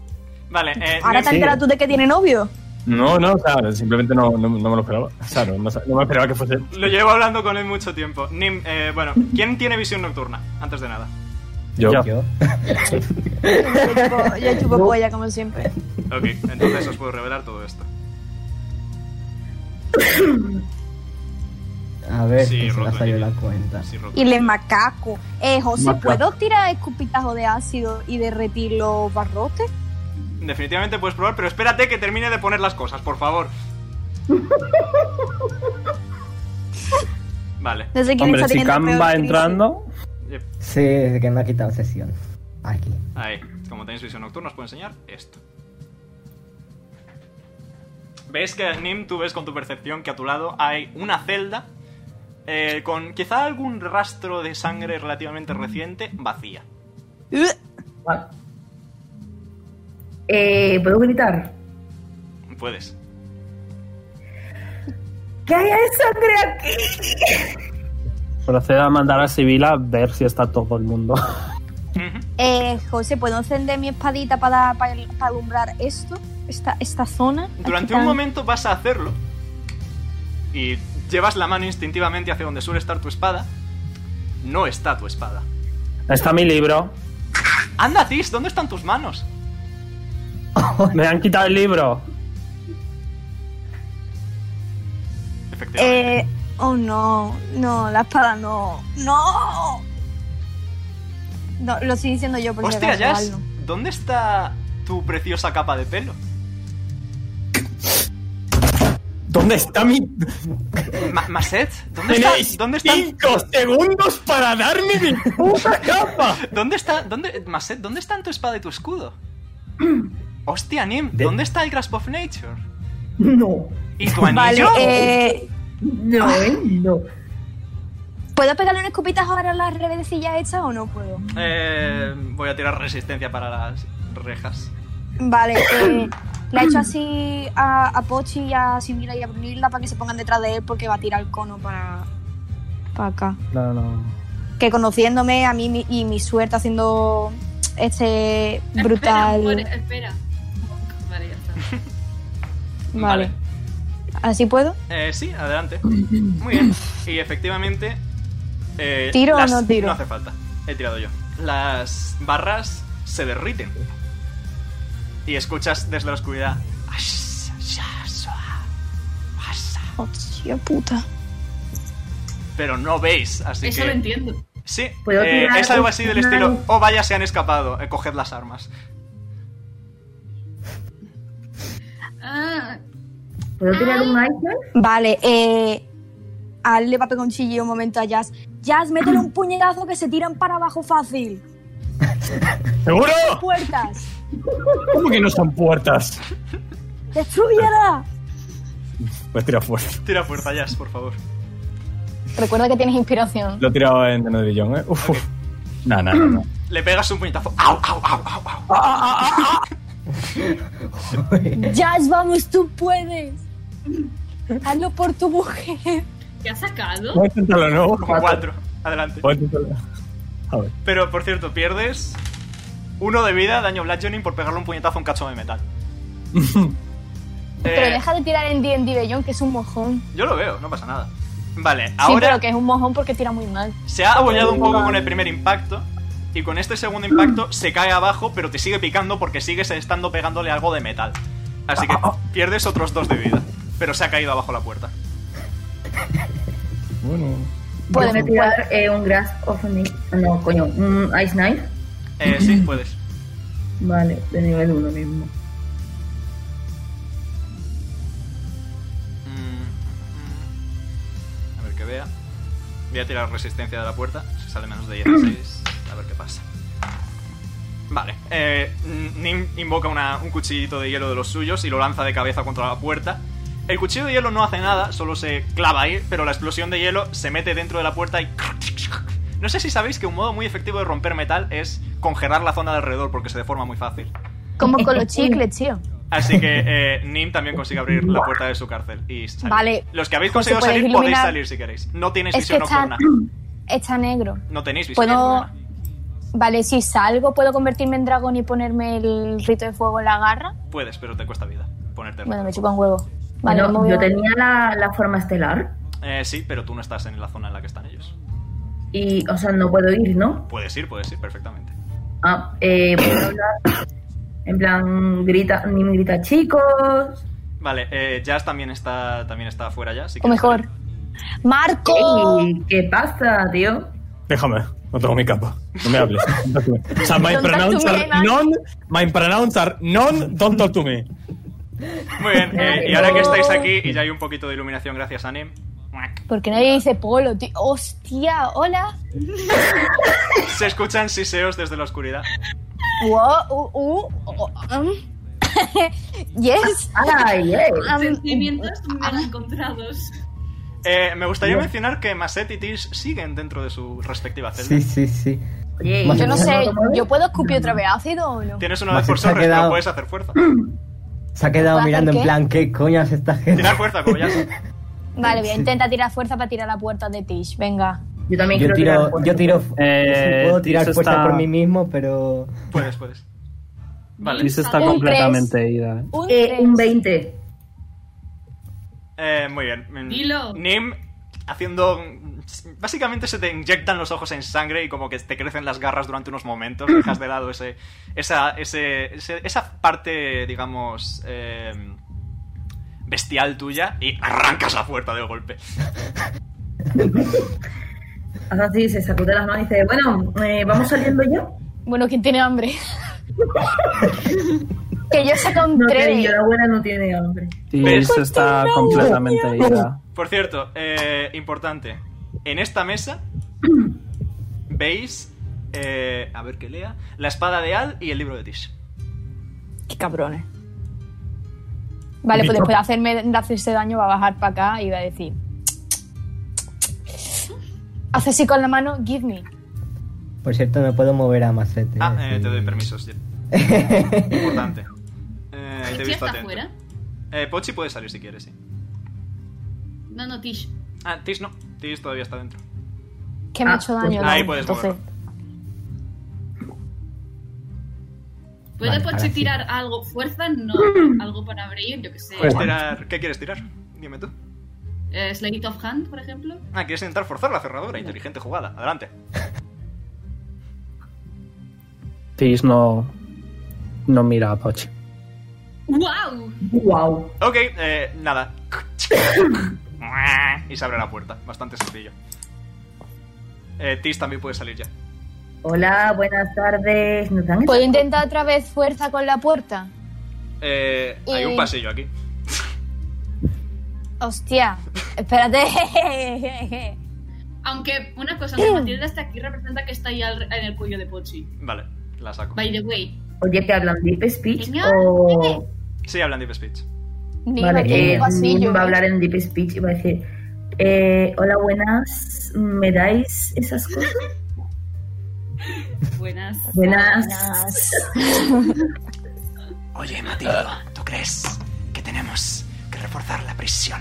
C: Vale, eh,
D: Ahora te
C: Nim-
D: enteras tú de que tiene novio.
G: No, no, o sea, simplemente no, no, no me lo esperaba. O sea, no, no sab- no me esperaba que fuese.
C: lo llevo hablando con él mucho tiempo. Nim, eh, bueno, ¿quién tiene visión nocturna? Antes de nada.
G: Yo.
O: Yo.
D: Yo- Yo chupo polla, como siempre.
C: Ok, entonces os puedo revelar todo esto.
O: [laughs] A ver,
C: Sí,
O: que se me ha
C: roto,
O: salido
C: sí.
O: la cuenta.
C: Sí, Rock.
D: Y le macaco. Eh, José, ¿puedo tirar escupitajo de ácido y derretir los barrotes?
C: Definitivamente puedes probar, pero espérate que termine de poner las cosas, por
D: [laughs]
C: favor. Vale.
D: No sé quién
A: Hombre,
D: está
A: si
D: teniendo
A: Cam
D: peor
A: va
D: crisis.
A: entrando,
C: Yep.
O: Sí, es que me ha quitado sesión. Aquí.
C: Ahí, como tenéis visión nocturna, os puedo enseñar esto. ¿Veis que, Nim, tú ves con tu percepción que a tu lado hay una celda eh, con quizá algún rastro de sangre relativamente reciente vacía?
D: Uh,
B: Vale. Eh, ¿Puedo gritar?
C: Puedes.
B: ¿Qué hay sangre aquí?
A: Procedo a mandar a Sibila a ver si está todo el [laughs] mundo.
K: Eh, José, ¿puedo encender mi espadita para, para, para alumbrar esto? Esta, esta zona. Aquí
C: Durante
K: tan-
C: un momento vas a hacerlo y llevas la mano instintivamente hacia donde suele estar tu espada. No está tu espada.
A: Está mi [laughs] libro.
C: Anda, Tis, ¿dónde están tus manos?
A: Me han quitado el libro.
K: Eh, oh no, no, la espada no. ¡No! No, lo estoy diciendo
D: pues
K: yo por si
C: Hostia,
K: acaso,
C: Jazz,
K: Aldo.
C: ¿dónde está tu preciosa capa de pelo?
G: [laughs] ¿Dónde está mi...?
C: Ma- Maset, ¿dónde está?
G: ¡Tenéis
C: ¿Dónde está?
G: cinco segundos para darme mi puta [laughs] capa!
C: ¿Dónde está? ¿Dónde, Maset, ¿dónde están tu espada y tu
G: [clears throat]
C: escudo? Hostia, Nim, ¿dónde está el Grasp of Nature?
B: No.
C: ¿Y tu
K: Vale,
C: anillo?
K: eh,
B: No, ¿eh? No.
K: ¿Puedo pegarle unas copitas ahora a las redecillas hechas o no puedo?
C: Eh, voy a tirar resistencia para las rejas.
K: Vale,
A: [coughs]
K: eh, le he hecho así a, a Pochi y a Simila y a Brunilda para que se pongan detrás de él porque va a tirar el cono para, para acá.
A: No, no.
K: Que conociéndome a mí mi- y mi suerte haciendo este brutal.
E: Espera, muere, espera. Vale, ya está.
K: Vale. ¿Así puedo?
C: Eh, sí,
G: [clears throat]
C: adelante. Muy bien. Y efectivamente. eh,
K: ¿Tiro o
C: las-
K: no tiro?
C: No hace falta. He tirado yo. Las barras se derriten. Y escuchas desde la oscuridad.
K: Hostia puta.
C: Pero no veis, así
E: Eso
C: que.
E: lo entiendo.
C: Sí,
E: ¿Puedo
C: eh,
E: tirar
C: es algo así del
E: una-
C: estilo. Oh, vaya, se han escapado. eh, coged las armas.
E: Ah,
B: ¿Puedo tirar un item?
K: Ah. Vale, eh. Al le va a pegar un chillido un momento a Jazz. Jazz, métele un puñetazo que se tiran para abajo
C: [laughs]
K: fácil.
G: ¿Seguro?
K: ¡Puertas!
G: ¿Cómo que no son puertas?
K: ¡Destruyela!
G: Pues tira fuerza.
C: Tira fuerza, Jazz, por favor.
D: Recuerda que tienes inspiración.
G: Lo he tirado en Denodrillón, ¿eh? Uf. uf. No, no, no, no.
C: Le pegas un puñetazo. ¡Au, au, au, au,
E: Ah,
C: au!
D: [laughs] Jazz, vamos, tú puedes. Hazlo por tu mujer.
E: ¿Qué has sacado?
G: Voy a intentarlo, ¿no?
C: Como cuatro. Adelante.
G: Voy a intentarlo. A
E: ah.
G: ver.
C: Pero por cierto, pierdes uno de vida, daño bludgeoning por pegarle un puñetazo a un cacho de
E: [laughs]
C: metal.
D: Pero
C: Eh,
D: deja de tirar en D&D Bellón, que es un mojón.
C: Yo lo veo, no pasa nada. Vale,
D: Sí,
C: ahora
D: pero que es un mojón porque tira muy mal.
C: se ha abollado un poco con el primer impacto. Y con este segundo impacto se cae abajo, pero te sigue picando porque sigues estando pegándole algo de metal. Así que pierdes otros dos de vida. Pero se ha caído abajo la puerta.
G: Bueno.
B: ¿Puedo tirar eh, un Grasp of Knife? No, coño, un Ice Knife.
C: Eh, sí, puedes.
B: Vale, de nivel 1 mismo.
C: Mm, mm. A ver que vea. Voy a tirar resistencia de la puerta. Si sale menos de 16, a ver qué pasa. Vale. eh, Nim invoca una- un cuchillito de hielo de los suyos y lo lanza de cabeza contra la puerta. El cuchillo de hielo no hace nada, solo se clava ahí, pero la explosión de hielo se mete dentro de la puerta y... No sé si sabéis que un modo muy efectivo de romper metal es congelar la zona de alrededor porque se deforma muy fácil.
B: [laughs]
D: Como con los chicles, tío.
C: Así que eh, Nim también consigue abrir la puerta de su cárcel y salir.
D: Vale.
C: Los que habéis conseguido
D: José, ¿puedes
C: salir podéis
D: iluminar?
C: salir si queréis. No tenéis
D: Es que
C: visión
D: está,
C: nocturna.
D: [clears throat] está negro.
C: No tenéis visión
D: Puedo...
C: nocturna.
D: Vale, si salgo, ¿puedo convertirme en dragón y ponerme el rito de fuego en la garra?
C: Puedes, pero te cuesta vida ponerte.
D: Bueno, me chupa un huevo. Vale,
B: Bueno,
D: me voy
B: yo
D: a-
B: tenía la, la forma estelar
C: Eh, sí, pero tú no estás en la zona en la que están ellos.
B: y, o sea, no puedo ir, ¿no?
C: Puedes ir, puedes ir perfectamente.
B: Ah, eh, puedo hablar. En plan, grita, Nim grita, chicos.
C: Vale, eh, Jazz también está, también está afuera ya. Así
D: O
C: que
D: mejor. ¡Marco!
B: Ey, ¿Qué pasa, tío?
G: Déjame, no tengo mi capa. No me hables. o sea, my
D: Don't talk
G: pronouns
D: to me,
G: are
D: Ivan.
G: non, my pronouns are non, don't talk to me.
C: Muy bien,
D: [laughs]
C: eh, y ahora que estáis aquí y ya hay un poquito de iluminación gracias a Nim,
D: Porque nadie dice polo, tío. ¡Hostia! ¡Hola!
C: se escuchan siseos desde la oscuridad.
D: Wow, uh, uh, oh, um. [laughs] yes.
B: Ay, ey.
D: Um,
E: Sentimientos mal encontrados.
C: Eh, me gustaría mencionar que Maset y Tish siguen dentro de su respectiva celda.
O: Sí, sí, sí.
B: Oye,
D: Yo no sé, ¿yo puedo escupir otra vez ácido o no?
C: Tienes una
O: Más
C: vez por
O: se ha
C: sobre, pero
O: quedado-
C: puedes hacer fuerza.
O: Se ha quedado
D: ¿Hacer
O: mirando
D: qué?
O: en plan, ¿qué coño hace esta gente?
C: Tirar
O: [laughs]
C: fuerza, collazo.
D: Vale, voy a intentar tirar fuerza para tirar la puerta de Tish. Venga.
B: Yo también
O: Yo
B: quiero
O: tiro,
B: tirar
O: yo tiro,
A: Eh,
O: puedo tirar
A: eso
O: fuerza
A: está-
O: por mí mismo, pero
C: Puedes, puedes. Vale.
A: Tish está
D: Un
A: completamente ida. ¿eh?
D: Un
B: Eh,
D: tres.
B: un 20.
C: Eh, muy bien. Mm,
E: Dilo.
C: Nim haciendo... Básicamente se te inyectan los ojos en sangre y como que te crecen las garras durante unos momentos. Dejas de lado ese, esa, ese- ese- esa parte, digamos, eh, bestial tuya y arrancas la puerta de golpe.
B: Así se sacude las manos y dice, bueno, eh, vamos saliendo ya.
D: Bueno, ¿quién tiene hambre? [laughs] que yo saco un
B: No, que
D: tres.
B: yo la abuela no tiene hambre.
A: Tish está completamente ida.
C: Por cierto, eh, importante. En esta mesa veis... eh, a ver que lea. La espada de Al y el libro de Tish.
D: Qué cabrones. Vale, pues después de, hacerme, de hacerse daño va a bajar para acá y va a decir... Hace así con la mano, give me.
O: por cierto me puedo mover a Macete.
C: Ah, eh,
B: Este,
O: sí.
C: te doy permisos.
B: [laughs]
C: Jet. Importante. Eh, te he
E: ¿Tish
C: visto
E: está
C: atento.
E: fuera?
C: Eh, Pochi puede salir si quieres, sí.
E: No, no, Tish.
C: Ah, Tis no. Tis todavía está dentro.
D: Que me ha
B: Ah,
D: hecho daño.
C: pues ahí
D: ¿no?
C: puedes
D: Entonces,
E: ¿Puede
O: Vale, ahora
E: Pochi
O: sí.
E: tirar algo? ¿Fuerza? No. Algo para abrir, yo que sé.
C: ¿Puedes tirar? ¿Qué quieres tirar? Dime tú.
E: Eh, Sleight of Hand, por ejemplo.
C: Ah, quieres intentar forzar la cerradura. Inteligente jugada. Adelante.
A: Tish no, no mira a Pochi.
E: ¡Wow!
B: Wow.
C: Ok, eh, nada. Y se abre la puerta. Bastante sencillo. Eh, Tis también puede salir ya.
B: Hola, buenas tardes. ¿Nos dan
D: ¿Puedo intentar otra vez fuerza con la puerta?
C: Eh, hay un
D: Eh.
C: pasillo aquí.
D: Hostia, espérate.
E: Aunque, una cosa, la Matilda está aquí representa que está ahí al- en el cuello de Pochi.
C: Vale, la saco.
E: By the way.
B: Oye, ¿que hablan deep speech
E: Señor,
B: o...?
C: Sí, hablan Deep Speech.
D: Ni
B: Vale,
D: lo
B: eh,
D: tengo así, yo,
B: va a
D: ¿eh?
B: hablar en deep speech y va a decir, eh, hola, buenas, ¿me dais esas cosas?
E: Buenas.
B: Buenas.
I: Oye, Matilda, ¿tú crees que tenemos que reforzar la prisión?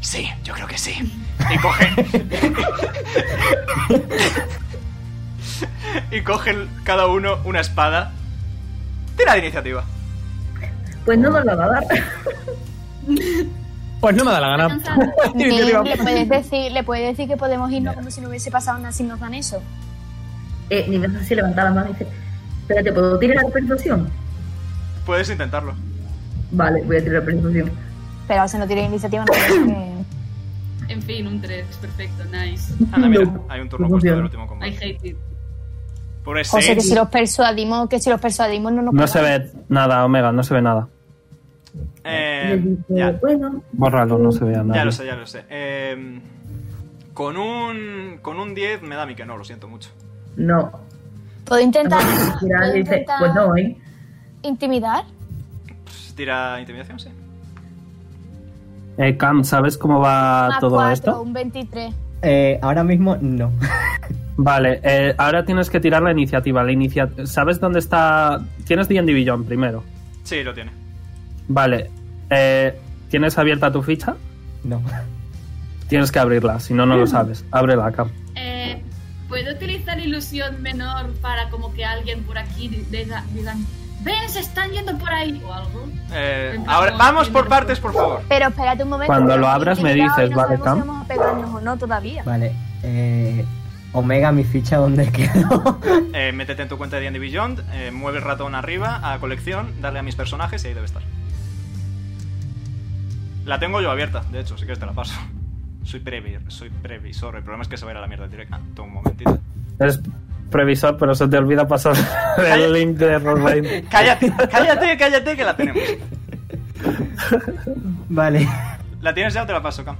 I: Sí, yo creo que sí.
C: Y coge. [laughs] y cogen cada uno una espada. Tira de iniciativa.
B: Pues no nos la va a dar.
Q: Pues no me da la gana.
E: Cansada.
D: Nen, ¿Le puedes, decir, le puedes decir que podemos irnos como si no hubiese pasado nada si nos dan eso.
B: Eh, ni me hace así levantar la mano y dice, espérate, ¿puedo tirar la persuasión?
C: Puedes intentarlo.
B: Vale, voy a tirar persuasión.
D: Pero se no tiene iniciativa, no sé qué.
E: En fin, un 3. Perfecto, nice.
C: Anda, mira,
B: No.
C: hay un turno
B: No
C: puesto
B: funciona.
C: del último
E: I
C: combate.
E: hate it.
C: Por ese.
D: José, que si los persuadimos, que si los persuadimos no nos
A: No se
D: pegan.
A: ve nada, Omega, no se ve nada.
B: Y él
C: Eh,
B: dice,
C: ya,
B: bueno,
A: Bórralo, no se ve nada.
C: ya lo sé, ya lo sé. Eh, con un. Con un 10 me da a mí que no, lo siento mucho.
B: no.
D: ¿Puedo intentar,
B: Mira,
D: puedo
B: él dice,
D: intentar
B: pues no, ¿eh?
D: intimidar?
C: Pues, Tira intimidación, sí.
A: Eh, Cam, ¿sabes cómo va
D: Más
A: todo
D: cuatro,
A: esto?
D: un 23.
O: Eh, ahora mismo no.
A: Vale, eh, ahora tienes que tirar la iniciativa. La inicia- ¿Sabes dónde está? Tienes D&D Beyond primero.
C: Sí, lo tiene.
A: Vale. eh, ¿Tienes abierta tu ficha?
O: No.
A: Tienes que abrirla, si no, no lo
O: Mm.
A: sabes. Ábrela, Cam.
E: Eh, ¿Puedo utilizar ilusión menor para como que alguien por aquí diga, digan, ven, se están yendo por ahí o algo?
C: Eh, ahora, vamos por partes, por favor.
D: Pero espérate un momento.
A: Cuando
D: que
A: lo
D: hemos
A: abras me
D: intimidado y
A: dices,
D: no
A: ¿vale,
D: sabemos
A: Cam?
D: si vamos a pegarnos o no todavía.
O: Vale. eh, Omega, mi ficha, ¿dónde quedó?
C: Eh, métete en tu cuenta de D&D Beyond, eh, mueve el ratón arriba a colección, dale a mis personajes y ahí debe estar. La tengo yo abierta, de hecho, si quieres te la paso. [laughs] Soy, previ soy previsor, el problema es que se va a ir a la mierda directa. Ah, Toma un momentito.
A: Eres previsor, pero se te olvida pasar [laughs] el link de Rollbrain.
C: Cállate, cállate, cállate, que la tenemos.
O: vale.
C: ¿La tienes ya o te la paso, Cam?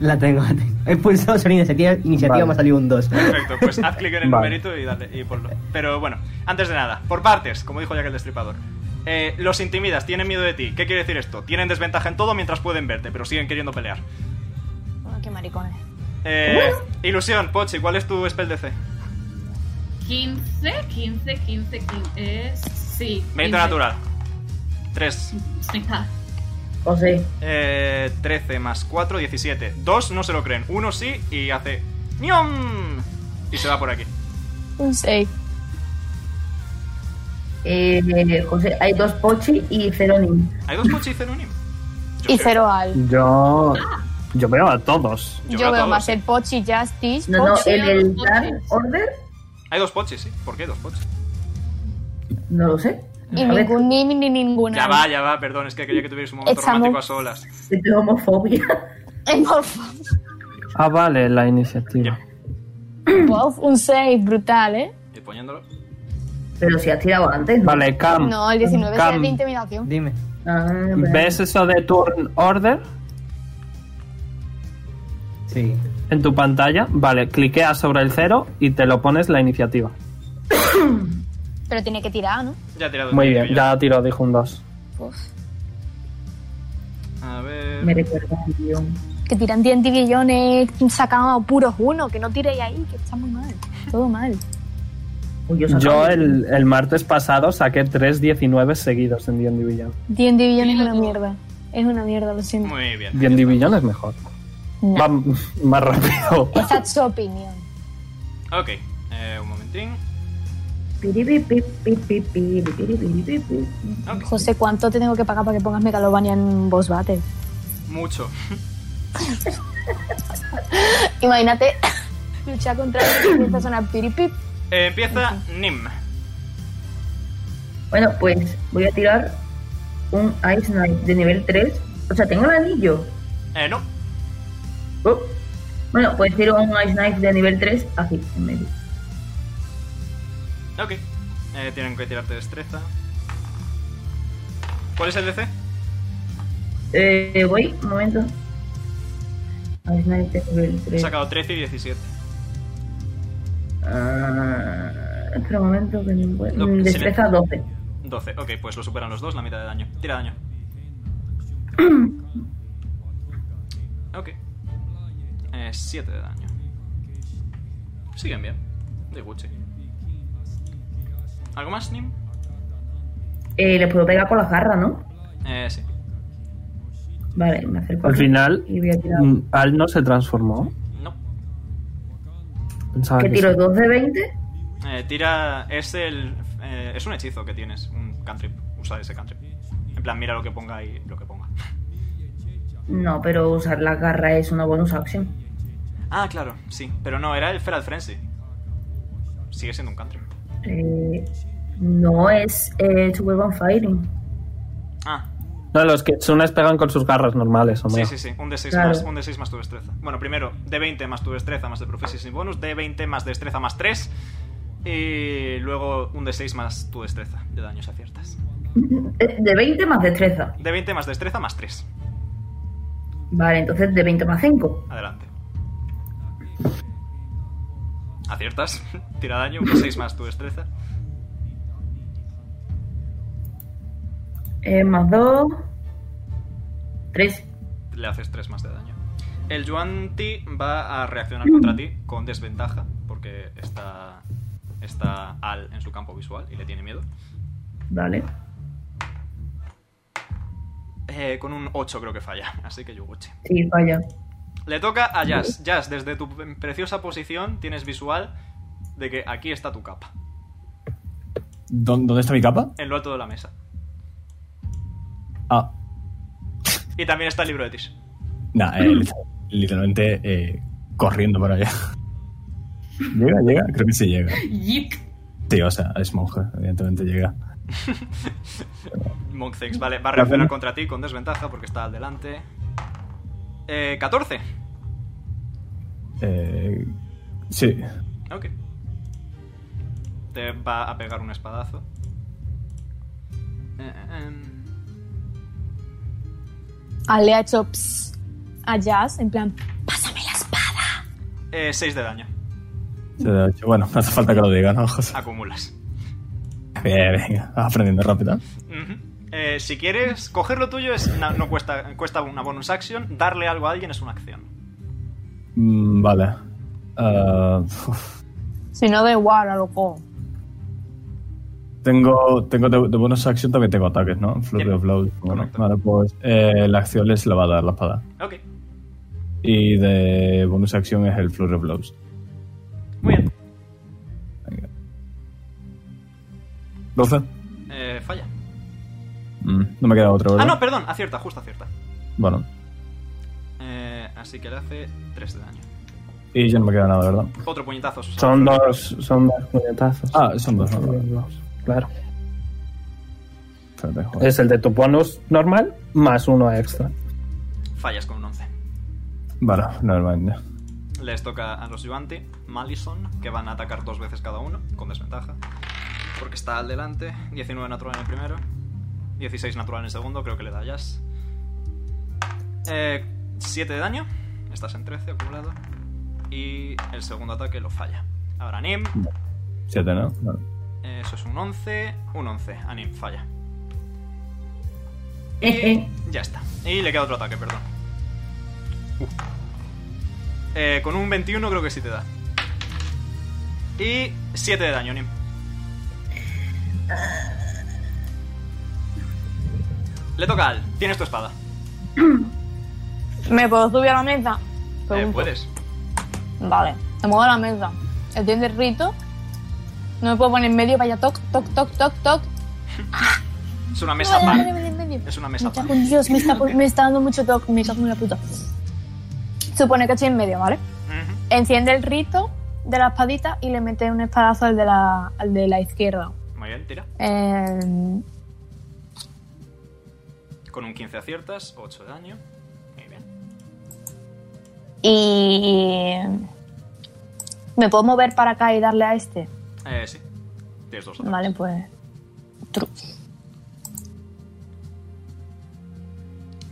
O: La tengo, la tengo. He pulsado sobre iniciativa, iniciativa
A: Vale.
O: me ha salido un 2.
C: Perfecto, pues haz clic en el
A: Vale.
C: numerito y, dale, y ponlo. Pero bueno, antes de nada, por partes, como dijo ya que el destripador. Eh, los intimidas, tienen miedo de ti. ¿Qué quiere decir esto? Tienen desventaja en todo mientras pueden verte, pero siguen queriendo pelear.
D: Ah, qué maricones.
C: Eh, ilusión, Pochi, ¿cuál es tu spell DC?
E: 15, 15, 15, 15. eh, sí.
C: 20 natural. 3.
E: Venga.
B: O sí.
C: Eh, 13 más 4, 17. Dos no se lo creen. Uno sí y hace. ¡Niom! Y se va por aquí.
D: Un 6.
B: Eh, José, hay dos Pochi y cero Nin.
C: ¿Hay dos Pochi y cero Nim?
D: Y cero al.
A: Yo. Yo veo a todos.
D: Yo, veo más el Pochi, Justice,
B: No, no,
D: Pochi.
B: el del Dark Order,
C: Hay dos pochis, sí. ¿Por qué dos pochis?
B: no lo sé.
D: Y
B: A ver,
D: ningún Nim ni ninguna.
C: Ya va, ya va, perdón, es que quería que tuvierais un momento
D: Estamos-
C: romántico a solas.
B: siento
D: [laughs]
B: homofobia. [clears throat]
A: Ah, vale, la iniciativa.
D: Wow, un 6, brutal, ¿eh?
C: Y poniéndolo.
B: Pero si has tirado antes.
A: Vale, Cam.
D: No, el 19 es
A: Cam,
D: de intimidación.
O: Dime.
B: Ah,
A: ¿Ves eso de turn order
O: Sí.
A: en tu pantalla? Vale, cliqueas sobre el cero y te lo pones la iniciativa.
D: Pero tiene que tirar, ¿no?
C: Ya he tirado
A: Muy bien, ya tiro, dijo un 2.
D: Pues.
C: A ver.
B: Me recuerda al guión.
D: Que tiran 10 billones, sacamos puros uno, que no tiréis ahí, que está muy mal. Todo mal.
B: Uy, yo sacaba-
A: Yo el, el martes pasado saqué 3 19 seguidos en D&D Beyond.
D: 10 billones es una mierda. Es una mierda, lo siento.
C: Muy bien.
A: D&D Beyond es mejor. Va m- más rápido.
D: Esa es su opinión.
C: Ok, eh, un momentín. Ok,
D: José, ¿cuánto te tengo que pagar para que pongas Megalovania en Boss Battle? [laughs]
C: Mucho. [laughs]
D: Imagínate [laughs] luchar contra él y empieza a sonar piripip.
C: Eh, empieza Nim.
B: Bueno, pues voy a tirar un Ice Knight de nivel 3. O sea, tengo el anillo.
C: Eh, no.
B: Oh. Bueno, pues tiro un Ice Knight de nivel 3 aquí, en medio.
C: Ok. Eh, tienen que tirarte destreza. ¿Cuál es el DC?
B: Eh, voy, un momento. Ice Knight de nivel
C: He
B: 3.
C: sacado 13 y 17.
B: Ah, espera un momento, que no puedo.
C: No,
B: Mm, Destreza
C: silencio.
B: 12.
C: 12. Ok, pues lo superan los dos, la mitad de daño. Tira daño. Ok. Eh, 7 de daño. Siguen bien. De Gucci. ¿Algo más, Nim?
B: Eh, les puedo pegar con la jarra, ¿no?
C: Eh, sí.
B: Vale, me acerco.
A: Al
B: aquí
A: final,
B: Y voy a tirar.
A: mm, Al no se transformó.
C: No.
A: Pensaba
B: ¿Qué
A: Ah, que
B: tiro?
A: sí.
B: ¿2 de 20?
C: Eh, tira. Es el. eh, es un hechizo que tienes, un cantrip. Usa ese cantrip. En plan, mira lo que ponga y lo que ponga. [laughs]
B: No, pero usar la garra es una bonus action.
C: Ah, claro, sí. Pero no, era el Feral Frenzy. Sigue siendo un cantrip.
B: Eh, no es eh, To Web on Firing.
C: Ah,
A: No, los kitsunes pegan con sus garras normales, hombre.
C: sí, sí, sí. Un D6,
A: Claro.
C: más, un D6 más tu destreza. Bueno, primero, D20 más tu destreza más de proficiency bonus. D20 más destreza más 3. Y luego un D6 más tu destreza de daños aciertas.
B: Eh, De 20 más destreza.
C: D20 más destreza más 3.
B: Vale, entonces de 20 más 5.
C: Adelante. Aciertas. [laughs] Tira daño. Un D6 más tu destreza.
B: Eh, más 2. 3.
C: le haces 3 más de daño. El Yuan Ti va a reaccionar contra ti con desventaja, porque está, está Al en su campo visual y le tiene miedo.
B: Vale.
C: Eh, con un 8 creo que falla, [laughs] así que Yuguchi.
B: Sí, vaya.
C: Le toca a Jazz. Jazz, desde tu preciosa posición tienes visual de que aquí está tu capa,
G: ¿Dó- ¿Dónde está mi capa?
C: en lo alto de la mesa.
G: Ah,
C: Y también está el libro de Tish.
G: nah, eh, literal- literalmente eh, corriendo para allá. [laughs] ¿Llega? ¿Llega? Creo que sí llega.
E: Yip.
G: Sí, o sea, es monja, evidentemente llega.
C: Monk Thanks, vale, va a reaccionar contra ti con desventaja porque está al delante. Eh, 14.
G: Eh, sí,
C: Ok. Te va a pegar un espadazo. Eh, eh, em.
D: Ah, le ha hecho ps a Jazz, en plan, pásame la espada.
C: Eh, 6 de daño.
G: se da ocho. bueno, [laughs] no hace falta que lo diga, ¿no? José?
C: Acumulas.
G: Bien, venga, vas aprendiendo rápido.
C: Ujú. Eh, si quieres, coger lo tuyo es no, no cuesta, cuesta una bonus action. Darle algo a alguien es una acción.
G: Mm, vale. Ah, uf.
D: Si no, da igual, a loco.
G: Tengo, tengo de, de bonus action también tengo ataques, ¿no? Flurry of blows. Bueno, vale, pues eh, la acción les la va a dar la espada.
C: Ok.
G: Y de bonus acción es el Flurry of blows.
C: Muy bien.
G: 12.
C: Eh, falla.
G: Mm, no me queda otro,
C: Ah,
G: ¿verdad?
C: no, perdón, acierta, justo acierta.
G: Bueno,
C: Eh, así que le hace 3 de daño.
G: y ya no me queda nada, ¿verdad?
C: Otro puñetazo. o sea,
A: Son dos, son dos puñetazos.
G: Ah, son dos, son
A: Claro.
G: Espérate, joder.
A: Es el de tu bonus normal más uno extra.
C: Fallas con un 11.
G: Vale, nevermind.
C: Les toca a los Yuante, Malison, que van a atacar dos veces cada uno, con desventaja. Porque está al delante. 19 natural en el primero. 16 natural en el segundo, creo que le da Jazz. Eh, 7 de daño. Estás en 13 acumulado. Y el segundo ataque lo falla. Ahora Nim.
G: 7, ¿no? Vale.
C: eh, Eso es un 11. Un 11. A Nim falla.
B: Eh,
E: Eje.
C: Ya está. Y le queda otro ataque, perdón. Uh. Eh, con un 21 creo que sí te da. Y 7 de daño, Nim. Le toca a Al. Tienes tu espada.
D: ¿Me puedo subir a la mesa?
C: Eh, puedes.
D: Vale, me muevo a la mesa. ¿Entiendes el rito? No me puedo poner en medio, vaya toc, toc, toc, toc, toc.
C: Es una mesa
D: Vale,
C: pan.
D: vale, vale, vale.
C: Es una
D: Me
C: mesa pan.
D: cago en Dios, me está, me está dando mucho toc, me cago en la puta. Supone que estoy en medio, ¿vale? Enciende el rito de la espadita y le mete un espadazo al de la, al de la izquierda.
C: Muy bien, tira.
D: Eh,
C: Con un 15 aciertas, 8 de daño. Muy bien.
D: y. ¿Me puedo mover para acá y darle a este?
C: Eh, sí. Tienes dos ataques.
D: Vale, pues. tru-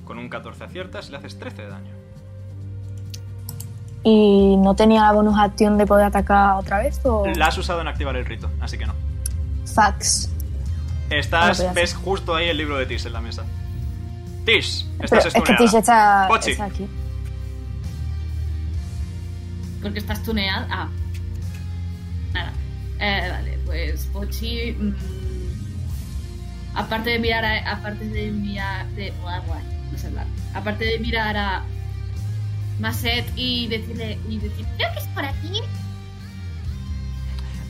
C: Con un 14 aciertas, le haces 13 de daño.
D: ¿Y no tenía la bonus acción de poder atacar otra vez? ¿o?
C: La has usado en activar el rito, así que no.
D: Fax.
C: Estás,
D: No lo podía
C: ves justo ahí el libro de Tish en la mesa. Tish,
D: Pero
C: estás
D: es que
C: stuneada.
D: Tish está,
C: Pochi,
D: está aquí.
E: Porque estás tuneada. Ah. Nada. Eh, vale, pues Pochi. mm, aparte de mirar a. Aparte de mirar. De, guau, guau, no sé hablar. Aparte de mirar a. Maset y decirle. Y decir, creo que es por aquí.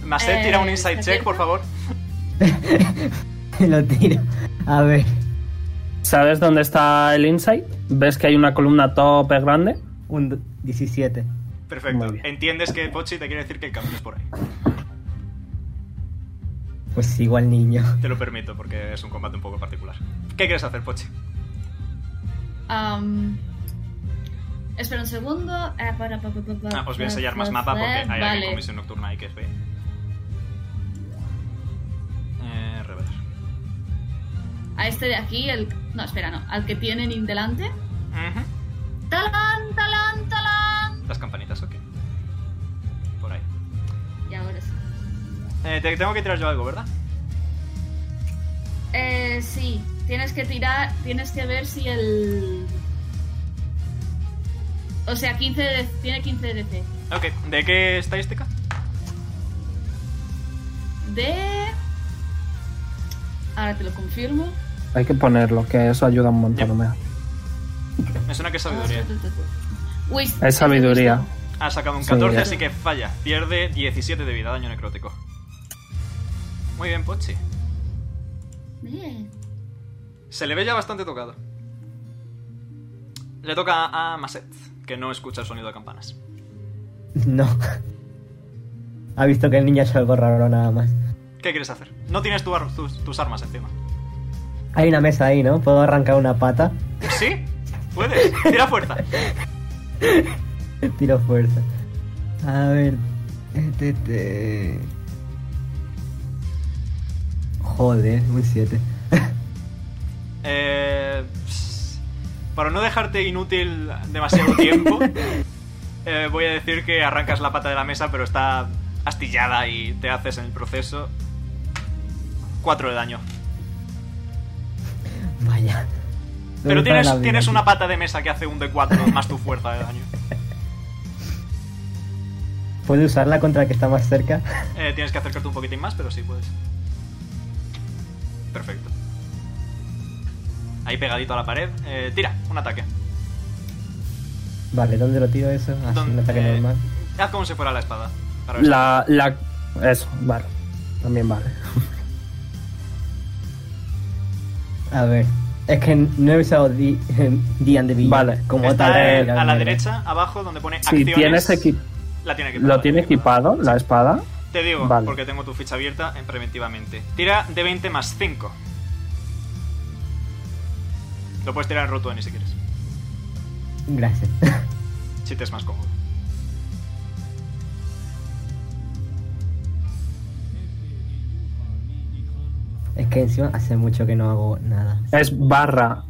C: Maset, tira un
E: Eh,
C: insight
E: ¿se
C: check, por favor.
O: [laughs] Lo tiro. A ver.
A: ¿Sabes dónde está el insight? ¿Ves que hay una columna tope grande?
O: Un 17.
C: Perfecto. Entiendes que Pochi te quiere decir que el camino es por ahí.
O: Pues igual niño. [laughs]
C: Te lo permito, porque es un combate un poco particular. ¿Qué quieres hacer, Pochi?
E: Am, espera un segundo. Eh, para, pa, pa, pa, pa,
C: Ah, os voy a enseñar
E: pa,
C: más
E: pa,
C: mapa porque hay
E: pa,
C: alguien con
E: Vale.
C: misión nocturna ahí que es ve. Eh, revelar.
E: A este de aquí, el. No, espera, no. Al que tienen in delante.
C: Ujú.
E: ¡Talán, talán, talán!
C: Las campanitas, ok. Por ahí.
E: Y ahora sí.
C: Eh, te- tengo que tirar yo algo, ¿verdad?
E: Eh, sí, tienes que tirar, tienes que ver si el... O sea, 15 de- tiene 15 de DC.
C: Ok. ¿De qué estadística?
E: De... Ahora te lo confirmo.
A: Hay que ponerlo, que eso ayuda un montón. Omega.
C: Me suena que es sabiduría.
E: Wis-
A: Es sabiduría.
C: Ha sacado un
A: Sí,
C: 14,
A: ya.
C: así que falla. Pierde 17 de vida, daño necrótico. Muy bien, Pochi.
E: Bien.
C: Se le ve ya bastante tocado. Le toca a Maset, que no escucha el sonido de campanas.
O: No. Ha visto que el niño es algo raro nada más.
C: ¿Qué quieres hacer? No tienes tu ar- tus, tus armas encima.
O: Hay una mesa ahí, ¿no? ¿Puedo arrancar una pata?
C: ¿Sí? ¿Puedes? Tira fuerza.
O: [laughs] Tiro fuerza. A ver. Este, este. Joder, un 7.
C: Eh, pss, para no dejarte inútil demasiado
A: [laughs]
C: tiempo, eh, voy a decir que arrancas la pata de la mesa, pero está astillada y te haces en el proceso 4 de daño.
O: Vaya. No me
C: Pero
O: para la
C: tienes,
O: vida,
C: tienes
O: tío.
C: una
A: [laughs]
C: pata de mesa que hace un D4 más tu fuerza de daño.
O: ¿Puedo usarla contra el que está más cerca?
C: Eh, tienes que acercarte un poquitín más, pero sí puedes. Perfecto. Ahí pegadito a la pared. Eh, tira, un ataque.
O: Vale, ¿dónde lo tiro eso? Así, un
C: ¿Dónde?
O: ataque
C: Eh,
O: normal.
C: Haz como si fuera la espada. para ver si-
A: La, la. Eso, vale. También vale.
O: A ver. Es que no he usado D, [laughs] D and the Beyond
A: Vale.
O: como
A: Está
O: tal.
A: en-
O: digamos,
C: a la
O: ¿no?
C: derecha, abajo, donde pone
A: ¿eh? Si
C: acciones.
A: tienes equi-
C: La tiene equipada.
A: lo tiene equipado, la espada.
C: Te digo,
A: Vale.
C: porque tengo tu ficha abierta en preventivamente. Tira de 20 más 5. Lo puedes tirar en Rotuani si quieres.
O: Gracias.
C: Si te es más cómodo.
O: Es que encima hace mucho que no hago nada.
A: Es barra.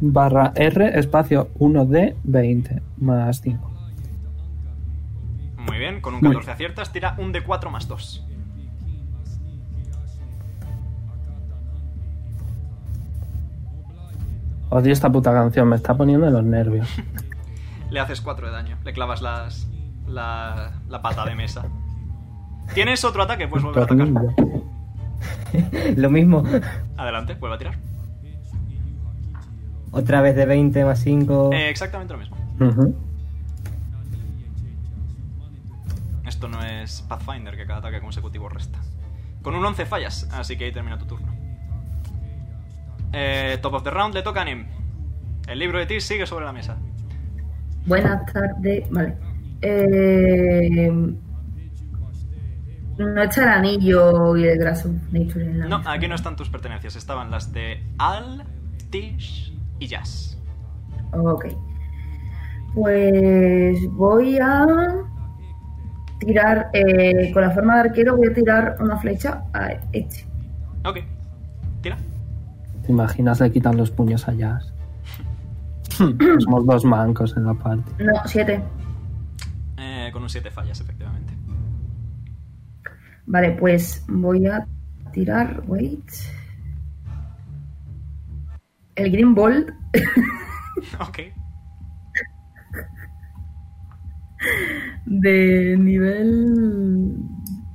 A: Barra R espacio 1D 20 más 5.
C: Muy bien, con un
A: Muy
C: 14 aciertas, tira un D4 más 2.
A: Odio esta puta canción, me está poniendo en los nervios.
C: Le haces 4 de daño. Le clavas las, la, la pata de mesa. ¿Tienes otro ataque? Pues vuelve a atacar.
O: [laughs] Lo mismo.
C: Adelante, vuelve a tirar.
O: Otra vez de 20 más
A: Oh.
O: 5.
C: Eh, exactamente lo mismo. Esto no es Pathfinder, que cada ataque consecutivo resta. Con un 11 fallas, así que ahí termina tu turno. Eh, top of the round le toca a Nim. El libro de ti sigue sobre la mesa.
B: Buenas tardes. Vale. Eh, no está el anillo y el graso. Nature en la
C: No,
B: mesa.
C: aquí no están tus pertenencias, estaban las de Al, Tish y Jazz.
B: oh, Ok. Pues voy a tirar, eh, con la forma de arquero, voy a tirar una flecha a este.
C: Ok. Tira.
A: ¿Te imaginas le quitan los puños a Jazz? Hmm, Somos dos mancos en la parte.
B: No, siete.
C: Eh, con un 7 fallas, efectivamente. [laughs]
B: Vale, pues voy a tirar, wait. El Green Bolt. [laughs]
C: ok.
B: De nivel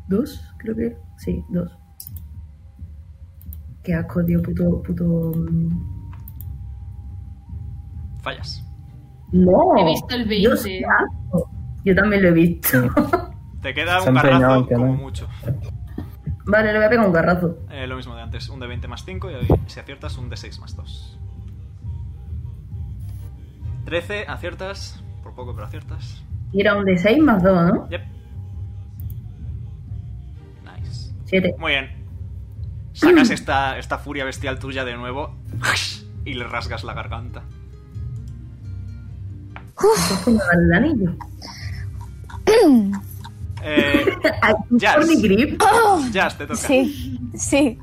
B: 2, creo que. Sí, 2. Qué asco, tío, puto, puto. mm.
C: Fallas.
B: No.
E: He visto el 20.
B: Oh, Dios, qué asco. Yo también lo he [laughs] visto.
C: Te queda
A: Se
C: un
A: ha empeñado
C: carrazo
A: en que no.
C: como mucho.
B: Vale, le voy a pegar un garrazo.
C: Eh, lo mismo de antes, un de 20 más 5 y ahí, si aciertas un de 6 más 2. 13, aciertas, por poco pero aciertas.
B: Y era un de 6 más 2, ¿no?
C: Yep. Nice.
B: 7.
C: Muy bien. Sacas esta, esta furia bestial tuya de nuevo y le rasgas la garganta.
B: Esto me vale el
E: [clears throat]
B: anillo.
C: Eh, Jazz.
B: por mi grip.
E: Oh.
C: Jazz, te toca.
K: Sí, sí.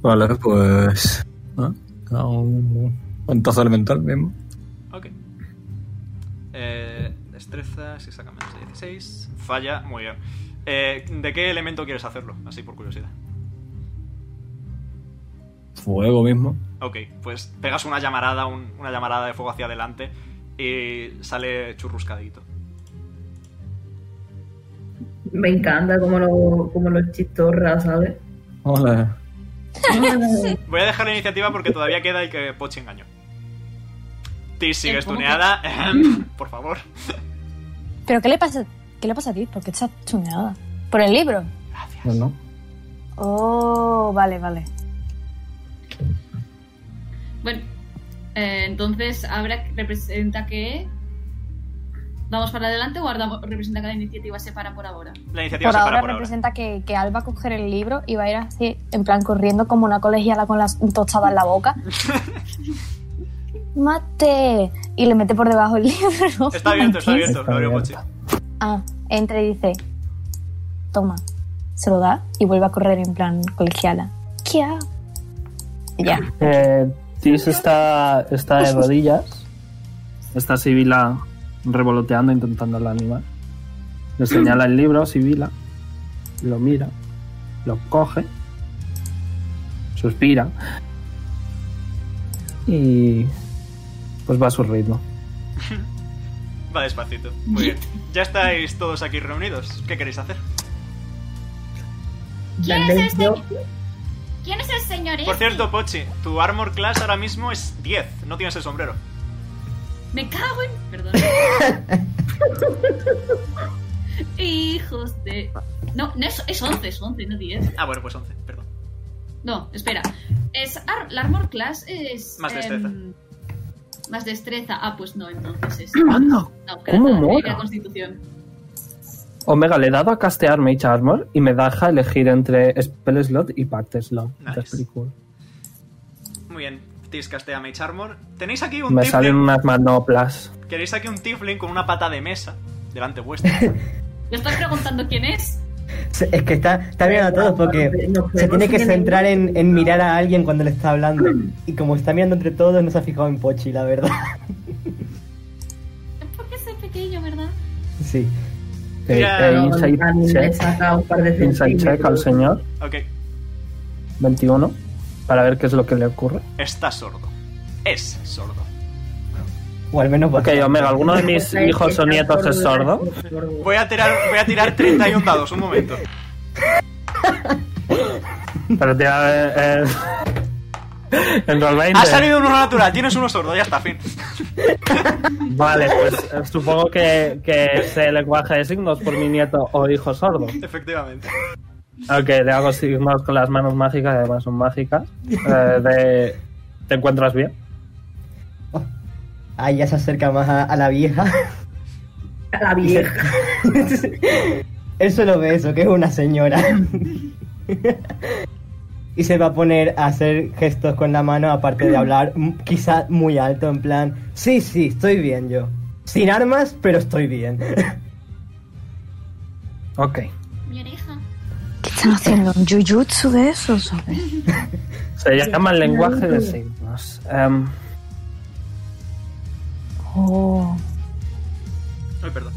Q: Vale, pues. ¿no? Hago Un guantazo elemental mismo.
C: Ok. Eh, destreza, si saca menos de 16. Falla, muy bien. Eh, ¿De qué elemento quieres hacerlo? Así por curiosidad.
Q: Fuego mismo.
C: Ok, pues pegas una llamarada, un- una llamarada de fuego hacia adelante y sale churruscadito.
B: Me encanta como lo, como lo chistorra, ¿sabes?
Q: Hola.
C: Voy a dejar la iniciativa porque todavía queda el que Pochi engañó. Ti sigues
D: ¿cómo que-
C: tuneada. [laughs] Em, Por favor.
D: ¿Pero qué le pasa, qué le pasa a ti? ¿Por qué estás tuneada? ¿Por el libro?
Q: No, no.
D: Oh, vale, vale.
E: Bueno, eh, entonces, ¿ahora representa que vamos para adelante o ahora representa que la iniciativa se para por ahora?
C: La iniciativa
D: Por
C: se para
D: ahora
C: por ahora.
D: representa Que, que Al va a coger el libro y va a ir así, en plan, corriendo como una colegiala con la tostada en
C: [laughs]
D: la boca. ¡Mate! Y le mete por debajo el [laughs] libro.
C: Está abierto, está abierto.
A: Está
C: Lo abrió Pochi.
A: abierto.
D: Ah, entra y dice, toma, se lo da y vuelve a correr en plan colegiala. ¿Qué? ha- Ya.
A: Eh, Tis está, está de rodillas. Está Sibila revoloteando, intentando la animar. Le señala el libro a Sibila. Lo mira. Lo coge. Suspira. Y. Pues va a su ritmo.
C: [laughs] Va despacito. Muy bien. Ya estáis todos aquí reunidos. ¿Qué queréis hacer?
F: ¿Quién es
C: este
F: el señor? ¿Quién es el señor
C: Por
F: este?
C: cierto, Pochi, tu armor class ahora mismo es 10. No tienes el sombrero.
E: Me cago en.
D: [laughs]
E: Perdón. Hijos de. No, no es, es 11, es 11, no 10.
C: Ah, bueno, pues 11, perdón.
E: No, espera. Es ar- la armor class es.
C: Más destreza.
E: em, más destreza. Ah, pues no, entonces es.
A: ¡Anda!
E: No,
A: ¿Cómo
E: carta,
A: mola?
E: la constitución.
A: Omega, le he dado a castear Mage Armor y me deja elegir entre Spell Slot y Pact Slot. That's pretty cool.
C: Muy bien. Tis castea Mage Armor. Tenéis aquí un
A: Me
C: tiefling.
A: salen unas manoplas.
C: Queréis aquí un tiefling con una pata de mesa delante
A: [laughs]
C: vuestro.
E: ¿Le estás preguntando quién es?
O: Se- Es que está, está mirando a todos porque se tiene que centrar en, en mirar a alguien cuando le está hablando.
B: Mm.
O: Y como está mirando entre todos, no se ha fijado en Pochi, la verdad. [laughs]
E: ¿Por qué soy pequeño, verdad?
O: Sí.
A: Eh,
E: Ya,
A: eh,
E: no,
A: insight
B: a mí me
A: check.
B: saca un par de
A: Insight check al
B: centímetros.
A: señor.
C: Ok.
A: 21. Para ver qué es lo que le ocurre.
C: Está sordo. Es sordo.
O: O al menos
A: Ok, Eh, Omega, ¿alguno de
E: [laughs]
A: mis hijos o nietos es sordo?
C: Voy a tirar, voy a tirar 31 dados, un momento.
A: Pero tira eh, eh, [laughs] en roll 20.
C: Ha salido un uno natural, tienes uno sordo, ya está, fin.
A: Vale, pues eh, supongo que, que sé lenguaje de signos por mi nieto o hijo sordo.
C: Efectivamente.
A: Ok, le hago signos con las manos mágicas, que además son mágicas. eh, de, ¿Te encuentras bien?
O: Ahí ya se acerca más a, a la vieja.
B: [laughs] A la vieja.
O: [laughs] Él solo ve eso, que es una señora. [laughs] y se va a poner a hacer gestos con la mano, aparte de hablar mm, quizá muy alto, en plan, sí, sí, estoy bien yo. Sin armas, pero estoy bien. [laughs]
A: ok.
F: Mi oreja.
K: ¿Qué están haciendo? ¿Un jujutsu de
Q: [laughs]
K: eso?
A: Se llama lenguaje de signos. Em,
K: Oh.
C: Ay, perdón.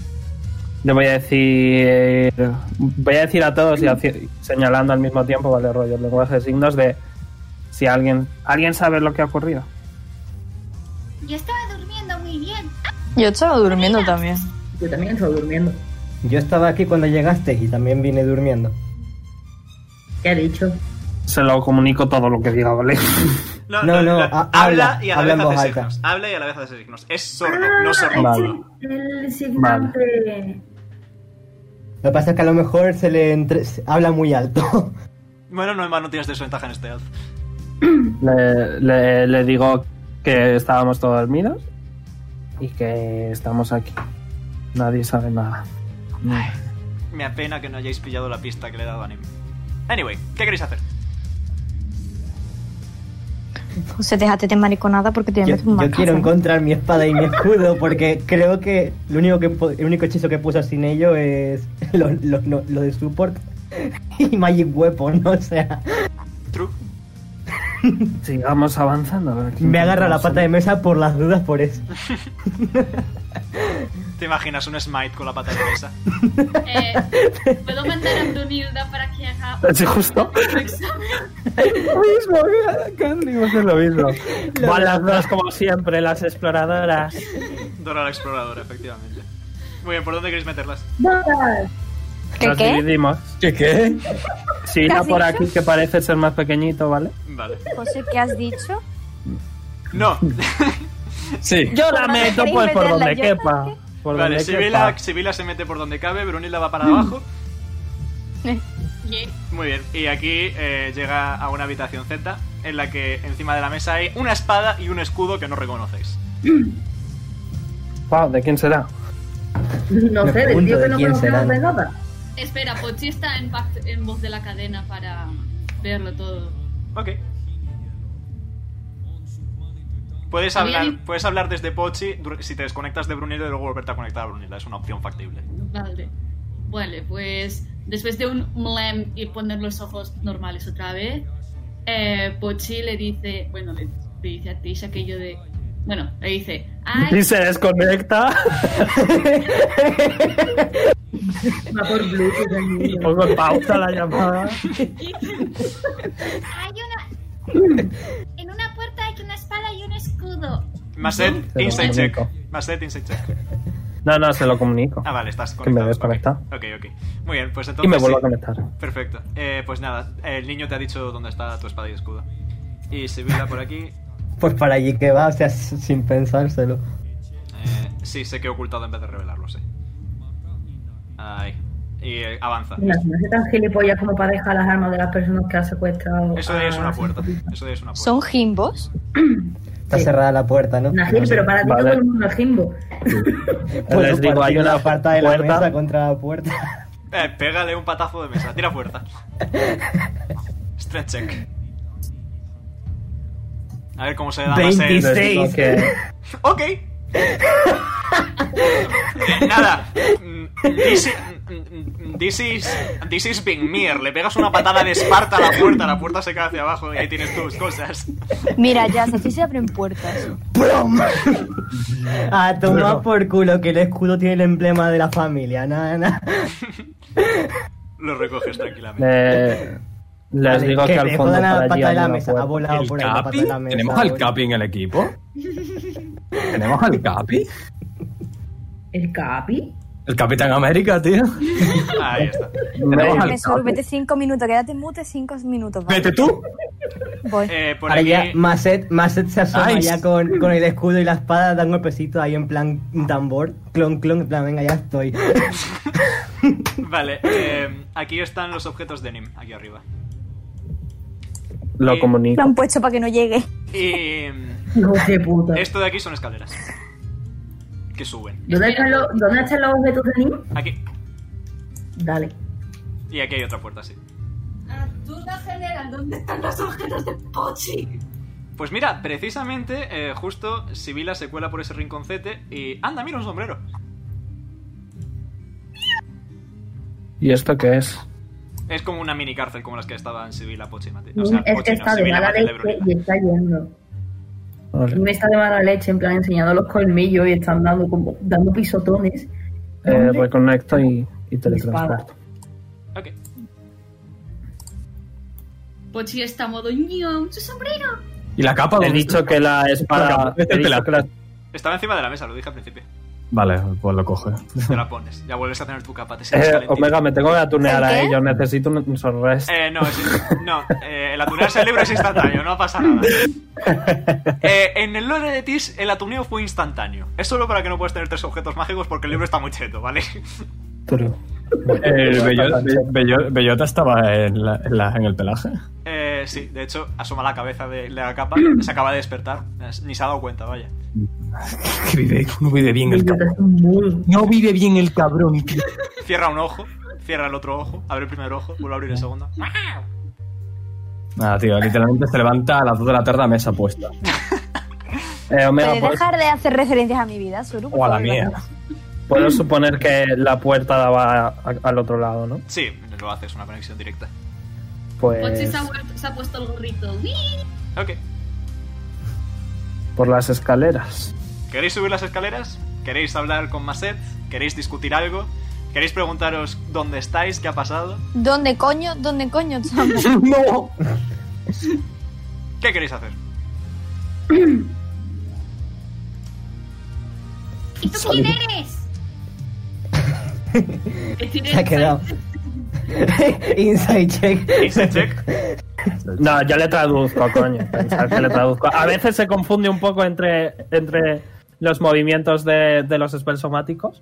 A: le voy a decir. Voy a decir a todos y haci- señalando al mismo tiempo, vale, rollo, lenguaje de signos de. Si alguien. ¿Alguien sabe lo que ha ocurrido?
F: Yo estaba durmiendo muy
C: [laughs]
F: bien.
K: Yo estaba durmiendo también.
B: Yo también estaba durmiendo.
O: Yo estaba aquí cuando llegaste y también vine durmiendo.
B: ¿Qué ha dicho?
A: Se lo comunico todo lo que diga, ¿vale?
C: No,
O: No, no, ha- habla,
C: y a la
O: habla
C: vez
O: en voz
C: hace
O: alta.
C: signos. Habla y a la vez hace signos. Es sordo, no sordo.
A: Vale.
B: El signante.
O: Lo que pasa es que a lo mejor se le entre- se- habla
K: [laughs]
O: muy alto.
C: Bueno, no, Emma, no tienes desventaja en este alto.
A: Le, le- le digo que estábamos todos dormidos y que estamos aquí. Nadie sabe nada.
C: Me apena que no hayáis pillado la pista que le he dado a Nim. Anyway, ¿qué queréis hacer?
K: José, déjate de mariconada porque te voy a
O: Yo,
K: meter un
O: yo
K: macazo.
O: quiero encontrar mi espada y mi escudo porque creo que, lo único que po- el único hechizo que puse sin ello es [laughs] lo, lo- lo- lo de support [laughs] y Magic Weapon, [laughs] o sea, [laughs]
C: True.
A: Sigamos avanzando. a ver qué
O: me agarra la
A: encontramos.
O: pata de mesa por las dudas por
A: [laughs]
O: eso.
C: ¿Te imaginas un smite con la pata de [laughs] mesa?
E: Eh, ¿Puedo mandar a Brunilda para
A: [laughs]
E: que haga
A: Sí, justo.
E: un examen?
A: Lo mismo, mira, Carly va a hacer lo mismo. Van las dos como siempre, las exploradoras.
C: Dora la exploradora, efectivamente. Muy bien, ¿por dónde queréis meterlas?
A: Las dividimos.
Q: ¿Qué qué?
A: Si
K: ¿Qué
A: irá
K: has
A: por
K: dicho?
A: aquí que parece ser más pequeñito, ¿vale?
C: Vale.
K: José, ¿qué has dicho?
A: [laughs]
C: No,
Q: Sí.
A: Yo
K: la
A: la
K: ¿Dónde meto,
A: meto
K: queréis
A: pues
K: meterla?
A: por donde
K: donde Yo quepa,
A: quepa. Por
C: vale,
A: donde
C: Sibila, Sibila se mete por donde cabe, Brunilda va para abajo.
E: Yeah.
A: Mm.
C: Muy bien, y aquí eh, llega a una habitación Z en la que encima de la mesa hay una espada y un escudo que no reconocéis.
A: ¿de quién será?
B: No
O: Me
B: sé, del
O: pregunto
B: tío que
O: de
B: no
O: quién
B: conocemos
O: serán.
B: de nada.
E: Espera, Pochi está en, pact- en voz de la cadena para verlo todo.
C: Ok. Puedes
E: Había
C: hablar,
E: ni-
C: puedes hablar desde Pochi dur- si te desconectas de Brunilda y luego volverte a conectar a Brunilda. Es una opción factible.
E: Vale. Vale, pues después de un mlem y poner los ojos normales otra vez, eh, Pochi le dice, bueno, le, le dice a Tish aquello de, bueno, le dice, ay,
A: Y se [laughs] desconecta.
B: Va por Bluetooth. el niño.
A: Pongo en pausa la llamada.
F: Hay una. En una puerta hay una espada y un escudo.
C: [laughs] Masset,
A: Te lo
C: insight check.
A: comunico.
C: Masset, insight check.
A: No, no, se lo comunico.
C: Ah, vale, estás
A: Que me
C: conectado.
A: desconecta.
C: Ok, ok. Muy bien, pues entonces.
A: Y me vuelvo
C: sí.
A: a conectar.
C: Perfecto. Eh, pues nada, el niño te ha dicho dónde está tu espada y escudo. Y se viola por aquí.
O: Pues para allí que va, o sea, s- sin pensárselo.
C: Eh, sí, sé que he ocultado en vez de revelarlo, sí. Ahí. Y eh, avanza.
B: No, no soy tan gilipollas como para dejar las armas de las personas que ha secuestrado.
C: Eso
B: a-
C: es una puerta. Eso es una puerta.
K: ¿Son gimbos?
O: Está cerrada la puerta, ¿no?
B: Najir, pero para ti
O: Vale.
B: todo el mundo es Jimbo.
O: Bueno,
A: Les digo, hay
O: partir
A: una
O: la parte de la
A: puerta.
O: mesa contra la
A: [laughs]
O: puerta.
C: Eh, pégale un patazo de mesa. Tira
B: [laughs]
C: fuerza. Strength check. A ver cómo se da más el-
A: Les digo que-
C: Ok. Eh, Nada. Mm, This is, mm, this is, this is being mere. Le pegas una patada de Esparta a la puerta, la puerta se cae hacia abajo y ahí tienes tus cosas.
D: Mira, ya, así se abren puertas.
A: [laughs]
O: A tomar por culo que el escudo tiene el emblema de la familia. Nada, nada.
C: Lo recoges tranquilamente.
G: Eh.
Q: Eh,
A: Le- les
O: Vale,
A: digo
O: que
A: que al
O: te
A: fondo
O: jodan a la
A: para
O: pata
A: allí
O: de
A: hay
O: la
A: una
O: mesa,
A: puerta.
O: ha volado por ahí la pata
Q: ¿Capi?
O: de la mesa.
Q: ¿Tenemos al Capi en el equipo?
O: [laughs]
Q: ¿Tenemos al Capi?
B: ¿El Capi?
Q: El Capitán América, tío.
C: Ahí está.
Q: Tenemos al
K: Mesur,
Q: Capi.
K: vete cinco minutos, quédate mute cinco minutos. ¿vale?
Q: Vete tú.
K: Voy.
C: Eh, por
O: Ahora
C: aquí,
O: ya Maset, Maset se asoma
Q: Nice.
O: ya con, con el escudo y la espada, da un golpecito ahí en plan tambor, clon, clon, en plan, venga, ya estoy.
C: vale, eh, aquí están los objetos de Nim, aquí arriba.
A: Lo
K: Lo
A: comunico.
K: han puesto para que no llegue.
C: Y mm,
B: Hijo de puta.
C: esto de aquí son escaleras. Que suben.
B: ¿Dónde están los, dónde están los objetos de Nim?
C: Aquí.
B: Dale.
C: Y aquí hay otra puerta, sí.
E: Duda general, ¿dónde están los objetos de
B: Oh,
E: Pochi?
C: Pues mira, precisamente, eh, justo Sibila se cuela por ese rinconcete y. ¡Anda, mira un sombrero!
A: ¿Y esto qué es?
C: Es como una mini cárcel como las que estaba en Sibila Pochimate. O
B: Nim
C: sea,
B: Mm, es que
C: Pochi no,
B: está de
C: Sibila
B: mala
C: Matilde
B: leche
C: Brunilda.
B: y está yendo.
A: Vale.
B: Nim está de mala leche, en plan, enseñando los colmillos y están dando, como, dando pisotones.
A: Eh, reconecto y, y teletransporto.
C: Ok.
E: Pochi está a modo ño, su sombrero.
Q: ¿Y la capa?
A: He
Q: dónde
A: dicho que la espada.
Q: Vete,
A: he dicho
Q: pela.
A: que la-
C: Estaba encima de la mesa, lo dije al principio.
Q: Vale, pues lo coge.
C: Te la pones. Ya vuelves a tener tu capa, te sientes
A: Eh,
C: calentito.
A: Omega, me tengo que atunear a
D: ¿El qué?
A: ellos. Necesito un sorrest.
C: Eh, no, es- no eh, el atunearse el libro es instantáneo, no pasa nada. Eh, en el lore de Tis, el atuneo fue instantáneo. Es solo para que no puedas tener tres objetos mágicos porque el libro está muy cheto, ¿vale? [laughs]
A: True.
Q: El bellota, bello- bellota estaba en, la- en la- en el pelaje. [laughs]
C: Eh, sí, de hecho, asoma la cabeza de la capa, se acaba de despertar. Es- Ni se ha dado cuenta, vaya.
Q: Que vive, no vive bien el cabrón. No vive bien el cabrón, tío.
C: Cierra un ojo, cierra el otro ojo, abre el primer ojo, vuelve a abrir el segundo.
Q: Nada, tío, literalmente se levanta a las 2 de la tarde a mesa
O: [laughs]
Q: puesta. pues,
A: Eh, Omega,
D: ¿Puedes
A: ¿puedo,
D: dejar de hacer referencias a mi vida, Suru? por
Q: O a la
D: favor?
Q: mía.
A: puedo suponer que la puerta daba a- al otro lado, ¿no?
C: Sí, lo haces, una conexión directa.
E: Pochi
A: Pues
E: se ha, vuelto- se ha puesto el gorrito. ¡Uy!
C: Ok.
A: por las escaleras.
C: ¿Queréis subir las escaleras? ¿Queréis hablar con Maset? ¿Queréis discutir algo? ¿Queréis preguntaros dónde estáis? ¿Qué ha pasado?
D: ¿Dónde coño? ¿Dónde coño
Q: [laughs]
D: estamos?
Q: ¡No!
C: ¿Qué queréis hacer?
F: ¿Y tú quién
R: [laughs]
F: eres?
O: [laughs]
E: Tiene-
O: Se ha quedado. [laughs] Inside check.
C: Insight
A: [laughs]
C: check.
A: No, yo le traduzco, Oh, coño. Pensad que le traduzco. A veces se confunde un poco entre, entre los movimientos de, de los spells somáticos.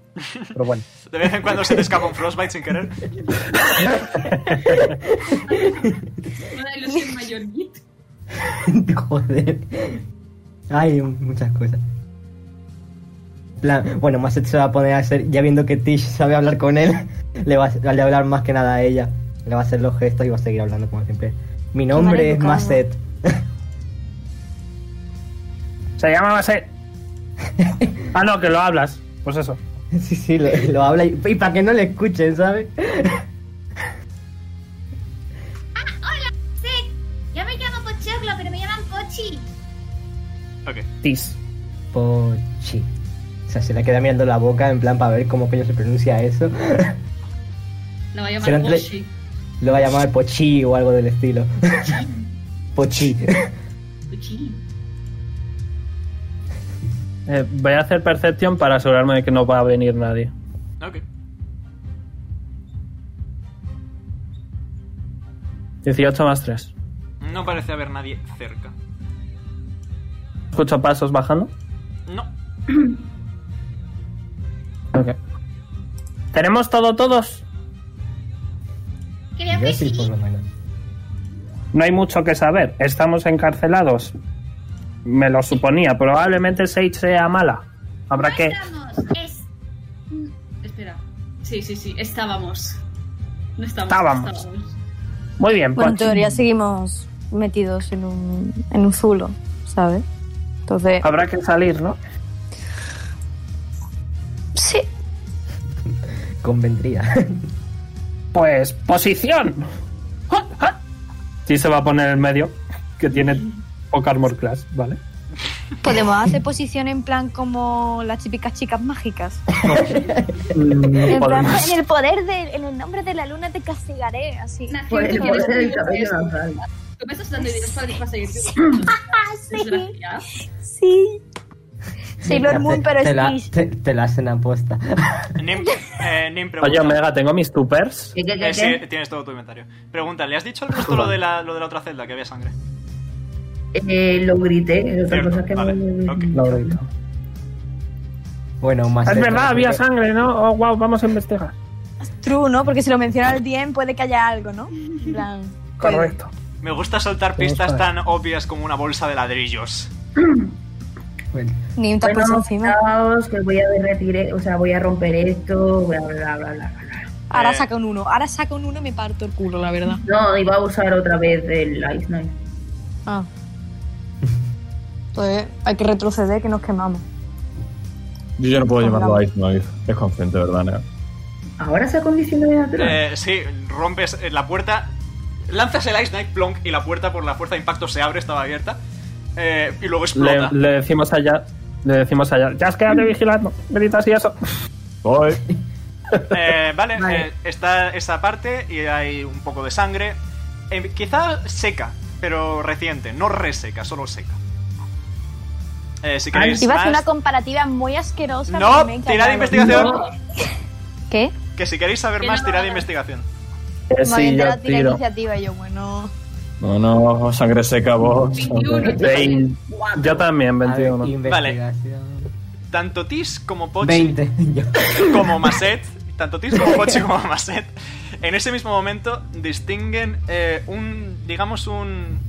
C: [laughs]
A: Pero bueno.
C: De vez en cuando se te escapa un frostbite sin querer.
A: [laughs]
E: Una ilusión mayor. Git.
O: [laughs] Joder. Hay muchas cosas. Plan- bueno, Maset se va a poner a hacer, ya viendo que Tish sabe hablar con él, [laughs] le va a, le va a hablar más que nada a ella. Le va a hacer los gestos y va a seguir hablando como siempre. Mi nombre es
D: maleducado.
O: [laughs] Maset.
A: Se llama
O: [laughs]
A: Base. Ah, no, que lo hablas. Pues eso.
O: Sí, sí, lo, lo habla y, y para que no le escuchen, ¿sabes?
F: Sí, yo me llamo Pochoclo, pero me llaman Pochi.
C: Ok.
A: Tis.
O: Pochi. O sea, se le queda mirando la boca en plan para ver cómo coño se pronuncia eso. [laughs]
E: La va a llamar
O: Serán tres-
E: Pochi.
O: Lo va a llamar Pochi o algo del estilo. [laughs] Pochi.
E: Pochi.
A: Eh, voy a hacer Perception para asegurarme de que no va a venir nadie.
C: Ok.
A: 18 más 3.
C: No parece haber nadie cerca.
A: Escucho pasos bajando.
C: No.
A: Ok. ¿Tenemos todo todos?
F: Creo que sí.
O: por lo menos.
A: No hay mucho que saber. Estamos encarcelados. Me lo suponía. Probablemente Sage sea mala. Habrá que...
F: Estamos. Es-
E: Espera. Sí, sí, sí. Estábamos. No estábamos.
A: Estábamos. Muy bien,
K: Bueno, en
A: Pochi.
K: teoría seguimos metidos en un, en un zulo, ¿sabes? Entonces,
A: Habrá que salir, ¿no?
K: sí.
O: [laughs] Convendría.
A: Pues posición. Sí se va a poner en medio, que tiene poca armor class, ¿vale?
K: Podemos hacer posición en plan como las típicas chicas mágicas. En, plan,
A: Podemos.
K: en el poder de, en el nombre de la luna te castigaré, así.
E: Por el poder del cabello
B: natural.
E: Tú me estás dando ideas para, para seguir. Desgraciada.
K: [laughs] Sí. Sailor Moon, pero
O: te, la,
K: Stitch.
O: te, te la hacen apuesta.
C: Nim, eh, Nim
A: Oye,
C: pregunta.
A: Omega, tengo mis tupers.
C: Eh, sí, tienes todo tu inventario. Pregunta, ¿le has dicho al resto lo de la, lo de la otra celda que había sangre?
B: Eh, lo grité, es otra
C: Cierto,
B: cosa que
C: vale,
B: me...
C: ok.
O: Bueno, más.
A: Es
O: cerca,
A: verdad,
O: porque-
A: había sangre, ¿no? Oh, wow, vamos a investigar.
K: [laughs] True, ¿no? Porque si lo menciona el bien puede que haya algo, ¿no? En plan,
A: Correcto.
C: Me gusta soltar pistas tan obvias como una bolsa de ladrillos.
K: ni un tapón
B: Bueno,
K: encima.
B: fijaos que voy a derretir, eh, o sea, voy a romper esto, bla, bla, bla, bla. bla.
K: Ahora
C: Eh.
K: saca un uno, ahora saca un uno y me parto el culo, la verdad.
B: No, iba a usar otra vez el Ice Knife.
K: Ah. Pues hay que retroceder que nos quemamos.
G: Yo ya no puedo llamarlo Ice Knife. Es consciente, ¿verdad? Nea?
B: Ahora se acondiciona de natural.
C: Eh, sí, rompes eh, la puerta, lanzas el Ice Knight Plonk y la puerta por la fuerza de impacto se abre, estaba abierta. eh, y luego
A: Le,
C: explota.
A: le decimos allá, le decimos allá, ya es quédate vigilando, gritas y eso.
G: Voy.
C: Eh, vale, eh, está esa parte y hay un poco de sangre. Eh, quizá seca, pero reciente. No reseca, solo seca. Eh,
B: Ah,
C: si queréis
D: Iba a hacer
C: más-
D: una comparativa muy asquerosa.
C: No,
D: pero me he
C: tirad
D: cagado.
C: investigación.
K: ¿Qué?
C: Que si queréis saber
D: Que
C: más,
D: no.
C: tirad investigación.
G: Eh,
K: Me había
G: sí, yo
K: enterado de la
G: tiro.
K: iniciativa y yo, bueno.
G: No, no, sangre seca vos.
A: Vein- Yo también,
O: A ver,
A: 21.
O: investigación.
C: Tanto Tis como Pochi
O: 20. Yo-
C: como Maset, tanto Tis como Pochi como Maset, en ese mismo momento distinguen eh, un, digamos, un,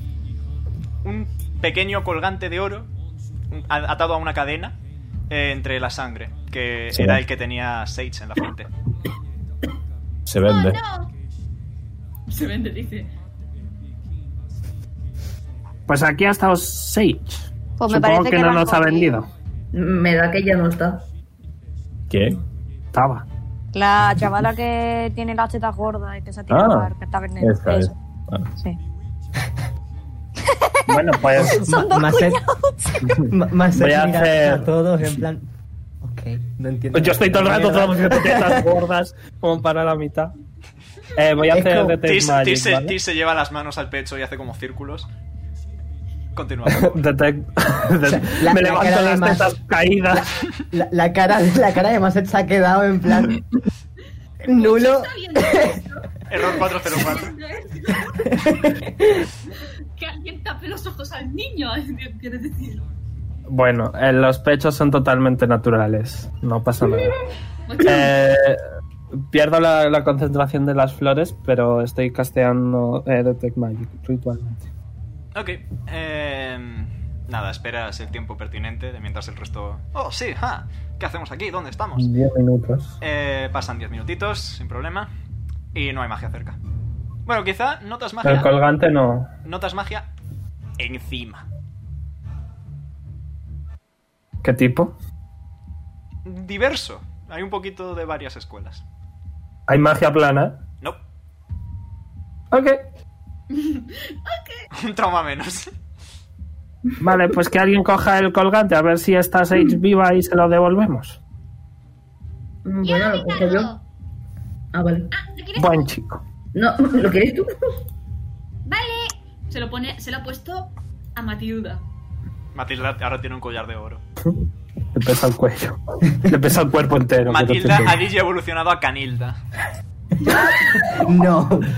C: un pequeño colgante de oro un- a- atado a una cadena eh, entre la sangre, que
G: Sí.
C: era el que tenía Sage en la frente.
G: Se vende.
E: Se vende, dice.
A: Pues aquí ha estado Sage.
K: Pues me
A: Supongo
K: parece
A: que,
K: que
A: no
K: van
A: nos ha
K: conmigo.
A: vendido.
B: Me da que ya no está.
G: ¿Qué?
A: Estaba.
K: La chavala que tiene las tetas gordas y que se ha tirado
G: Ah,
K: al tabernero.
G: esta es.
K: Eso.
G: Vale.
K: Sí.
A: [laughs] Bueno, pues
K: [laughs] Son dos
O: Macet- [laughs] Ma- Macet
A: Voy a
O: mira
A: hacer-
O: a todos en plan. Ok, no entiendo.
A: yo estoy todo el rato
O: Mierda.
A: todo haciendo
O: [laughs]
A: tetas gordas como para la mitad. Eh, voy a
O: Es
A: hacer
O: como-
A: Detect
C: Tis,
A: Magic,
C: Tis se-
A: ¿vale?
C: Tis se lleva las manos al pecho y hace como círculos.
A: [laughs]
C: Continuamos.
A: [laughs] Detect-
O: la-
A: [laughs] Me
O: la cara
A: levanto
O: de
A: las
O: más-
A: tetas caídas.
O: La, la cara, la cara de Macet se ha quedado en
K: [laughs]
O: plan. Nulo.
E: Está viendo esto?
C: [laughs] Error 404.
E: que alguien tape los ojos al niño, [laughs] quieres decir.
A: Bueno, eh, los pechos son totalmente naturales. No pasa nada. Eh, pierdo la, la concentración de las flores, pero estoy casteando eh, Detect Magic ritualmente.
C: Ok. eh, nada, esperas el tiempo pertinente de mientras el resto... Oh, sí, ah, ¿qué hacemos aquí? ¿Dónde estamos?
A: 10 minutos.
C: Eh, pasan 10 minutitos, sin problema. Y no hay magia cerca. Bueno, quizá notas
A: El
C: magia.
A: colgante no.
C: Notas magia encima.
A: ¿Qué tipo?
C: Diverso. Hay un poquito de varias escuelas.
A: Hay magia plana.
C: No,
A: Ok.
C: un trauma menos. [laughs]
A: Vale, pues que alguien coja el colgante a ver si está Sage viva y se lo devolvemos.
B: Mm,
F: Yo
B: Bueno,
F: no
B: lo
F: me
B: cojo yo.
F: encargo.
B: Ah, vale.
F: Ah, ¿lo quieres?
A: Buen chico.
B: No, [laughs] ¿lo quieres tú?
F: Vale.
E: Se lo, pone, se lo ha puesto a Matilda.
C: Matilda ahora tiene un collar de oro.
A: Le pesa el cuello. Le pesa el cuerpo entero. que no
C: Matilda
A: te
C: ha dicho evolucionado a Canilda.
A: No. [laughs]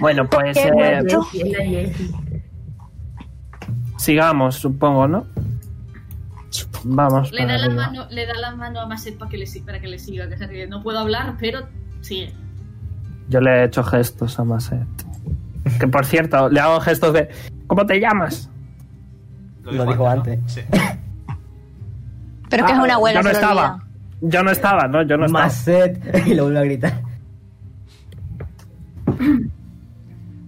A: Bueno, pues
B: Qué
A: eh,
B: bueno. Es la Jessie.
A: sigamos, supongo, ¿no? Vamos.
E: Le da,
A: para
E: la
A: arriba.
E: mano, le da la mano a Maset para que le, si- para que le siga. Que se ríe. no puedo hablar, pero sigue.
A: Yo le he hecho gestos a Maset. Que por cierto, le hago gestos de ¿Cómo te llamas?
C: Lo
O: dijo, antes.
K: Pero
B: Ah,
K: que es una abuela.
A: Yo
K: se
A: no
K: lo
A: estaba.
K: olvida.
A: Yo no estaba, no, yo no estaba.
O: Maset [laughs] y lo vuelvo a gritar.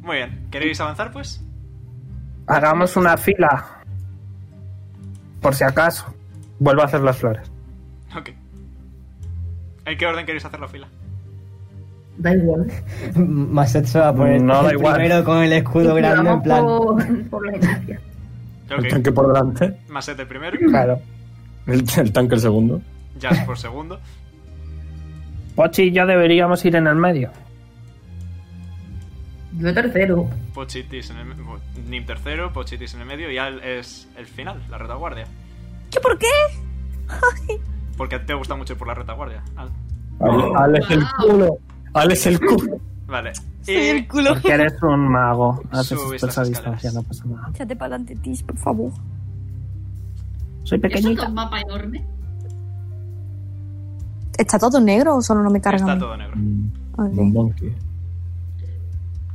C: Muy bien. ¿Queréis avanzar, pues?
A: Hagamos una fila. Por si acaso. Vuelvo a hacer las flores.
C: Ok. ¿En qué orden queréis hacer la fila?
B: Da
O: [laughs]
B: igual.
O: Maset se va a poner
A: No, da
O: el
A: igual.
O: primero con el escudo grande en
B: Vamos
O: plan.
B: Por, por la gimnasia.
C: Ok.
H: El tanque por delante.
C: Maset el primero.
A: Claro.
H: El, el tanque el segundo.
C: Jazz por segundo.
A: Pochi y yo deberíamos ir en el medio.
B: Yo tercero.
C: Pochitis en el me- po- Nim tercero, Pochitis en el medio y Al es el final, la retaguardia.
K: ¿Qué por qué?
C: Porque te gusta mucho ir por la retaguardia, Ah, Al.
A: Al, Al es el culo.
H: Al es el culo.
C: Vale.
K: el culo.
A: Eh, Porque eres un
K: [laughs]
A: mago. Haces
C: Subes
A: esto a
C: las
A: distancia, no pasa nada.
K: Échate para adelante, Tish, por favor.
A: Soy
E: ¿Es
A: pequeñita.
E: un mapa enorme?
K: ¿Está todo negro o solo no me carga? a
C: Está
K: mí?
C: todo negro.
K: Ok.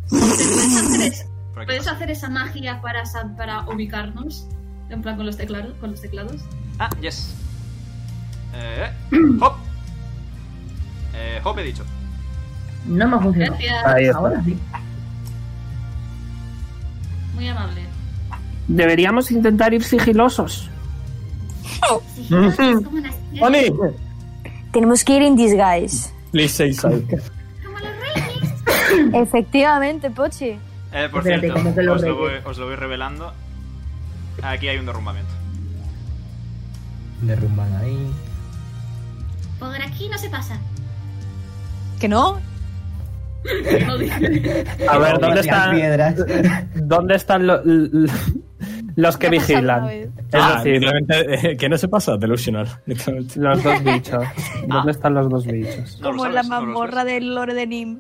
E: ¿Puedes hacer, es-
C: Por aquí
E: puedes hacer esa magia para, sa- para ubicarnos? En plan con los teclados. Con los teclados.
C: Ah, yes. Eh, hop. Eh, hop he dicho.
B: No me ha funcionado.
E: Gracias.
A: Ahí está.
B: Ahora sí.
E: Muy amable.
A: Deberíamos intentar ir sigilosos.
K: Oh.
A: [laughs]
F: Es como una
H: ¡Ani!
K: Tenemos que ir en disguise.
H: Please say something.
K: Efectivamente, Pochi.
C: Eh, por
B: Espérate, ¿cómo
C: cierto,
B: que lo
C: os lo, voy,
B: reyes?
C: os lo voy revelando. Aquí hay un derrumbamiento.
O: Derrumban ahí.
F: Por aquí no se pasa.
K: ¿Que no?
E: No dije-
A: A ver, ¿dónde
O: Las
A: están,
O: piedras.
A: [laughs] ¿dónde están lo- l- l- los que
K: Ya ha pasado una
A: vigilan?
K: vez.
A: Es
H: Ah,
A: decir,
H: literalmente, eh, que no se pasa, delusional. literalmente.
A: los dos bichos. ¿Dónde están los dos bichos?
C: No lo
K: Como
C: sabes,
K: la
C: no lo
K: mazmorra
C: sabes.
K: del Lord de Nim.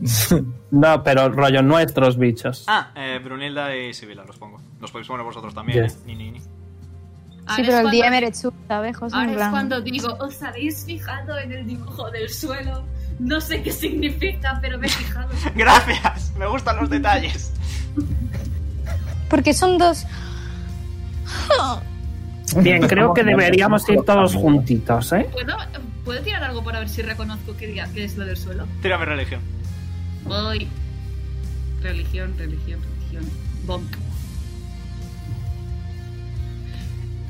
A: [laughs] No, pero rollo nuestros bichos.
C: Ah, eh, Brunilda y Sibila, los pongo. Los podéis poner vosotros también.
A: Yes.
C: eh. Ni, ni, ni.
E: Ahora
K: Sí,
E: es
K: pero el
E: cuando-
K: DM eres tú, ¿sabes? José Pues
E: Ahora
K: en
E: es
K: plan-
E: cuando digo, ¿os habéis fijado en el dibujo del suelo? No sé qué significa, pero me he fijado.
C: [laughs] Gracias, me gustan los detalles.
K: Porque son dos.
A: Bien, creo que deberíamos ir todos juntitos, ¿eh?
E: [laughs] ¿Puedo, ¿Puedo tirar algo para ver si reconozco qué, día- qué es lo del suelo?
C: Tírame religión.
E: Voy. Religión, religión, religión. Bonk.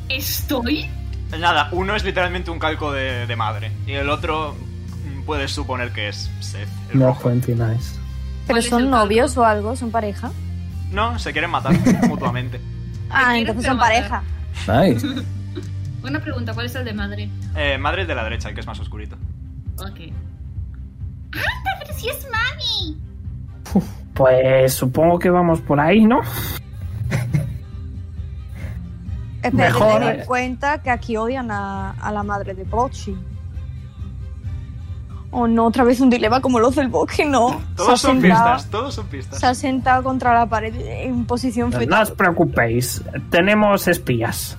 E: Estoy.
C: Pues Nada, uno es literalmente un calco de, de madre. Y el otro mm, puedes suponer que es Seth, el
A: No,
C: rojo.
A: 29.
K: ¿Pero
E: es el
K: son
E: calco?
K: novios o algo? ¿Son pareja?
C: No, se quieren matar mutuamente.
K: Ah,
E: quiero
K: entonces son
E: trabajar.
K: pareja.
Q: Nice.
E: Una pregunta, ¿cuál es el de madre?
C: Eh, madre el de la derecha, el que es más oscurito.
E: Ok.
F: Pero si es mami.
A: Pues supongo que vamos por ahí, ¿no?
K: Espera, que
A: Mejor,
K: tener en
A: eh.
K: cuenta que aquí odian a, a la madre de Pochi. Oh no, otra vez un dilema como los del bosque, no. Se ha
C: Todos son
K: sentado-
C: pistas, todos son pistas.
K: Se ha sentado contra la pared en posición
A: No
K: fetal.
A: os preocupéis, tenemos espías.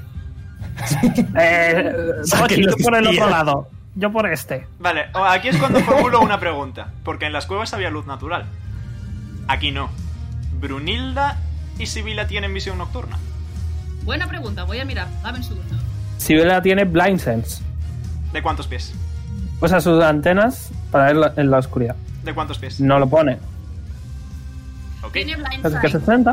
A: eh, Pochi,
H: Saquen
A: yo
H: los
A: por el otro
H: espías.
A: lado, yo por este.
C: Vale, o- aquí es cuando formulo una pregunta. Porque en las cuevas había luz natural. Aquí no. Brunilda y Sibila tienen visión nocturna.
E: Buena pregunta, voy a mirar. Dame un segundo.
A: Sibela tiene blind sense.
C: ¿De cuántos pies?
A: O sea, sus antenas para verla en la oscuridad.
C: ¿De cuántos pies?
A: No lo pone.
C: Ok,
E: Tiene blind
A: ¿Es que
E: sight.
A: 60?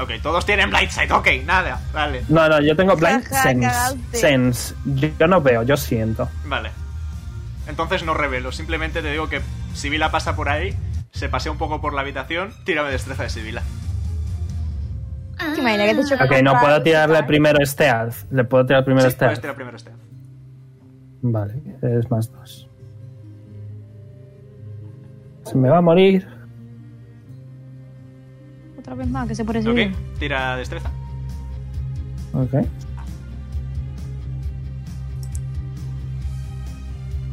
C: ok, todos tienen blindsight, ok, nada, vale.
A: No, no, yo tengo blind
K: Jaja,
A: sense.
K: cagaste.
A: Sense. Yo, yo no veo, yo siento.
C: Vale. Entonces no revelo, simplemente te digo que Sibila pasa por ahí, se pasea un poco por la habitación, tírame destreza de Sibila.
K: ¿Te imaginas Ah. que te choca
A: Ok, no puedo tirarle primero este alf. Le puedo tirar primero
C: sí,
A: este
H: pues.
C: puedes
A: alf.
C: tirar primero este.
A: Vale, es más dos. Se me va a morir.
K: Otra vez más, que se parece bien.
C: Ok, tira destreza.
A: Ok.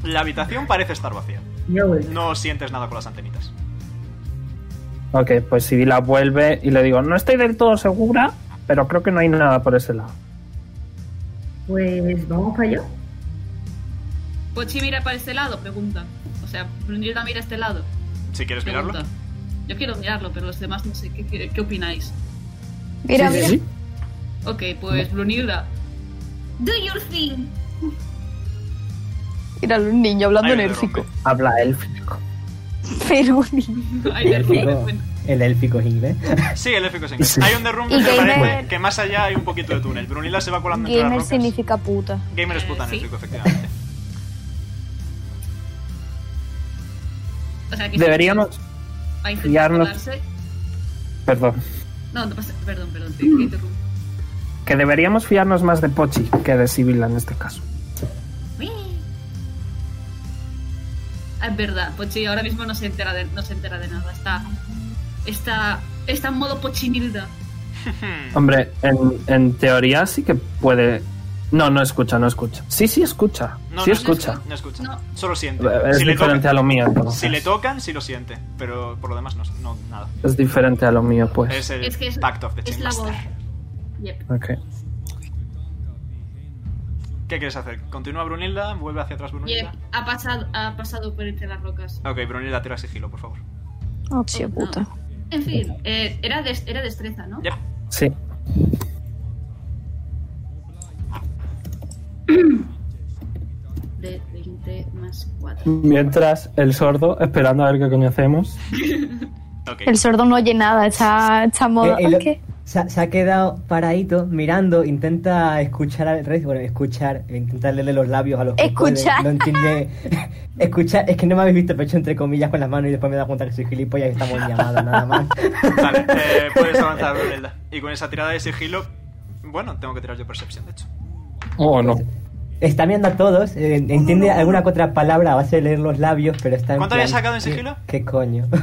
C: La habitación parece estar vacía.
A: Ya voy.
C: No sientes nada con las antenitas.
A: Ok, pues Sibila vuelve y le digo, no estoy del todo segura, pero creo que no hay nada por ese lado.
B: Pues vamos para allá.
E: Pochi mira para este lado, pregunta. O sea, Brunilda mira a este lado.
C: Si quieres mirarlo.
E: Pregunta. Yo quiero mirarlo, pero los demás no sé qué, qué- qué opináis.
D: Mira, mira.
E: Ok, pues Brunilda.
F: Do your thing.
K: Era un niño hablando en
A: Ahí
K: élfico.
A: Habla
K: [laughs]
A: élfico.
K: Pero un niño.
E: El élfico,
O: el élfico es inglés.
C: Sí, el élfico es inglés. Hay un derrumbe
K: Y
C: que
K: gamer-
C: parece que más allá hay un poquito de túnel. Brunilda se va colando entre
K: [laughs]
C: las
K: Gamer
C: rocas.
K: significa puta.
C: Gamer es puta en élfico, efectivamente.
E: O sea, que
A: Deberíamos...
E: ha intentado
A: guiarnos-
E: colarse.
A: Perdón.
E: No, no pasa. Perdón, perdón, te, te interrumpo.
A: Que deberíamos fiarnos más de Pochi que de Sibila en este caso.
E: Ah, Es verdad, Pochi ahora mismo no se entera de, no se entera de nada. Está, está, está en modo [laughs] Pochinilda.
A: Hombre, en, en teoría sí que puede... No, no escucha, no escucha. Sí, sí escucha.
C: No,
A: sí
C: no,
A: escucha.
C: No escucha. Solo siente.
A: Es
C: Si le
A: diferente
C: tocan-
A: a lo mío, entonces.
C: Si le tocan, sí lo siente. Pero por lo demás, no, no nada.
A: Es diferente a lo mío, pues.
C: Es el
E: Es que es,
C: Pact of the
E: es
C: Chain
E: la voz.
C: Master.
E: Yep.
A: Ok.
C: ¿Qué quieres hacer? ¿Continúa Brunilda? ¿Vuelve hacia atrás
E: Yep.
C: Brunilda?
E: Ha, pasado, ha pasado por entre las rocas.
C: Ok, Brunilda, tira sigilo, por favor.
K: Hostia puta.
E: En fin, eh, era, des- era destreza, ¿no?
C: Yep.
A: Sí.
E: De 20 más 4.
A: Mientras el sordo, esperando a ver qué coño hacemos.
K: El sordo no oye nada, está, está en modo.
O: Eh, el-
K: ¿Qué?
O: Se, ha- se ha quedado paradito, mirando, intenta escuchar al resto, bueno, escuchar, intenta leerle los labios a los que
K: Escuchar.
O: puede, no entiende. [laughs] escuchar, es que no me habéis visto el pecho entre comillas con las manos y después me da cuenta que soy gilipollas
K: [laughs]
O: y estamos en llamada, nada más.
C: Vale, eh, puedes avanzar, Brunilda. Y con esa tirada de sigilo. Bueno, tengo que tirar yo Perception, de hecho.
O: Oh, no. Está mirando a todos, eh,
C: Oh,
O: entiende alguna que otra palabra a base de leer los labios, pero está en
C: ¿Cuánto habías
O: plan,
C: sacado en
O: ¿qué-
C: sigilo?
O: ¿Qué coño? [laughs]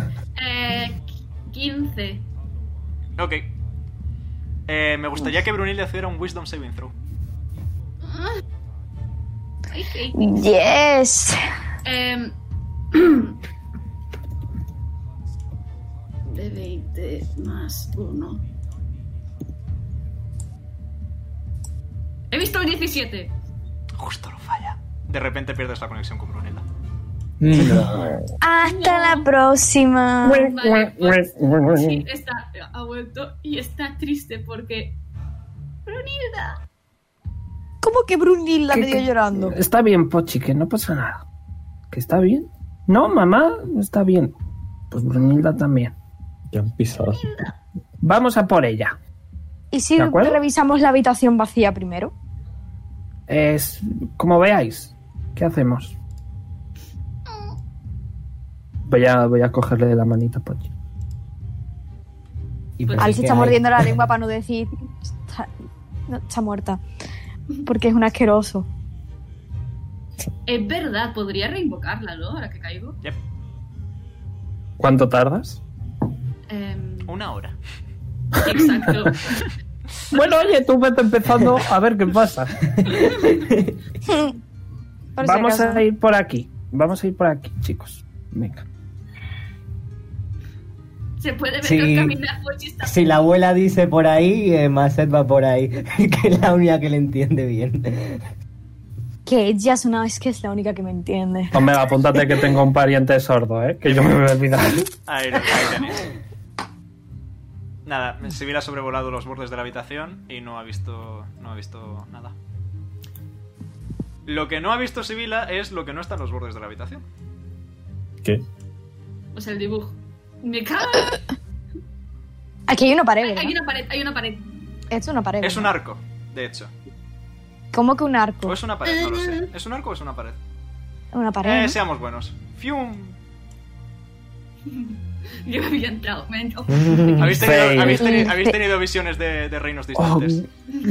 E: Eh, 15.
C: Ok. Eh, me gustaría que Brunilda hiciera un Wisdom Saving Throw.
K: Yes.
E: Em, de 20 más 1. He visto el 17.
C: Justo lo falla. De repente pierdes la conexión con Brunilda.
K: Hasta la próxima.
E: Vale, pues, sí, está, ha vuelto y está triste porque. ¡Brunilda!
K: ¿Cómo que Brunilda medio llorando?
A: Está bien, Pochi, que no pasa nada. Que está bien. No, mamá, está bien. Pues Brunilda también.
Q: Ya han pisado.
A: Vamos a por ella.
K: ¿Y si
A: ¿De acuerdo?
K: revisamos la habitación vacía primero?
A: Es como veáis. ¿Qué hacemos? Voy a, voy a cogerle de la manita, Pochi.
O: Y
A: Pues
K: Al se está mordiendo la lengua para no decir. Está, no, está muerta. Porque es un asqueroso.
E: Es verdad, podría reinvocarla, ¿no? Ahora que caigo.
A: ¿Cuánto tardas?
E: Em,
C: Una hora.
E: exacto.
A: Bueno, oye, tú vete empezando a ver qué [laughs] pasa.
K: Por si
A: Vamos
K: acaso.
A: a ir por aquí. Vamos a ir por aquí, chicos. Venga.
E: Se puede ver
O: Sí.
E: al caminar, Pochi está.
O: Si la abuela dice por ahí, eh, Macet va por ahí, [laughs] que es la única que le entiende bien.
K: Que ella es una es que es la única que me entiende.
A: Hombre, apúntate que tengo un pariente sordo, ¿eh? Que yo me voy a olvidar.
C: Ahí, lo- ahí tenéis. Nada, Sibila ha sobrevolado los bordes de la habitación y no ha visto, no ha visto nada. Lo que no ha visto Sibila es lo que no está en los bordes de la habitación.
E: O sea, el dibujo. Me cago.
K: Aquí hay una pared.
E: Hay
K: ¿verdad?
E: una pared, hay una pared.
K: Es una pared.
C: Es un
K: ¿verdad?
C: arco, de hecho.
K: ¿Cómo que un arco?
C: O es una pared, no lo sé. ¿Es un arco o es una pared?
K: Una
C: Eh,
K: pared. ¿no?
C: seamos buenos. ¡Fium!
E: [laughs] Yo había entrado, me he entrado.
C: ¿Habéis tenido,
A: Fail.
C: habéis teni-
A: Mm,
C: habéis
A: fe-
C: tenido visiones de, de reinos distantes?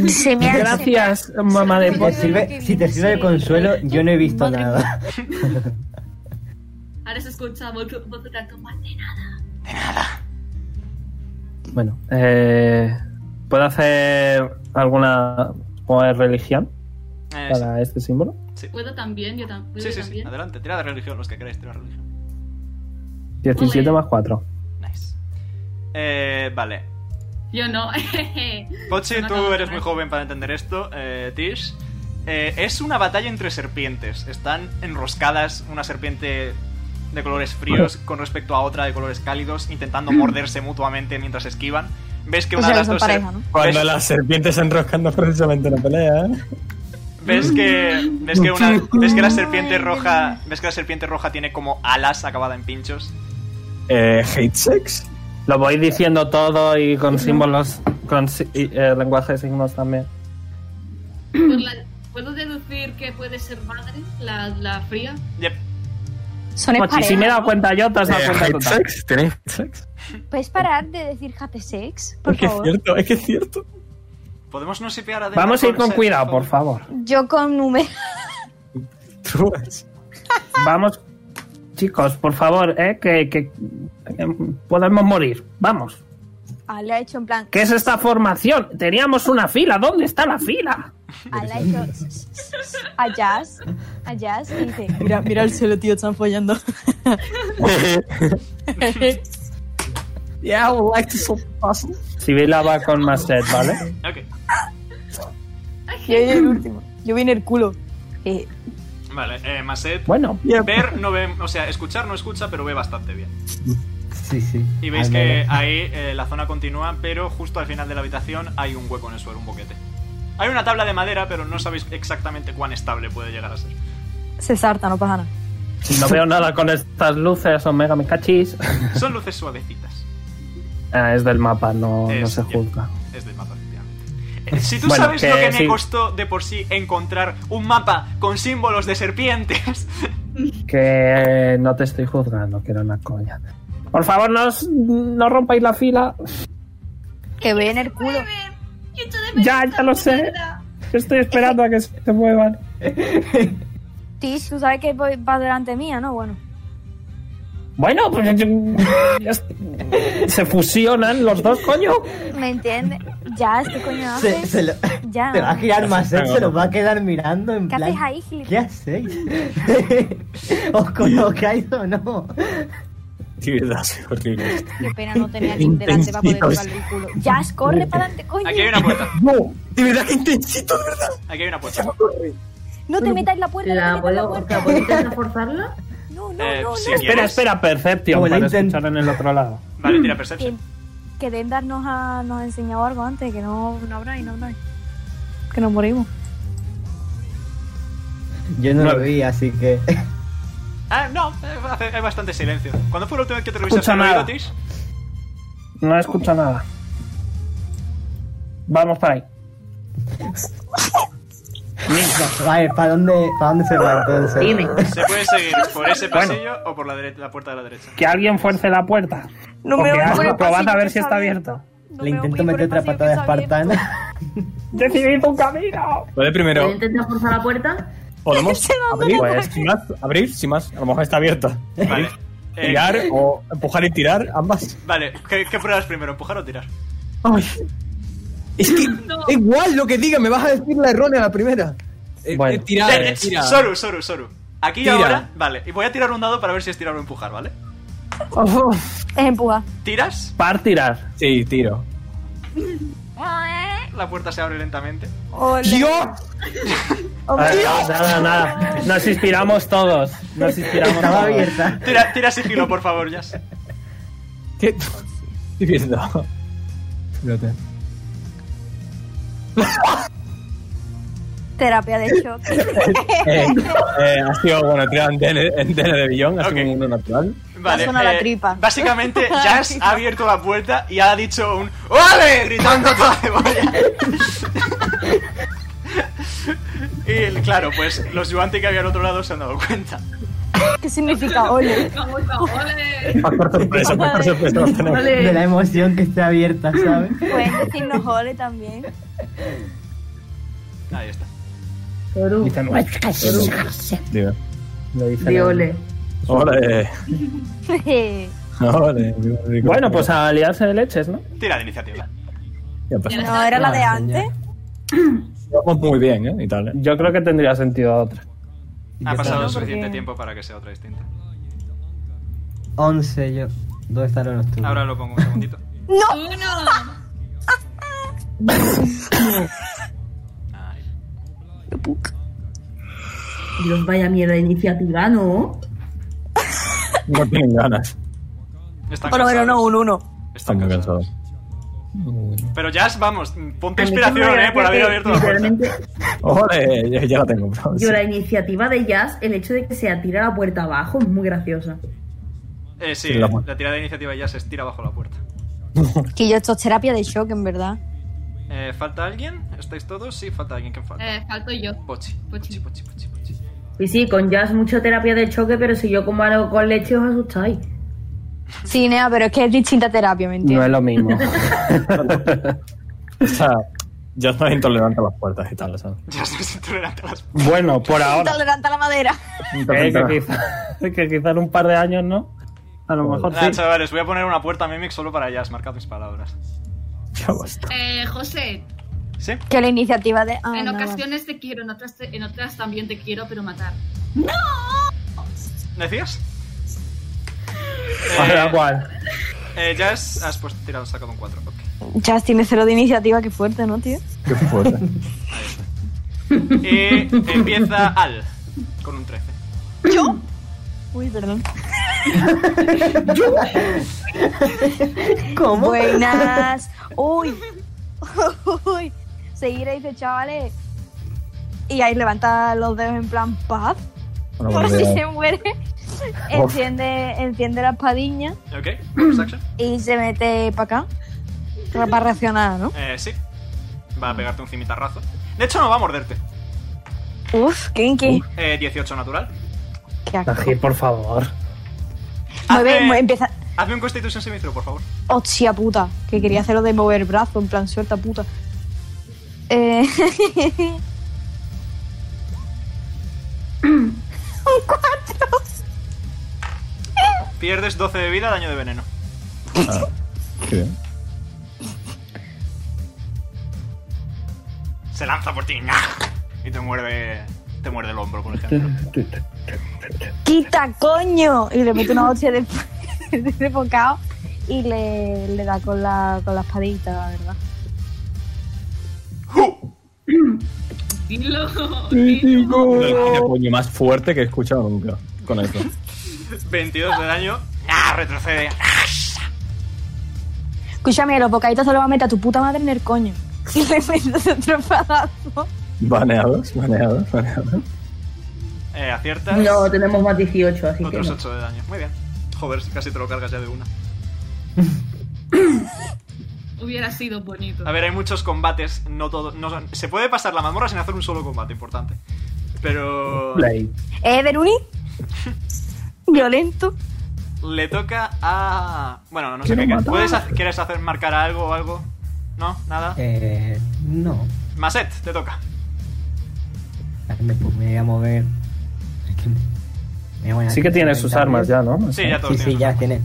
K: Se me hace-
A: Gracias, mamá de
O: Pues
A: Pochi.
O: sirve- Oh, si te sirve de consuelo, yo no he visto
E: [laughs]
O: nada. [laughs]
E: Ahora se escucha voz voz de tanto mal de nada.
A: Bueno, eh, ¿puedo hacer alguna supongo, de religión
C: Eh,
A: para este símbolo?
C: Sí.
E: ¿Puedo también? Yo, tam- ¿puedo
C: Sí,
E: yo
C: sí, sí.
E: también.
C: Adelante, tira de religión los que queráis, tira de religión.
A: 17 más 4.
C: Nice. Eh, vale.
E: Yo no. [laughs]
C: Pochi,
E: Suena ¿eh?
C: tú
E: como-
C: eres muy joven para entender esto. Eh, Tish. Eh, es una batalla entre serpientes. Están enroscadas una serpiente de colores fríos con respecto a otra de colores cálidos, intentando morderse mutuamente mientras esquivan. Ves que
K: Mm. O
C: una
K: sea,
C: de
K: que
C: las
K: son
C: dos. eh. ser-
K: pareja, ¿no?
G: Cuando
C: ves-
G: las serpientes se enroscan no es precisamente una pelea, ¿eh?
C: ¿Ves que, ves que una, ves que la serpiente roja, ves que la serpiente roja tiene como alas acabada en pinchos?
G: Eh, hate sex.
A: Lo voy diciendo todo y con símbolos, con si- y, eh, lenguaje de signos también.
E: Por la- ¿Puedo deducir que puede ser madre, la, la fría?
C: Yep.
K: Son
A: Pochi,
K: pareja.
A: si me he dado cuenta yo, te has dado
G: Eh,
A: cuenta
G: hate
A: tú también.
G: sex. ¿Tenéis hate sex?
K: ¿Puedes parar de decir happy sex? Por
G: Es que es
K: favor.
G: cierto, es que es cierto.
C: Podemos no sipear a Debra
A: Vamos a ir con
C: sexo,
A: cuidado, por favor.
K: Yo con [laughs] número.
G: Tú-
A: Vamos, chicos, por favor, eh, que, que, eh, podemos morir. Vamos.
K: Ah, le ha hecho en plan.
A: ¿Qué es esta formación? Teníamos una fila. ¿Dónde está
K: [laughs]
A: la fila?
K: Ah, le ha hecho. A Jazz. A Jazz. Y dice.
S: Mira, mira el cielo, tío, están follando.
A: [laughs] Yeah, I would like to solve the puzzle. Sibila va con Maset, ¿vale?
S: Yo vine el último. Yo vine el culo. Eh,
C: Vale, eh, Maset.
A: Bueno.
C: Ver no ve, o sea, escuchar no escucha, pero ve bastante bien.
R: Sí, sí.
C: Y veis
R: Al
C: que
R: menos.
C: ahí eh, la zona continúa, pero justo al final de la habitación hay un hueco en el suelo, un boquete. Hay una tabla de madera, pero no sabéis exactamente cuán estable puede llegar
A: [laughs]
C: a ser.
K: Se sarta, no pasa nada.
A: No veo nada con estas luces, Omega, me cachis.
C: Son luces suavecitas.
A: Ah, es del mapa, no, no
C: Es-
A: se juzga.
C: Es del mapa, efectivamente. Eh, Si tú
A: Bueno,
C: sabes lo
A: que
C: que me
A: sí.
C: costó de por sí encontrar un mapa con símbolos de serpientes. [laughs]
A: Que no te estoy juzgando, que era una coña. Por favor, no, os- no rompáis la fila.
K: Que ve en el culo.
A: Ya, ya lo sé. Estoy esperando a que se muevan.
K: Tish, tú sabes que voy- va delante mía, ¿no? Bueno.
A: Bueno, pues yo- ya es- se fusionan los dos, coño.
K: ¿Me entiendes? Jazz, ¿qué coño haces?
O: Se, se lo-
K: Ya.
O: te va a girar más, él se los va a quedar mirando en
K: ¿Qué
O: plan.
K: haces ahí, gilipollas?
O: ¿Qué hacéis? ¿Os colocáis o no?
G: Actividad horrible.
K: Qué pena no tenía a Link delante para poder
G: Intensitos.
K: tocarle el culo. Jazz, corre para adelante, coño.
C: Aquí hay
Q: [laughs]
C: una puerta.
G: No, de verdad que intensito, de verdad.
C: Aquí hay una puerta.
K: No te metas en la puerta,
B: ¿La
K: no te metas en la
B: puedo,
K: puerta.
B: ¿la puedo
A: [laughs]
B: intentar forzarla?
C: Eh, si
A: espera,
C: quieres-
A: espera, Perception,
C: Como la
A: para
C: intent-
A: escuchar en el otro lado.
C: Vale, tira Perception.
K: Que, que Dendar nos ha, nos ha enseñado algo antes, que no, no habráis, no habráis. Que nos morimos.
O: Yo no lo vi, así que.
C: Ah, no, eh, hace- hay bastante silencio. ¿Cuándo fue la última vez que te revisaste
A: Escucha
C: el oído,
A: nada.
C: Tish?
A: No escucho nada. Vamos para ahí.
O: Vale, ¿para dónde, ¿para dónde se va entonces?
C: Se puede seguir por ese
A: [laughs] Bueno.
C: pasillo o por la, dere- la puerta de la derecha.
A: Que alguien fuerce la puerta.
K: No
A: O
K: me
A: que
K: voy por
A: algo,
K: el
A: probad a
K: pasillo
A: ver
K: que
A: si está
K: está
A: abierto.
O: Le intento meter otra patada espartana.
A: [laughs] ¡Decidid un camino!
G: Vale, primero,
B: ¿Intentas forzar la puerta?
Q: [laughs]
G: ¿podemos abrir?
B: puerta.
G: Pues, sin más, abrir, sin más. A lo mejor está abierta.
C: Vale.
G: [laughs] Tirar
C: Eh,
G: o empujar y tirar, ambas.
C: Vale, ¿qué, qué pruebas primero? ¿Empujar o tirar?
Q: Ay. Es que da igual lo que diga, me vas a decir la errónea a la primera. Eh, eh, tirar,
C: Eh, eh,
Q: tirar.
C: Soru, Soru, Soru. Aquí y
Q: Tira.
C: ahora, vale. Y voy a tirar un dado para ver si es tirar o empujar, ¿vale?
K: Es empujar.
C: [laughs] ¿Tiras?
A: Par tirar.
G: Sí, tiro.
C: La puerta se abre lentamente.
G: ¡Dios!
A: Ah, nada, nada.
G: [laughs]
A: Nos inspiramos todos. Nos inspiramos
G: Estaba
A: todos.
G: abierta.
C: Tira, tira sigilo, por favor,
G: [laughs]
C: ya.
G: ¿Qué? Estoy
Q: [laughs]
G: viendo. Espérate.
K: Terapia de shock.
O: [laughs]
C: [laughs]
G: Eh, eh, ha sido, bueno, tira en DN, en DN de billón, ha sido un uno natural.
C: Vale. eh,
K: suena la tripa. [laughs]
C: Básicamente, Jazz ha abierto la puerta y ha dicho un ¡Ole! gritando a toda cebolla. [laughs] y claro, pues los Yuanti que había al otro lado se han dado cuenta.
K: ¿Qué significa ole?
G: Factor sorpresa, factor sorpresa. lo tenemos.
O: De la emoción que está abierta, ¿sabes?
K: Pueden decirnos ole también.
C: [clears throat] Ahí está.
A: Dicen, "Ay, qué
K: Soru.
G: Dime.
A: Lo dicen
B: Di
A: en-
B: ole.
G: Ole, ole.
A: Bueno, pues a liarse de leches, ¿no?
C: Tira de iniciativa.
G: Ya pasó.
K: No,
O: Ah,
A: Ah,
K: era la de antes.
G: Vamos muy bien, ¿eh? Y tal, ¿eh?
A: Yo creo que tendría sentido otra.
C: Ha
O: yo
C: pasado
O: también.
C: suficiente tiempo para que sea otra distinta.
O: 11 yo. ¿Dónde está el tú?
C: Ahora lo pongo un segundito.
E: ¡No!
G: Mm.
E: ¡Uno!
B: Dios, vaya mierda de iniciativa, ¿no?
G: No tienen ganas.
C: Están
T: Bueno, bueno, no,
C: cansados.
T: un uno.
G: Están muy cansados.
C: Pero Jazz, vamos, ponte
B: A mí
C: inspiración,
B: tengo
C: eh, por haber
B: que
C: abierto la puerta.
B: literalmente
G: Ole, eh, ya, ya la tengo, bro.
B: Yo la iniciativa de Jazz, el hecho de que se atire la puerta abajo es muy graciosa.
C: Eh, sí,
G: La
C: la,
G: puerta.
C: tirada de iniciativa ya se estira bajo la puerta.
D: Que yo esto es terapia de shock, en verdad.
C: Eh, ¿Falta alguien? ¿Estáis todos? Sí, falta alguien. ¿Quién falta?
E: Eh, falto yo.
C: Pochi. Pochi, pochi, pochi, pochi.
B: Y sí, con Jazz mucha terapia de choque, pero si yo como algo con leche os asustáis.
D: Sí, Nea, pero es que es distinta terapia, ¿me entiendes?
A: No es lo mismo.
G: [laughs] O sea, ya no es intolerante a las puertas y tal, ¿sabes?
C: Ya estás intolerante a las
A: Bueno, por ahora.
D: Intolerante a la madera.
A: Eh, que quizá- [laughs] que quizá en un par de años, ¿no? A lo mejor
C: Nada,
A: sí.
C: Ah, chavales, voy a poner una puerta Mimic solo para Jazz, marcad mis palabras.
E: Eh, José,
C: ¿Sí?
D: Que la iniciativa de. Ah,
E: en
D: no, no.
E: ocasiones te quiero, en otras, te- en otras también te quiero, pero matar.
C: ¿Decías?
A: Ahora,
C: Eh,
A: ¿cuál?
C: eh, Jazz, has puesto, tirado, sacado un 4. Ok.
D: Jazz tiene cero de iniciativa, qué fuerte, ¿no, tío?
G: Qué fuerte.
C: Y empieza Al con un 13.
T: ¿Yo? Uy,
O: [laughs]
T: perdón.
D: ¿Cómo? Buenas. Uy. [laughs] Uy. Seguir ahí dice, chavales. Y ahí levanta los dedos en plan paz.
G: Bueno,
D: [laughs] por
G: bueno,
D: si
G: ya.
D: se muere.
G: Uf.
D: Enciende, enciende la espadiña
C: Ok, bonus action.
D: y se mete para acá. Para reaccionar, ¿no?
C: Eh, sí. Va a pegarte un cimitarrazo. De hecho, no va a morderte.
D: Uf, qué qué.
C: Eh, 18 natural.
D: qué asco.
A: Ají, por favor.
D: Mueve,
C: Hazme-
D: mueve- empieza.
C: Hazme un Constitution Saving throw, por favor.
D: Hostia puta. Que quería hacerlo de mover el brazo, en plan suelta puta. Eh. [laughs] Un cuatro.
C: Pierdes 12 de vida, daño de veneno.
G: Ah, qué bien.
C: Se lanza por ti. ¡nah! Y te muerde. Te muerde el hombro, por ejemplo.
D: ¡Quita, coño! Y le mete una hostia de, [laughs] de bocado y le, le da con la, con la espadita, la verdad.
E: Dilo.
G: El coño más fuerte que he escuchado nunca con eso.
C: 22 de daño. ¡Ah! Retrocede.
D: Escúchame, los bocaditos se los va a meter a tu puta madre en el coño. [laughs] Y le metes otro espadazo.
G: Baneados, baneados, baneados.
C: Eh, aciertas.
B: No, tenemos más 18, así que.
C: Otros
B: no.
C: 8 de daño. Muy bien. Joder, casi te lo cargas ya de una.
E: Hubiera sido bonito.
C: A ver, hay muchos combates. No todo. no son- se puede pasar la mazmorra sin hacer un solo combate importante. Pero.
D: ¿Eh, [laughs] Beruni? Violento.
C: Le toca a. Bueno, no sé
O: Quiero
C: qué.
O: matar.
C: ¿Puedes hacer- ¿Quieres hacer marcar a algo o algo? ¿No? ¿Nada?
O: Eh, no.
C: Maset, te toca.
O: Me, me voy a mover. Es que me- me voy a
A: Sí que tiene sus armas ya, ¿no?
C: Sí, ya todos
O: Sí, sí, ya tiene.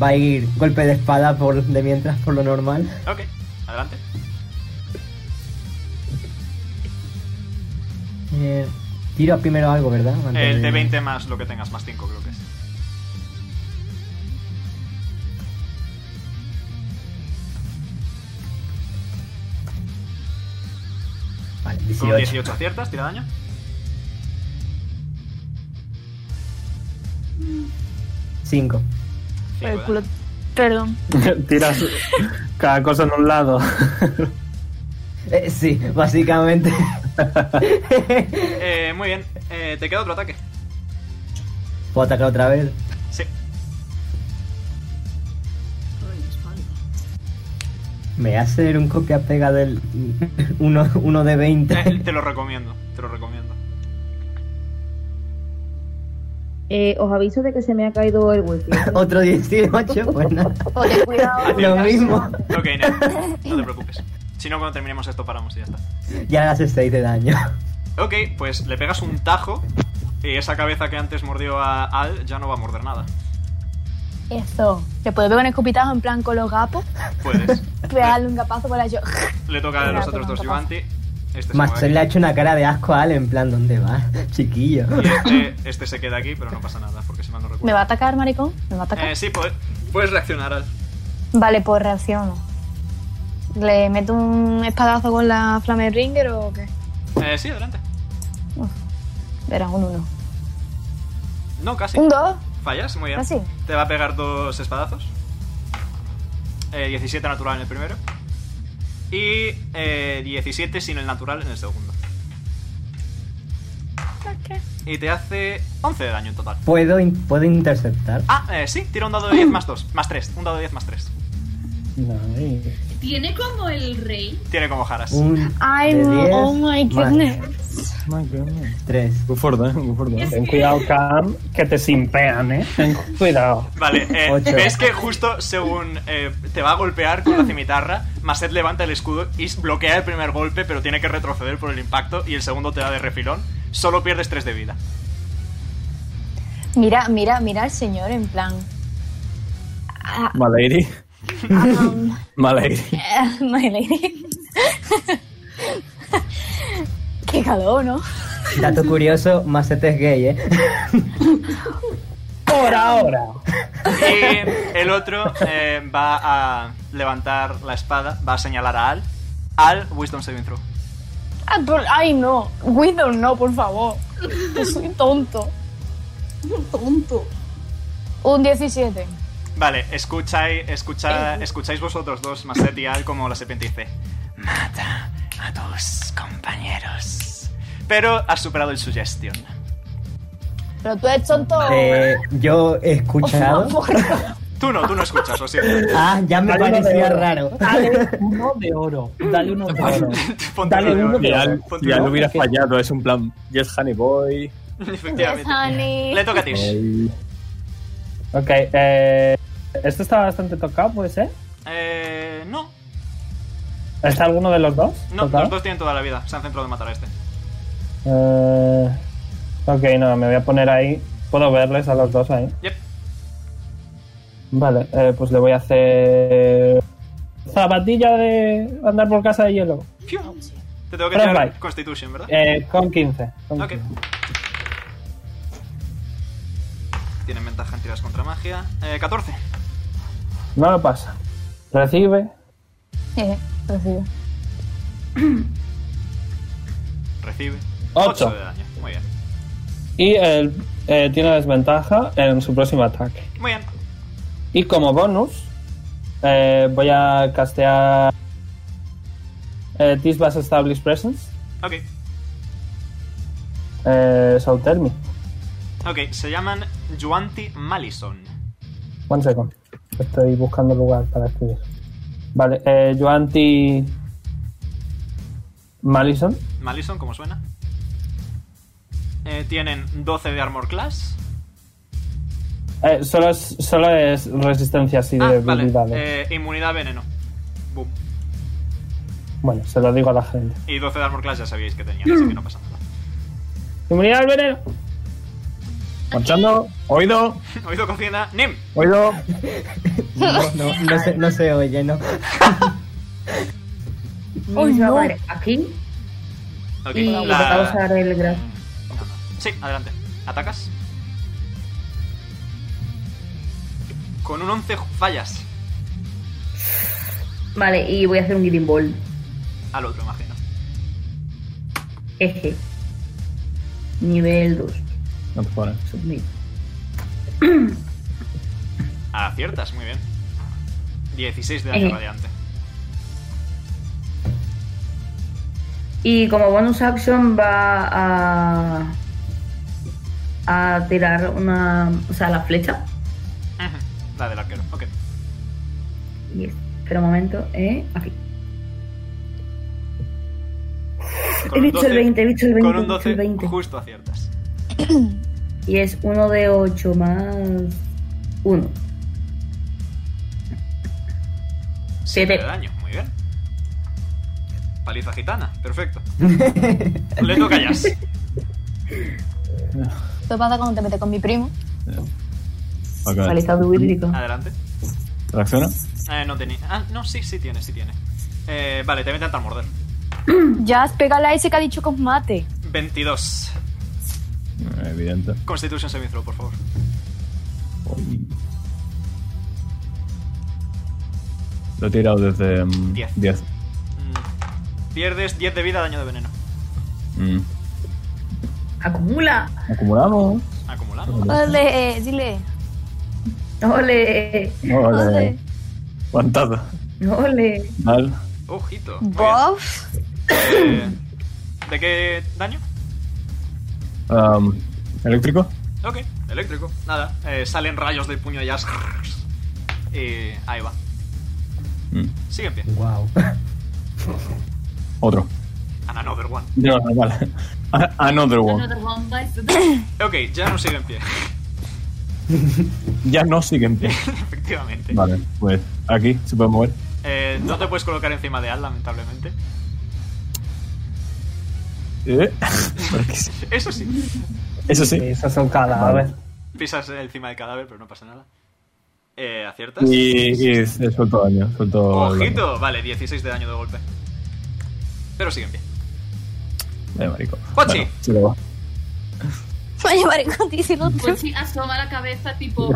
O: Va a ir golpe de espada por de mientras, por lo normal.
C: Ok, adelante.
O: Eh, tiro primero algo, ¿verdad? Antes
C: El
O: de-
C: Eh, de 20 más lo que tengas, más 5 creo que es.
O: Vale,
C: Con
O: 18.
C: 18 aciertas, tira
O: [laughs]
C: daño.
O: Cinco.
C: Cinco de daño.
D: Perdón.
A: [laughs] Tiras cada cosa en un lado.
O: Eh, sí,
A: [laughs]
O: básicamente.
C: Eh, muy bien, eh, te queda otro
O: [laughs]
C: ataque.
O: ¿Puedo atacar otra vez?
C: Sí.
O: Me hace un copia pega del [laughs] uno, uno de 20.
C: Eh, te lo recomiendo, te lo recomiendo.
B: Eh, os aviso de que se me ha caído el
D: [laughs]
B: wifi.
O: Otro 18, [laughs] pues nada.
D: Oye, cuidado.
O: Lo mismo.
C: Ok, Ned, no te preocupes. Si no, cuando terminemos esto paramos y ya está.
O: Ya le hace 6 de daño.
C: Ok, pues le pegas un tajo y esa cabeza que antes mordió a Al ya no va a morder nada.
D: Eso. ¿Te puedo pegar un escopitazo en plan con los gapos? [laughs]
C: Puedes.
D: Pegarle un gapazo con la yo.
C: Le toca a los otros dos Yuanti. Este se
O: Master
C: mueve
O: le ha hecho una cara de asco a Ale, en plan, ¿dónde vas, chiquillo?
C: aquí. Y este, este se queda aquí, pero no pasa nada, porque si mal no recuerdo.
D: ¿Me va a atacar, maricón? ¿Me va a atacar?
C: Eh, sí, puedes, puedes reaccionar al.
D: Vale, pues reacciono. ¿Le meto un espadazo con la Flame Ringer o qué?
C: Eh, sí, adelante.
D: Verás, un 1.
C: No, casi.
D: ¿Un 2?
C: Fallas, muy bien.
D: Casi.
C: Te va a pegar dos espadazos. Eh, 17 natural en el primero. Y eh, 17 sin el natural en el segundo. Y te hace 11 de daño en total.
O: ¿Puedo, in- ¿Puedo interceptar?
C: Ah, eh, sí, tira un dado de 10 más 2. Más 3. Un dado de 10 más 3.
E: Tiene como el rey.
C: Tiene como jaras.
O: Un
D: Ay,
O: de
D: no,
O: 10
D: oh my
O: más
D: goodness.
O: Tres.
G: Muy fuerte, ¿eh? Muy fuerte.
A: Ten cuidado, Cam, que te simpean, ¿eh? Ten cuidado.
C: Vale, eh,
A: Ocho.
C: ves que justo según eh, te va a golpear con la cimitarra, Maset levanta el escudo y bloquea el primer golpe, pero tiene que retroceder por el impacto y el segundo te da de refilón. Solo pierdes 3 de vida.
D: Mira, mira, mira al señor en plan. Ah,
G: Malairi.
D: [laughs]
G: Malairi.
D: eh, my lady. [laughs] Qué calor, ¿no?
O: Dato curioso, Macete es gay, ¿eh?
A: Por ahora.
C: Y el otro eh, va a levantar la espada, va a señalar a Al. Al, Wisdom Saving Throw.
D: Ah, por- Ay, no. Widow, no, por favor. Que soy tonto. Tonto. Un 17.
C: Vale, escucháis, escucha, escucháis vosotros dos, Maset y Al, como la serpiente dice. Mata a tus compañeros. Pero has superado el suggestion.
D: Pero tú eres tonto.
O: Eh, yo he escuchado...
C: Tú no, tú no escuchas, lo siento.
O: Ah, ya me
A: Dale uno de
O: parecía
A: oro.
O: raro. [laughs]
A: Dale uno de oro. Dale uno de oro.
C: Ponte
A: Dale
C: uno de
A: uno
C: oro.
A: de
G: Ya,
A: oro.
G: ya lo hubiera fallado, es un plan. Yes, honey boy.
C: [laughs] Efectivamente.
D: Yes, honey.
C: Le toca a Tish.
G: Ay.
A: Ok, eh, este está bastante tocado, puede ser.
C: Eh, no,
A: ¿Está alguno de los dos?
C: no,
A: tocado?
C: los dos tienen toda la vida. Se han centrado en matar a este.
A: Eh, ok, no, me voy a poner ahí. ¿Puedo verles a los dos ahí?
C: Yep.
A: Vale, eh, pues le voy a hacer. Zapatilla de andar por casa de hielo.
C: Fiu. Te tengo que
A: Press
C: tirar
A: right.
C: Constitution, ¿verdad?
A: Eh, con 15. con
C: Ok.
A: 15.
C: Tienen ventaja en tiras contra magia. Eh, 14.
A: No lo pasa. Recibe.
D: Eh, recibo.
C: Recibe.
A: Ocho.
C: 8 de daño. Muy bien.
A: Y él eh, tiene desventaja en su próximo ataque.
C: Muy bien.
A: Y como bonus, eh, voy a castear. Eh, this was established presence.
C: Ok.
A: Eh, so tell me.
C: Ok, se llaman Yuanti Malison.
A: One second. Estoy buscando lugar para escribir. Vale, eh, yo anti. Malison.
C: Malison, como suena. Eh, tienen 12 de armor class.
A: Eh, solo, es, solo es resistencia así
C: Ah,
A: de
C: vale.
A: debilidades.
C: Eh, inmunidad a veneno. Boom.
A: Bueno, se lo digo a la gente.
C: Y 12 de armor class ya sabíais que [laughs] tenían, así que no pasa nada.
A: Inmunidad al veneno.
G: Ponchando. Oído.
C: Oído cocina. Nim.
G: Oído.
O: No, no, no se, no se oye, no.
B: Y se va a
O: no.
B: poner aquí
C: Ok,
B: y
C: la-
B: va a usar el grab.
C: Sí, adelante. ¿Atacas? Con un 11 fallas
B: Vale, y voy a hacer un Guiding Ball.
C: al otro, imagino.
B: Eje. Nivel 2.
G: No te pones.
C: Aciertas, muy bien. 16 de daño
B: Eh.
C: radiante.
B: Y como bonus action va a. a tirar una. o sea, la flecha.
C: Ujú, La del arquero, ok.
B: Y espera un momento, ¿eh? Aquí. He
C: un
B: visto el
C: 12,
B: 20, he visto el 20.
C: Con un
B: he visto
C: 12
B: el 20.
C: justo aciertas.
B: Y es 1 de 8 más 1.
C: 7
B: Siete.
C: de daño, muy bien. Paliza gitana,
B: [laughs]
C: perfecto. Le toca a Jazz.
D: Esto pasa cuando te metes con mi primo.
G: Ok.
C: Adelante.
G: ¿Reacciona?
C: Eh, no tenía. Ah, no, sí, sí tiene, sí tiene. Eh, vale, te voy a intentar morder.
K: Jazz, pégala a ese que ha dicho con mate.
C: 22.
G: Evidente.
C: Constitution saving throw, por favor.
G: Lo he tirado desde mm,
C: Diez.
G: 10.
C: Pierdes 10 de vida, daño de veneno.
G: Mm.
B: Acumula.
G: Acumulamos.
C: Acumulamos.
K: Ole, dile.
B: Ole.
G: Vale. Aguantado.
B: Ole.
G: Vale.
C: Ojito. Muy
K: Buff.
C: bien. Eh, ¿De qué daño?
G: Um, ¿Eléctrico?
C: Ok, eléctrico. Nada, eh, salen rayos del puño de Jazz. Y ahí va.
G: Mm.
C: Sigue en pie. [laughs]
G: Wow. Otro.
C: And another one.
G: No, no, vale. A- Another one.
K: [coughs]
C: Ok, ya no sigue en pie.
G: [laughs]
C: [laughs]
G: Ya no sigue en pie.
C: Efectivamente.
G: Vale, pues aquí se puede mover.
C: Eh, no te puedes colocar encima de Al, lamentablemente.
G: Eh, porque sí.
C: Eso sí.
G: Eso sí.
A: Esas son cadáveres.
C: Pisas encima del cadáver, pero no pasa nada. Eh, ¿Aciertas?
G: Y, y eh, suelto daño. Suelto daño.
C: Ojito, vale, 16 de daño de golpe. Pero sigue en pie.
G: Eh, marico.
C: Pochi.
G: Bueno, se lo va.
K: Voy a llevar en condición otro.
E: Pues sí, asoma la cabeza tipo,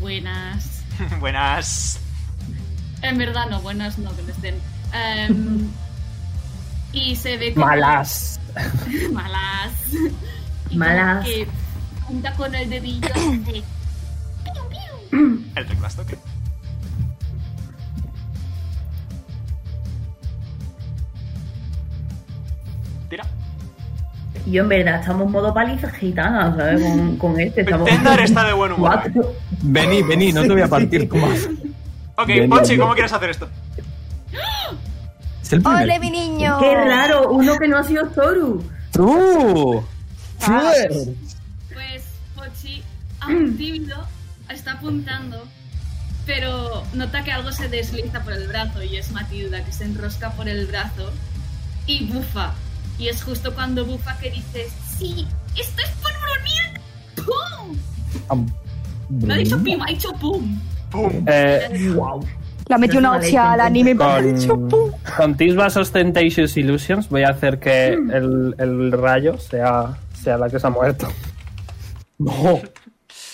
E: buenas.
I: [laughs]
C: Buenas.
E: En verdad no, buenas no, que no estén. Em, y se ve como...
A: Malas.
E: [laughs] Malas. Y
B: Malas.
E: como Que junta con el dedillo
K: [coughs]
E: de...
C: El teclasto, ok. Tira.
B: Y yo en verdad estamos en modo paliza gitana, ¿sabes? Con, con este estamos. [laughs]
C: Tendar está de buen humor.
B: Cuatro.
G: Vení, vení, no te voy a partir tu madre.
C: Ok,
G: Bien,
C: Pochi,
G: bien.
C: ¿cómo quieres hacer esto?
G: Es el
K: Ole,
G: primer.
K: mi niño.
B: Qué raro, uno que no ha sido Toru.
G: ¡Tú!
K: Ah.
G: ¡Fluer!
E: Pues Pochi, aún tímido, está apuntando, pero nota que algo se desliza por el brazo y es Matilda que se enrosca por el brazo y bufa. Y es justo cuando bufa que dices, sí, esto es por Brunil. ¡Pum! No ha dicho pim, ha dicho pum.
A: Eh, wow.
K: La metió una hostia al anime. [laughs]
A: Con, con These Vast Ostentatious Illusions voy a hacer que
E: Hmm.
A: el, el rayo sea, sea la que se ha muerto. [laughs] No,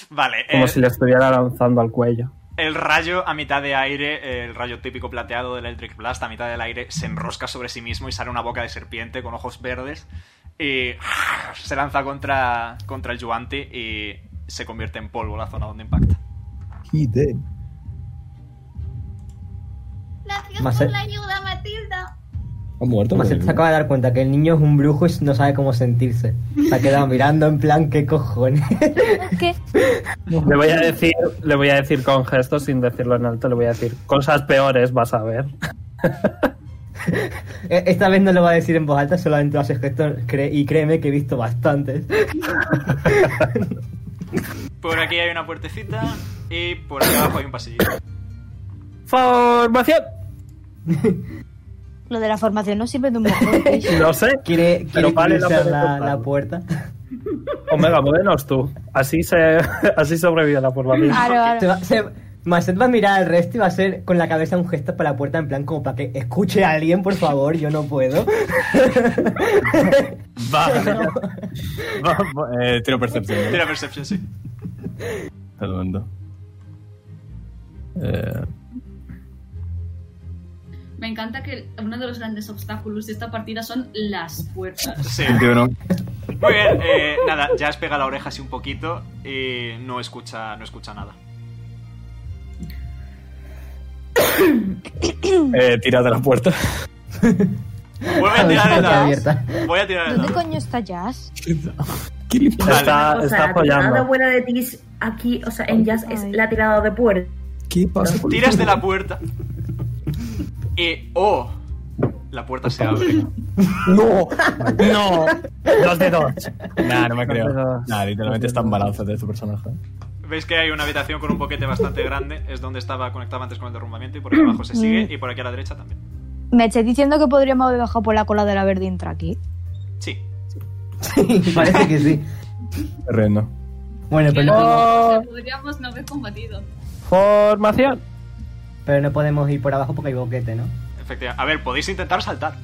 C: Vale,
A: como
C: eh,
A: si le estuviera lanzando al cuello.
C: el rayo a mitad de aire, el rayo típico plateado del Electric Blast, a mitad del aire se enrosca sobre sí mismo y sale una boca de serpiente con ojos verdes y [laughs] se lanza contra, contra el Yuanti y se convierte en polvo la zona donde
A: [laughs]
C: impacta.
Q: He dead.
F: Gracias
O: Más
F: por
O: el-
F: la ayuda, Matilda.
Q: Ha muerto.
O: Más se acaba de dar cuenta que el niño es un brujo y no sabe cómo sentirse. Se ha quedado mirando en plan, ¿qué cojones? [laughs]
K: ¿Qué?
A: Le voy a decir, le voy a decir con gestos, sin decirlo en alto, le voy a decir cosas peores, vas a ver.
O: E- Esta vez no lo va a decir en voz alta, solamente lo hace gesto cre- y créeme que he visto bastantes.
C: Por aquí hay una puertecita y por aquí abajo hay un pasillo.
A: Formación.
K: Lo de la formación no sirve de un [laughs] montón.
A: [laughs] Lo sé.
O: ¿Quiere,
A: Pero
O: quiere
A: vale,
O: cruzar
A: no puede
O: la,
A: cortar.
O: la puerta?
A: [laughs] Omega, modenos tú. Así se [laughs] así sobrevive la formación.
K: [laughs] Claro, claro.
O: Se va- se- Maset va a mirar al resto y va a hacer con la cabeza un gesto para la puerta en plan como para que escuche a alguien, por favor, yo no puedo.
G: Va. [laughs] va, va, eh, tiro percepción. ¿eh?
C: Tira Perception, sí.
G: Hasta el momento. Eh,
E: Me encanta que uno de los grandes obstáculos de esta partida son las puertas.
C: Sí.
G: 21.
C: Muy bien, eh, nada, Jazz pega la oreja así un poquito y no escucha, no escucha nada.
G: Eh, tira de la puerta.
C: Voy a
O: Habéis
C: tirar el
G: [laughs]
O: estado
C: dado.
O: abierta.
C: Voy a tirar el
K: ¿Dónde
C: dado.
K: coño está Jazz?
G: ¿Qué le pasa?
A: Está,
B: o sea,
A: está
B: nada
A: apoyando.
B: buena de ti es aquí, o sea, en jazz es la tirada de puerta.
G: ¿Qué pasa? con-
C: Tiras de la puerta y oh, la puerta se abre.
G: ¡No! ¡No! Dos de dos. Nah, no me creo.
A: Dos de dos.
G: Nah, literalmente está en balance de este personaje.
C: Veis que hay una habitación con un boquete bastante grande, es donde estaba conectado antes con el derrumbamiento y por aquí abajo se sigue y por aquí a la derecha también.
K: Me estáis diciendo que podríamos haber bajado por la cola de la verde y entrar aquí.
C: Sí.
O: [laughs] Parece que sí.
G: Terreno.
O: Bueno, pero no,
E: Lo podríamos no haber combatido.
A: Formación.
O: pero no podemos ir por abajo porque hay boquete, ¿no?
C: Efectivamente. A ver, podéis intentar saltar.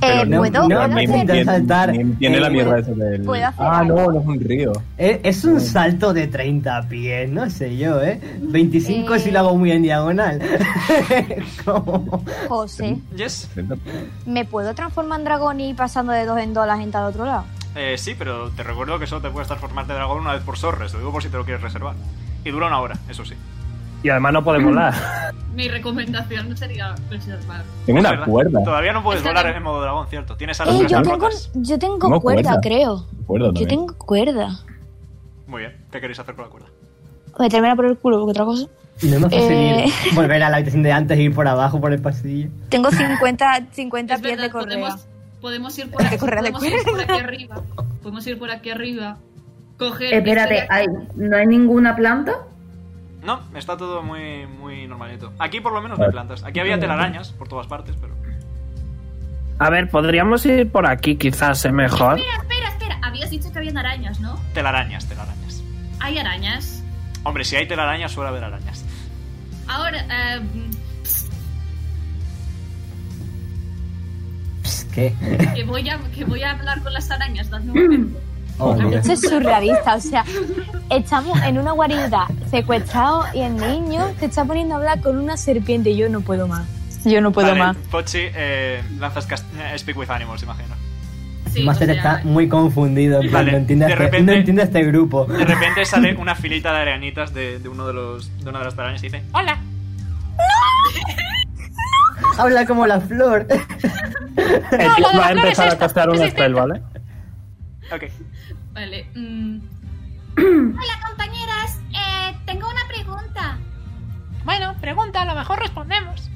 G: Pero
D: Eh, ¿puedo- puedo
G: Nim
D: hacer-
G: tiene-
O: saltar.
G: Nim tiene la
O: Eh,
G: mierda esa del.
D: ¿puedo hacer
G: Ah, no, no es un río.
O: Eh, Es un salto de 30 pies, no sé yo, ¿eh? 25 si lo hago muy en diagonal. [laughs]
D: José,
C: Yes.
D: ¿me puedo transformar en dragón y ir pasando de dos en dos la gente al otro lado?
C: Eh, sí, pero te recuerdo que solo te puedes transformar de dragón una vez por sorres. Lo digo por si te lo quieres reservar. Y dura una hora, eso sí.
A: Y además no puede volar.
E: Mi recomendación sería preservar.
G: [laughs] Tengo
C: Es
G: una
C: verdad.
G: cuerda.
C: Todavía no puedes
E: Está
C: volar
E: bien.
C: en modo dragón, cierto. Tienes alas
D: Eh,
C: pero
D: yo,
C: están
D: tengo,
C: rotas.
D: yo tengo
G: Tengo
D: cuerda,
G: cuerda.
D: creo.
G: Cuerda
D: Yo
G: también.
D: tengo cuerda.
C: Muy bien. ¿Qué queréis hacer con la cuerda?
D: Meterme a por el culo, porque otra cosa.
O: No me
D: Eh.
O: hace
D: [laughs]
O: seguir volver a la habitación de antes e ir por abajo por el pasillo.
K: Tengo 50, 50 pies de correa.
E: podemos- Podemos
R: [laughs]
E: ir por aquí,
K: correa de
E: podemos ir por aquí arriba. Podemos ir por aquí arriba. Coger.
B: Espérate, ¿hay, ¿no hay ninguna planta?
C: No, está todo muy, muy normalito. Aquí por lo menos no hay plantas. Aquí había telarañas por todas partes, pero...
A: A ver, podríamos ir por aquí, quizás es mejor.
E: Espera, espera, espera. Habías dicho que habían arañas, ¿no?
C: Telarañas, telarañas.
E: Hay arañas.
C: Hombre, si hay telarañas, suele haber arañas.
E: Ahora, eh,
O: ¿Qué?
E: que, voy a, que voy a hablar con las arañas, dame un momento.
A: Oh,
D: Esto es surrealista, o sea, estamos en una guarida secuestrados y el niño se está poniendo a hablar con una serpiente y yo no puedo más. Yo no puedo
C: Vale,
D: más.
C: Pochi, eh, lanzas cast- eh, Speak with Animals, imagino.
O: Master está muy confundido. en plan,
C: Vale,
O: no, entiende
C: de
O: este,
C: repente-
O: no entiende este grupo.
C: De repente sale una filita de arañitas de, de uno de los de una de las telarañas y dice ¡Hola!
O: [laughs] Habla como la flor.
A: [laughs] El
E: No,
A: tío
E: la
A: va
E: de la
A: a
E: flor
A: empezar
E: es
A: a
E: esta,
A: castar un
E: es esta.
A: spell, ¿vale?
C: Ok.
E: Vale. mm,
F: [clears throat] Hola compañeras, eh, tengo una pregunta.
R: Bueno, pregunta, a lo mejor respondemos.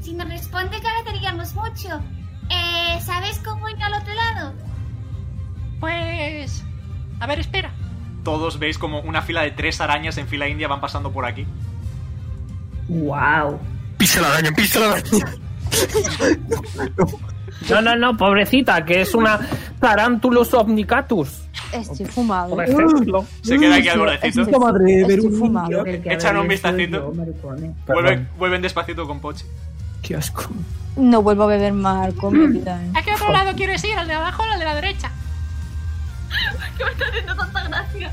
F: Si nos responde agradeceríamos mucho. Eh, ¿Sabes cómo ir al otro lado?
R: Pues. A ver, espera.
C: Todos veis como una fila de tres arañas en fila india van pasando por aquí.
B: ¡Wow!
A: Pisa la daño, pisa la daño. No, no, no, pobrecita, que es una Tarantulus omnicatus.
D: Estoy fumado.
A: Por ejemplo.
C: Se queda aquí al bordecito. [laughs] Echan un vistacito. Vuelven, vuelven despacito con
D: [laughs]
C: Pochi.
A: Qué asco.
D: No vuelvo a beber más alcohol, mi vida, eh.
R: ¿A qué otro lado quieres ir? ¿Al de abajo o al de la
E: [laughs]
R: derecha?
E: ¿Qué me está haciendo tanta gracia?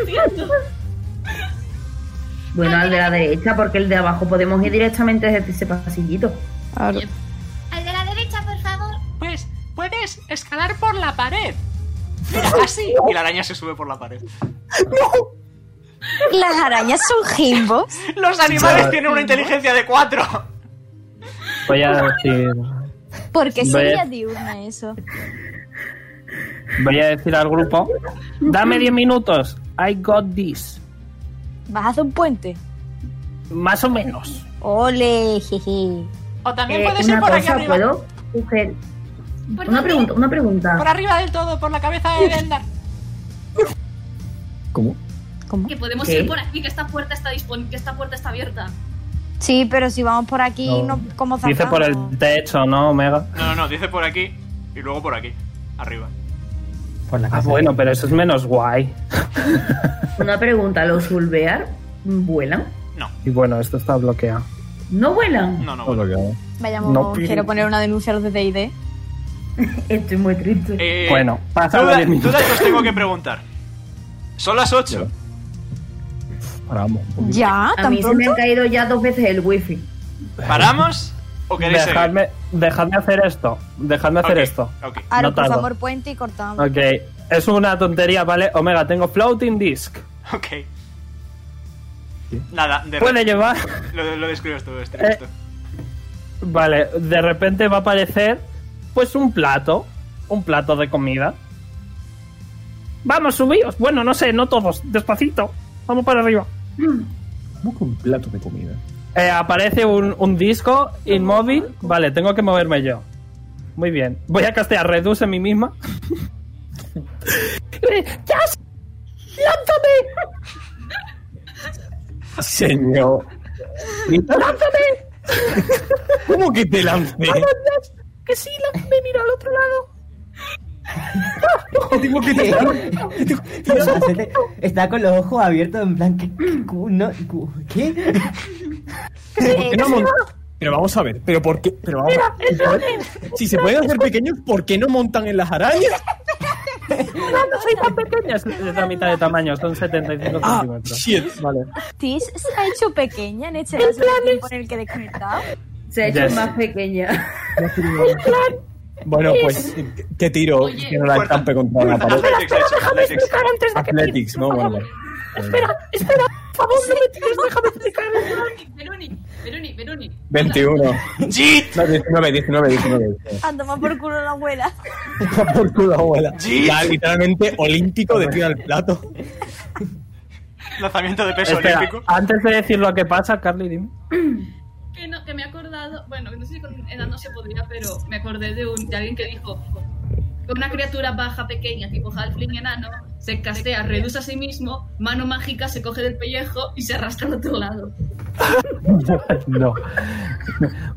A: [laughs]
E: entiendo.
B: Bueno, al de la derecha, porque el de abajo podemos ir directamente desde ese pasillito.
R: Al de la derecha, por favor. Pues puedes escalar por la pared. Mira,
D: Ah,
R: así.
C: Y la araña se sube por la
D: [laughs]
C: pared.
D: Las arañas son jimbos.
C: Los animales tienen una inteligencia de cuatro.
A: Voy
E: [laughs]
A: a decir.
D: ¿Por qué
A: Ve-
D: sería diurna eso?
A: Voy a decir al grupo. Dame 10 minutos. I got this.
D: ¿Vas a hacer un puente?
A: Más o menos.
D: Ole, jeje.
R: O también
B: Eh,
R: puedes ir
B: una
R: por aquí
B: cosa,
R: arriba.
B: ¿puedo?
R: ¿Por
B: Mujer. Mm, Una
R: dónde?
B: pregunta, una pregunta.
R: Por arriba del todo, por la cabeza de Bendar.
E: Que podemos
D: ¿Qué?
E: ir por aquí, que esta puerta está disponible, que esta puerta está abierta.
D: Sí, pero si vamos por aquí,
A: No.
D: no. como
A: Dice por el techo, ¿no, Omega?
C: No, no, no, dice por aquí y luego por aquí. Arriba.
A: Ah, bueno, pero eso es menos guay.
B: Una pregunta, ¿los ulvear vuelan?
A: Y bueno, esto está bloqueado.
B: ¿No vuelan?
C: No, no.
D: Me llamo,
A: No.
D: quiero poner una denuncia a los de D&D.
B: Estoy muy triste.
C: Eh,
A: Bueno, pasado
C: duda-
A: 10 minutos.
C: dudas que os tengo que preguntar. Son las 8.
G: Paramos.
D: Ya,
B: A mí se me han caído ya dos veces el wifi.
C: ¿Paramos o queréis seguir?
A: Dejadme, dejadme hacer esto. Dejadme hacer esto.
D: Ahora,
A: No
D: por
A: tardo.
D: favor, puente y cortamos.
A: Ok, es una tontería, ¿vale? Omega, tengo floating disk.
C: Ok. Nada, de
A: Puede llevar. Eh,
C: Lo, lo describes tú, este. esto.
A: Vale, de repente va a aparecer, pues, un plato. Un plato de comida. Vamos, subíos. Bueno, no sé, no todos. Despacito. Vamos para arriba.
G: ¿Cómo que un plato de comida?
A: Eh, aparece un, un disco inmóvil. Vale, tengo que moverme yo. Muy bien. Voy a castear Reduce en mí misma. ¡Yas! ¡Lánzame!
G: Señor.
A: ¡Lánzame!
G: ¿Cómo que te lancé?
A: ¡Amandas! ¡Que sí, lánzame! ¡Mira al otro lado!
O: Tengo que
R: [laughs]
O: Está con los ojos abiertos en plan. ¿Qué? qué- cu- no, cu- ¿qué?
A: ¿Por qué no mon-
G: Pero vamos a ver, pero por qué. Pero vamos a ver. Si se pueden hacer pequeños, ¿por qué no montan en las arañas?
A: No, no [laughs] soy tan pequeña. Es es la mitad de tamaño, son 75
G: Ah,
A: centímetros.
G: shit.
A: Vale.
K: Tis se ha hecho pequeña en este lapso de tiempo en el que he desconectado.
B: Se ha hecho
G: Yes.
B: más pequeña.
G: Bueno, pues, ¿qué- ¿qué tiro? Que no la estampe contra la pared.
C: Athletics, de hecho, Athletics.
G: Athletics, ¿no? Bueno, vale.
A: Espera, por favor, Oh, no me tires, déjame
E: Veroni, Veroni, Veroni.
G: 21. No, 19, 19, 19.
K: Anda más por culo la abuela.
G: Está [laughs] por culo, abuela. Ya, literalmente olímpico de tiro al plato.
C: Lanzamiento de peso
A: Espera,
C: olímpico.
A: antes de decir lo que pasa, Carly, dime.
E: Que, no, que me he acordado, bueno, no sé si con edad no se podría, pero me acordé de, un, de alguien que dijo que una criatura baja, pequeña, tipo halfling enano, se castea, reduce a sí mismo, mano mágica, se coge del pellejo y se arrastra al otro lado.
A: [laughs] no.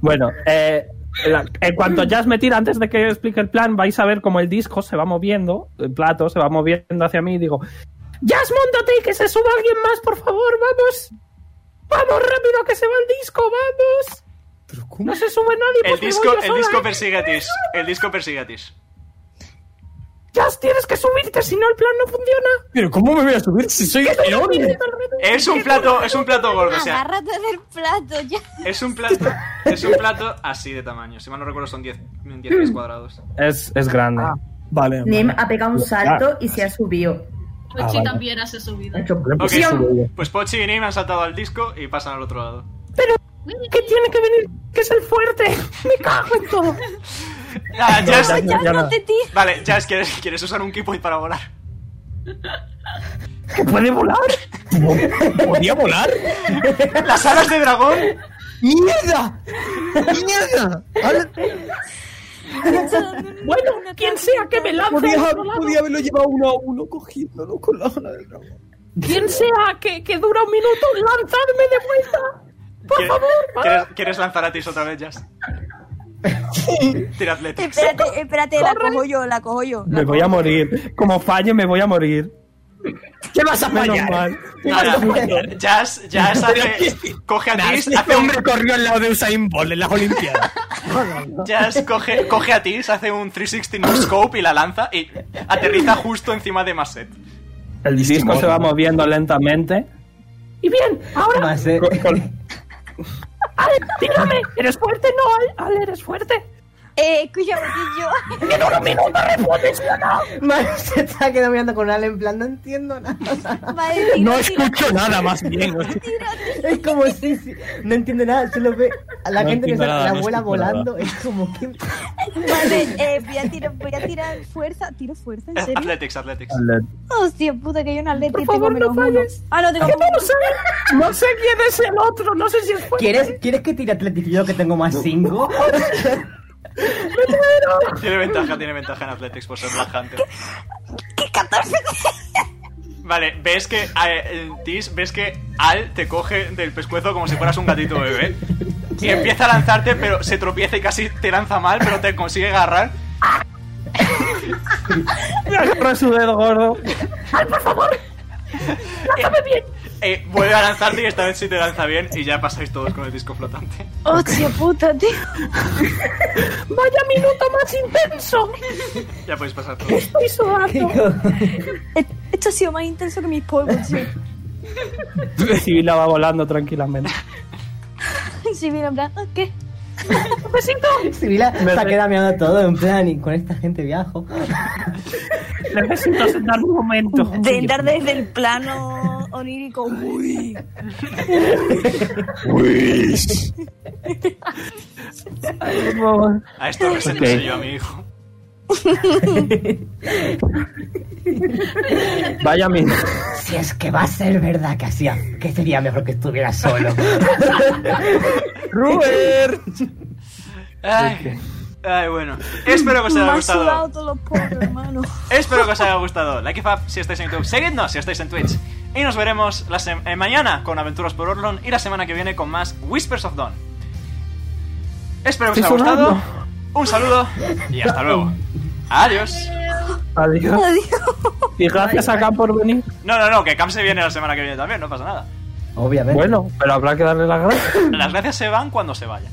A: Bueno, eh, la- en cuanto Jazz me tira, antes de que explique el plan, vais a ver cómo el disco se va moviendo, el plato se va moviendo hacia mí y digo, Jazz, montate y que se suba alguien más, por favor, vamos. Vamos rápido, que se va el disco, vamos. No se sube nadie,
C: El
A: pues me
C: disco,
A: voy yo
C: el
A: sola,
C: disco
A: ¿eh?
C: persigue a Tis. El disco persigue a Tis.
A: Jazz, tienes que subirte, si no el plan no funciona.
G: Pero ¿cómo me voy a subir si soy enorme?
C: Es un plato, es un plato gordo, o sea,
K: Agárrate del plato ya.
C: es un plato, es un plato así de tamaño. Si mal no recuerdo son 10 10 pies cuadrados.
A: Es, es grande.
G: Ah, vale.
B: Nim ha pegado un salto y se ha subido.
C: Ah,
A: Ah,
E: Pochi también hace su vida.
C: Ok,
B: Sí, hombre.
C: pues Pochi y Nim han saltado al disco y pasan al otro lado.
A: Que tiene que venir, que es el fuerte. Me cago en todo.
C: Ah, Jazz-
A: No, Jazz, no te
C: Vale, Jazz, ¿quieres, quieres usar un keypoint para volar?
A: ¿Que puede volar?
G: ¿Podía
A: [laughs]
G: volar?
C: [laughs] ¡Las alas de dragón!
Q: ¡Mierda! ¡Mierda! Ahora-
A: Bueno, quien sea que me lance
Q: Podía,
A: al otro lado.
Q: podía haberlo llevado uno a uno cogiéndolo con la ola del dragón.
A: Quien sea que, que dura un minuto, lanzadme de vuelta. Por
C: ¿Quieres,
A: favor.
C: ¿quieres, quieres lanzar a Tis otra vez, Jazz? Tira Athletics.
K: Espérate, espérate, la cojo yo, la cojo yo.
A: Me voy a morir. Como falle, me voy a morir.
Q: ¿Qué vas a
A: Menos
Q: fallar?
A: mal.
C: Nada, Jazz, Jazz hace, coge a Tis, hace un,
G: corrió al lado de Usain Bolt en las Olimpiadas.
C: Jazz coge, coge a Tis, hace un 360 no scope y la lanza y aterriza justo encima de Maset.
A: El disco se va moviendo lentamente. Y bien, ahora. Al, tírame. ¿Eres fuerte? No, Al, Al, eres fuerte.
K: Eh, escúchame, que yo.
R: [laughs] Mario se está quedando mirando con Ale en plan, no entiendo nada.
K: Vale, tiro,
G: [laughs] No
K: tiro,
G: escucho
K: tiro.
G: nada, más bien. no sé.
R: Es como si, si- no entiende nada, solo ve a la
G: No
R: gente que
G: entiendo
R: sale,
G: nada,
R: la
G: no
R: abuela
G: escucho nada.
R: volando. Es como que.
K: Vale, eh, voy a tirar, voy a tirar fuerza, tiro fuerza, en serio.
C: Athletics, Athletics.
K: Hostia puta, que yo una letra y tengo
A: favor, no
K: menos uno.
A: falles.
K: Ah, no, tengo
A: Que no
K: menos
A: sé. No sé quién es el otro. No sé si es fuerte.
O: ¿Quieres, ¿Quieres que tire Atlético yo que tengo más
A: [laughs]
O: 5?
R: [laughs]
C: Tiene ventaja, tiene ventaja en Athletics por ser Black Hunter. Vale, ves que eh, Tis, ves que Al te coge del pescuezo como si fueras un gatito bebé. Y empieza a lanzarte, pero se tropieza y casi te lanza mal, pero te consigue agarrar.
A: Me agarra su dedo gordo. Al, por favor. Lánzame bien.
C: Eh, vuelve a lanzarte y esta vez sí te lanza bien y ya pasáis todos con el disco flotante.
K: Hostia puta, tío.
A: Vaya minuto más intenso.
C: Ya podéis pasar
K: que
C: todos.
K: Estoy
C: [laughs]
K: sudando. Eh, [laughs] Esto ha sido más intenso que mis polvos,
C: [laughs]
K: sí.
A: Sibila va volando tranquilamente.
K: Sí, mira, en plan, "Ah,
C: [laughs]
K: ¿qué?
R: Sibila
A: Me-
R: se queda mirando todo en plan, y con esta gente viajo.
K: [laughs]
A: Necesito sentar un momento.
K: De entrar desde el plano onírico. Uy.
C: A esto reseño
A: Ok.
C: yo a mi hijo.
A: [laughs] Vaya mi.
O: Si es que va a ser verdad que hacía, que sería mejor que estuviera solo.
G: Robert.
C: Ay, ay, bueno. Espero que os
K: Me
C: haya
K: han sudado
C: gustado.
K: todos los polvos, hermano.
C: Espero que os haya gustado. Like if up si estáis en YouTube. Seguidnos si estáis en Twitch. Y nos veremos la sem- eh, mañana con Aventuras por Orlon y la semana que viene con más Whispers of Dawn. Espero que os haya
A: Estoy
C: gustado.
A: sudando.
C: Un saludo y hasta luego. Adiós.
A: Adiós. Y gracias acá por venir.
C: No, no, no, que Cam se viene la semana que viene también, no pasa nada.
O: Obviamente.
A: Bueno, pero habrá que darle las gracias.
C: Las gracias se van cuando se vaya.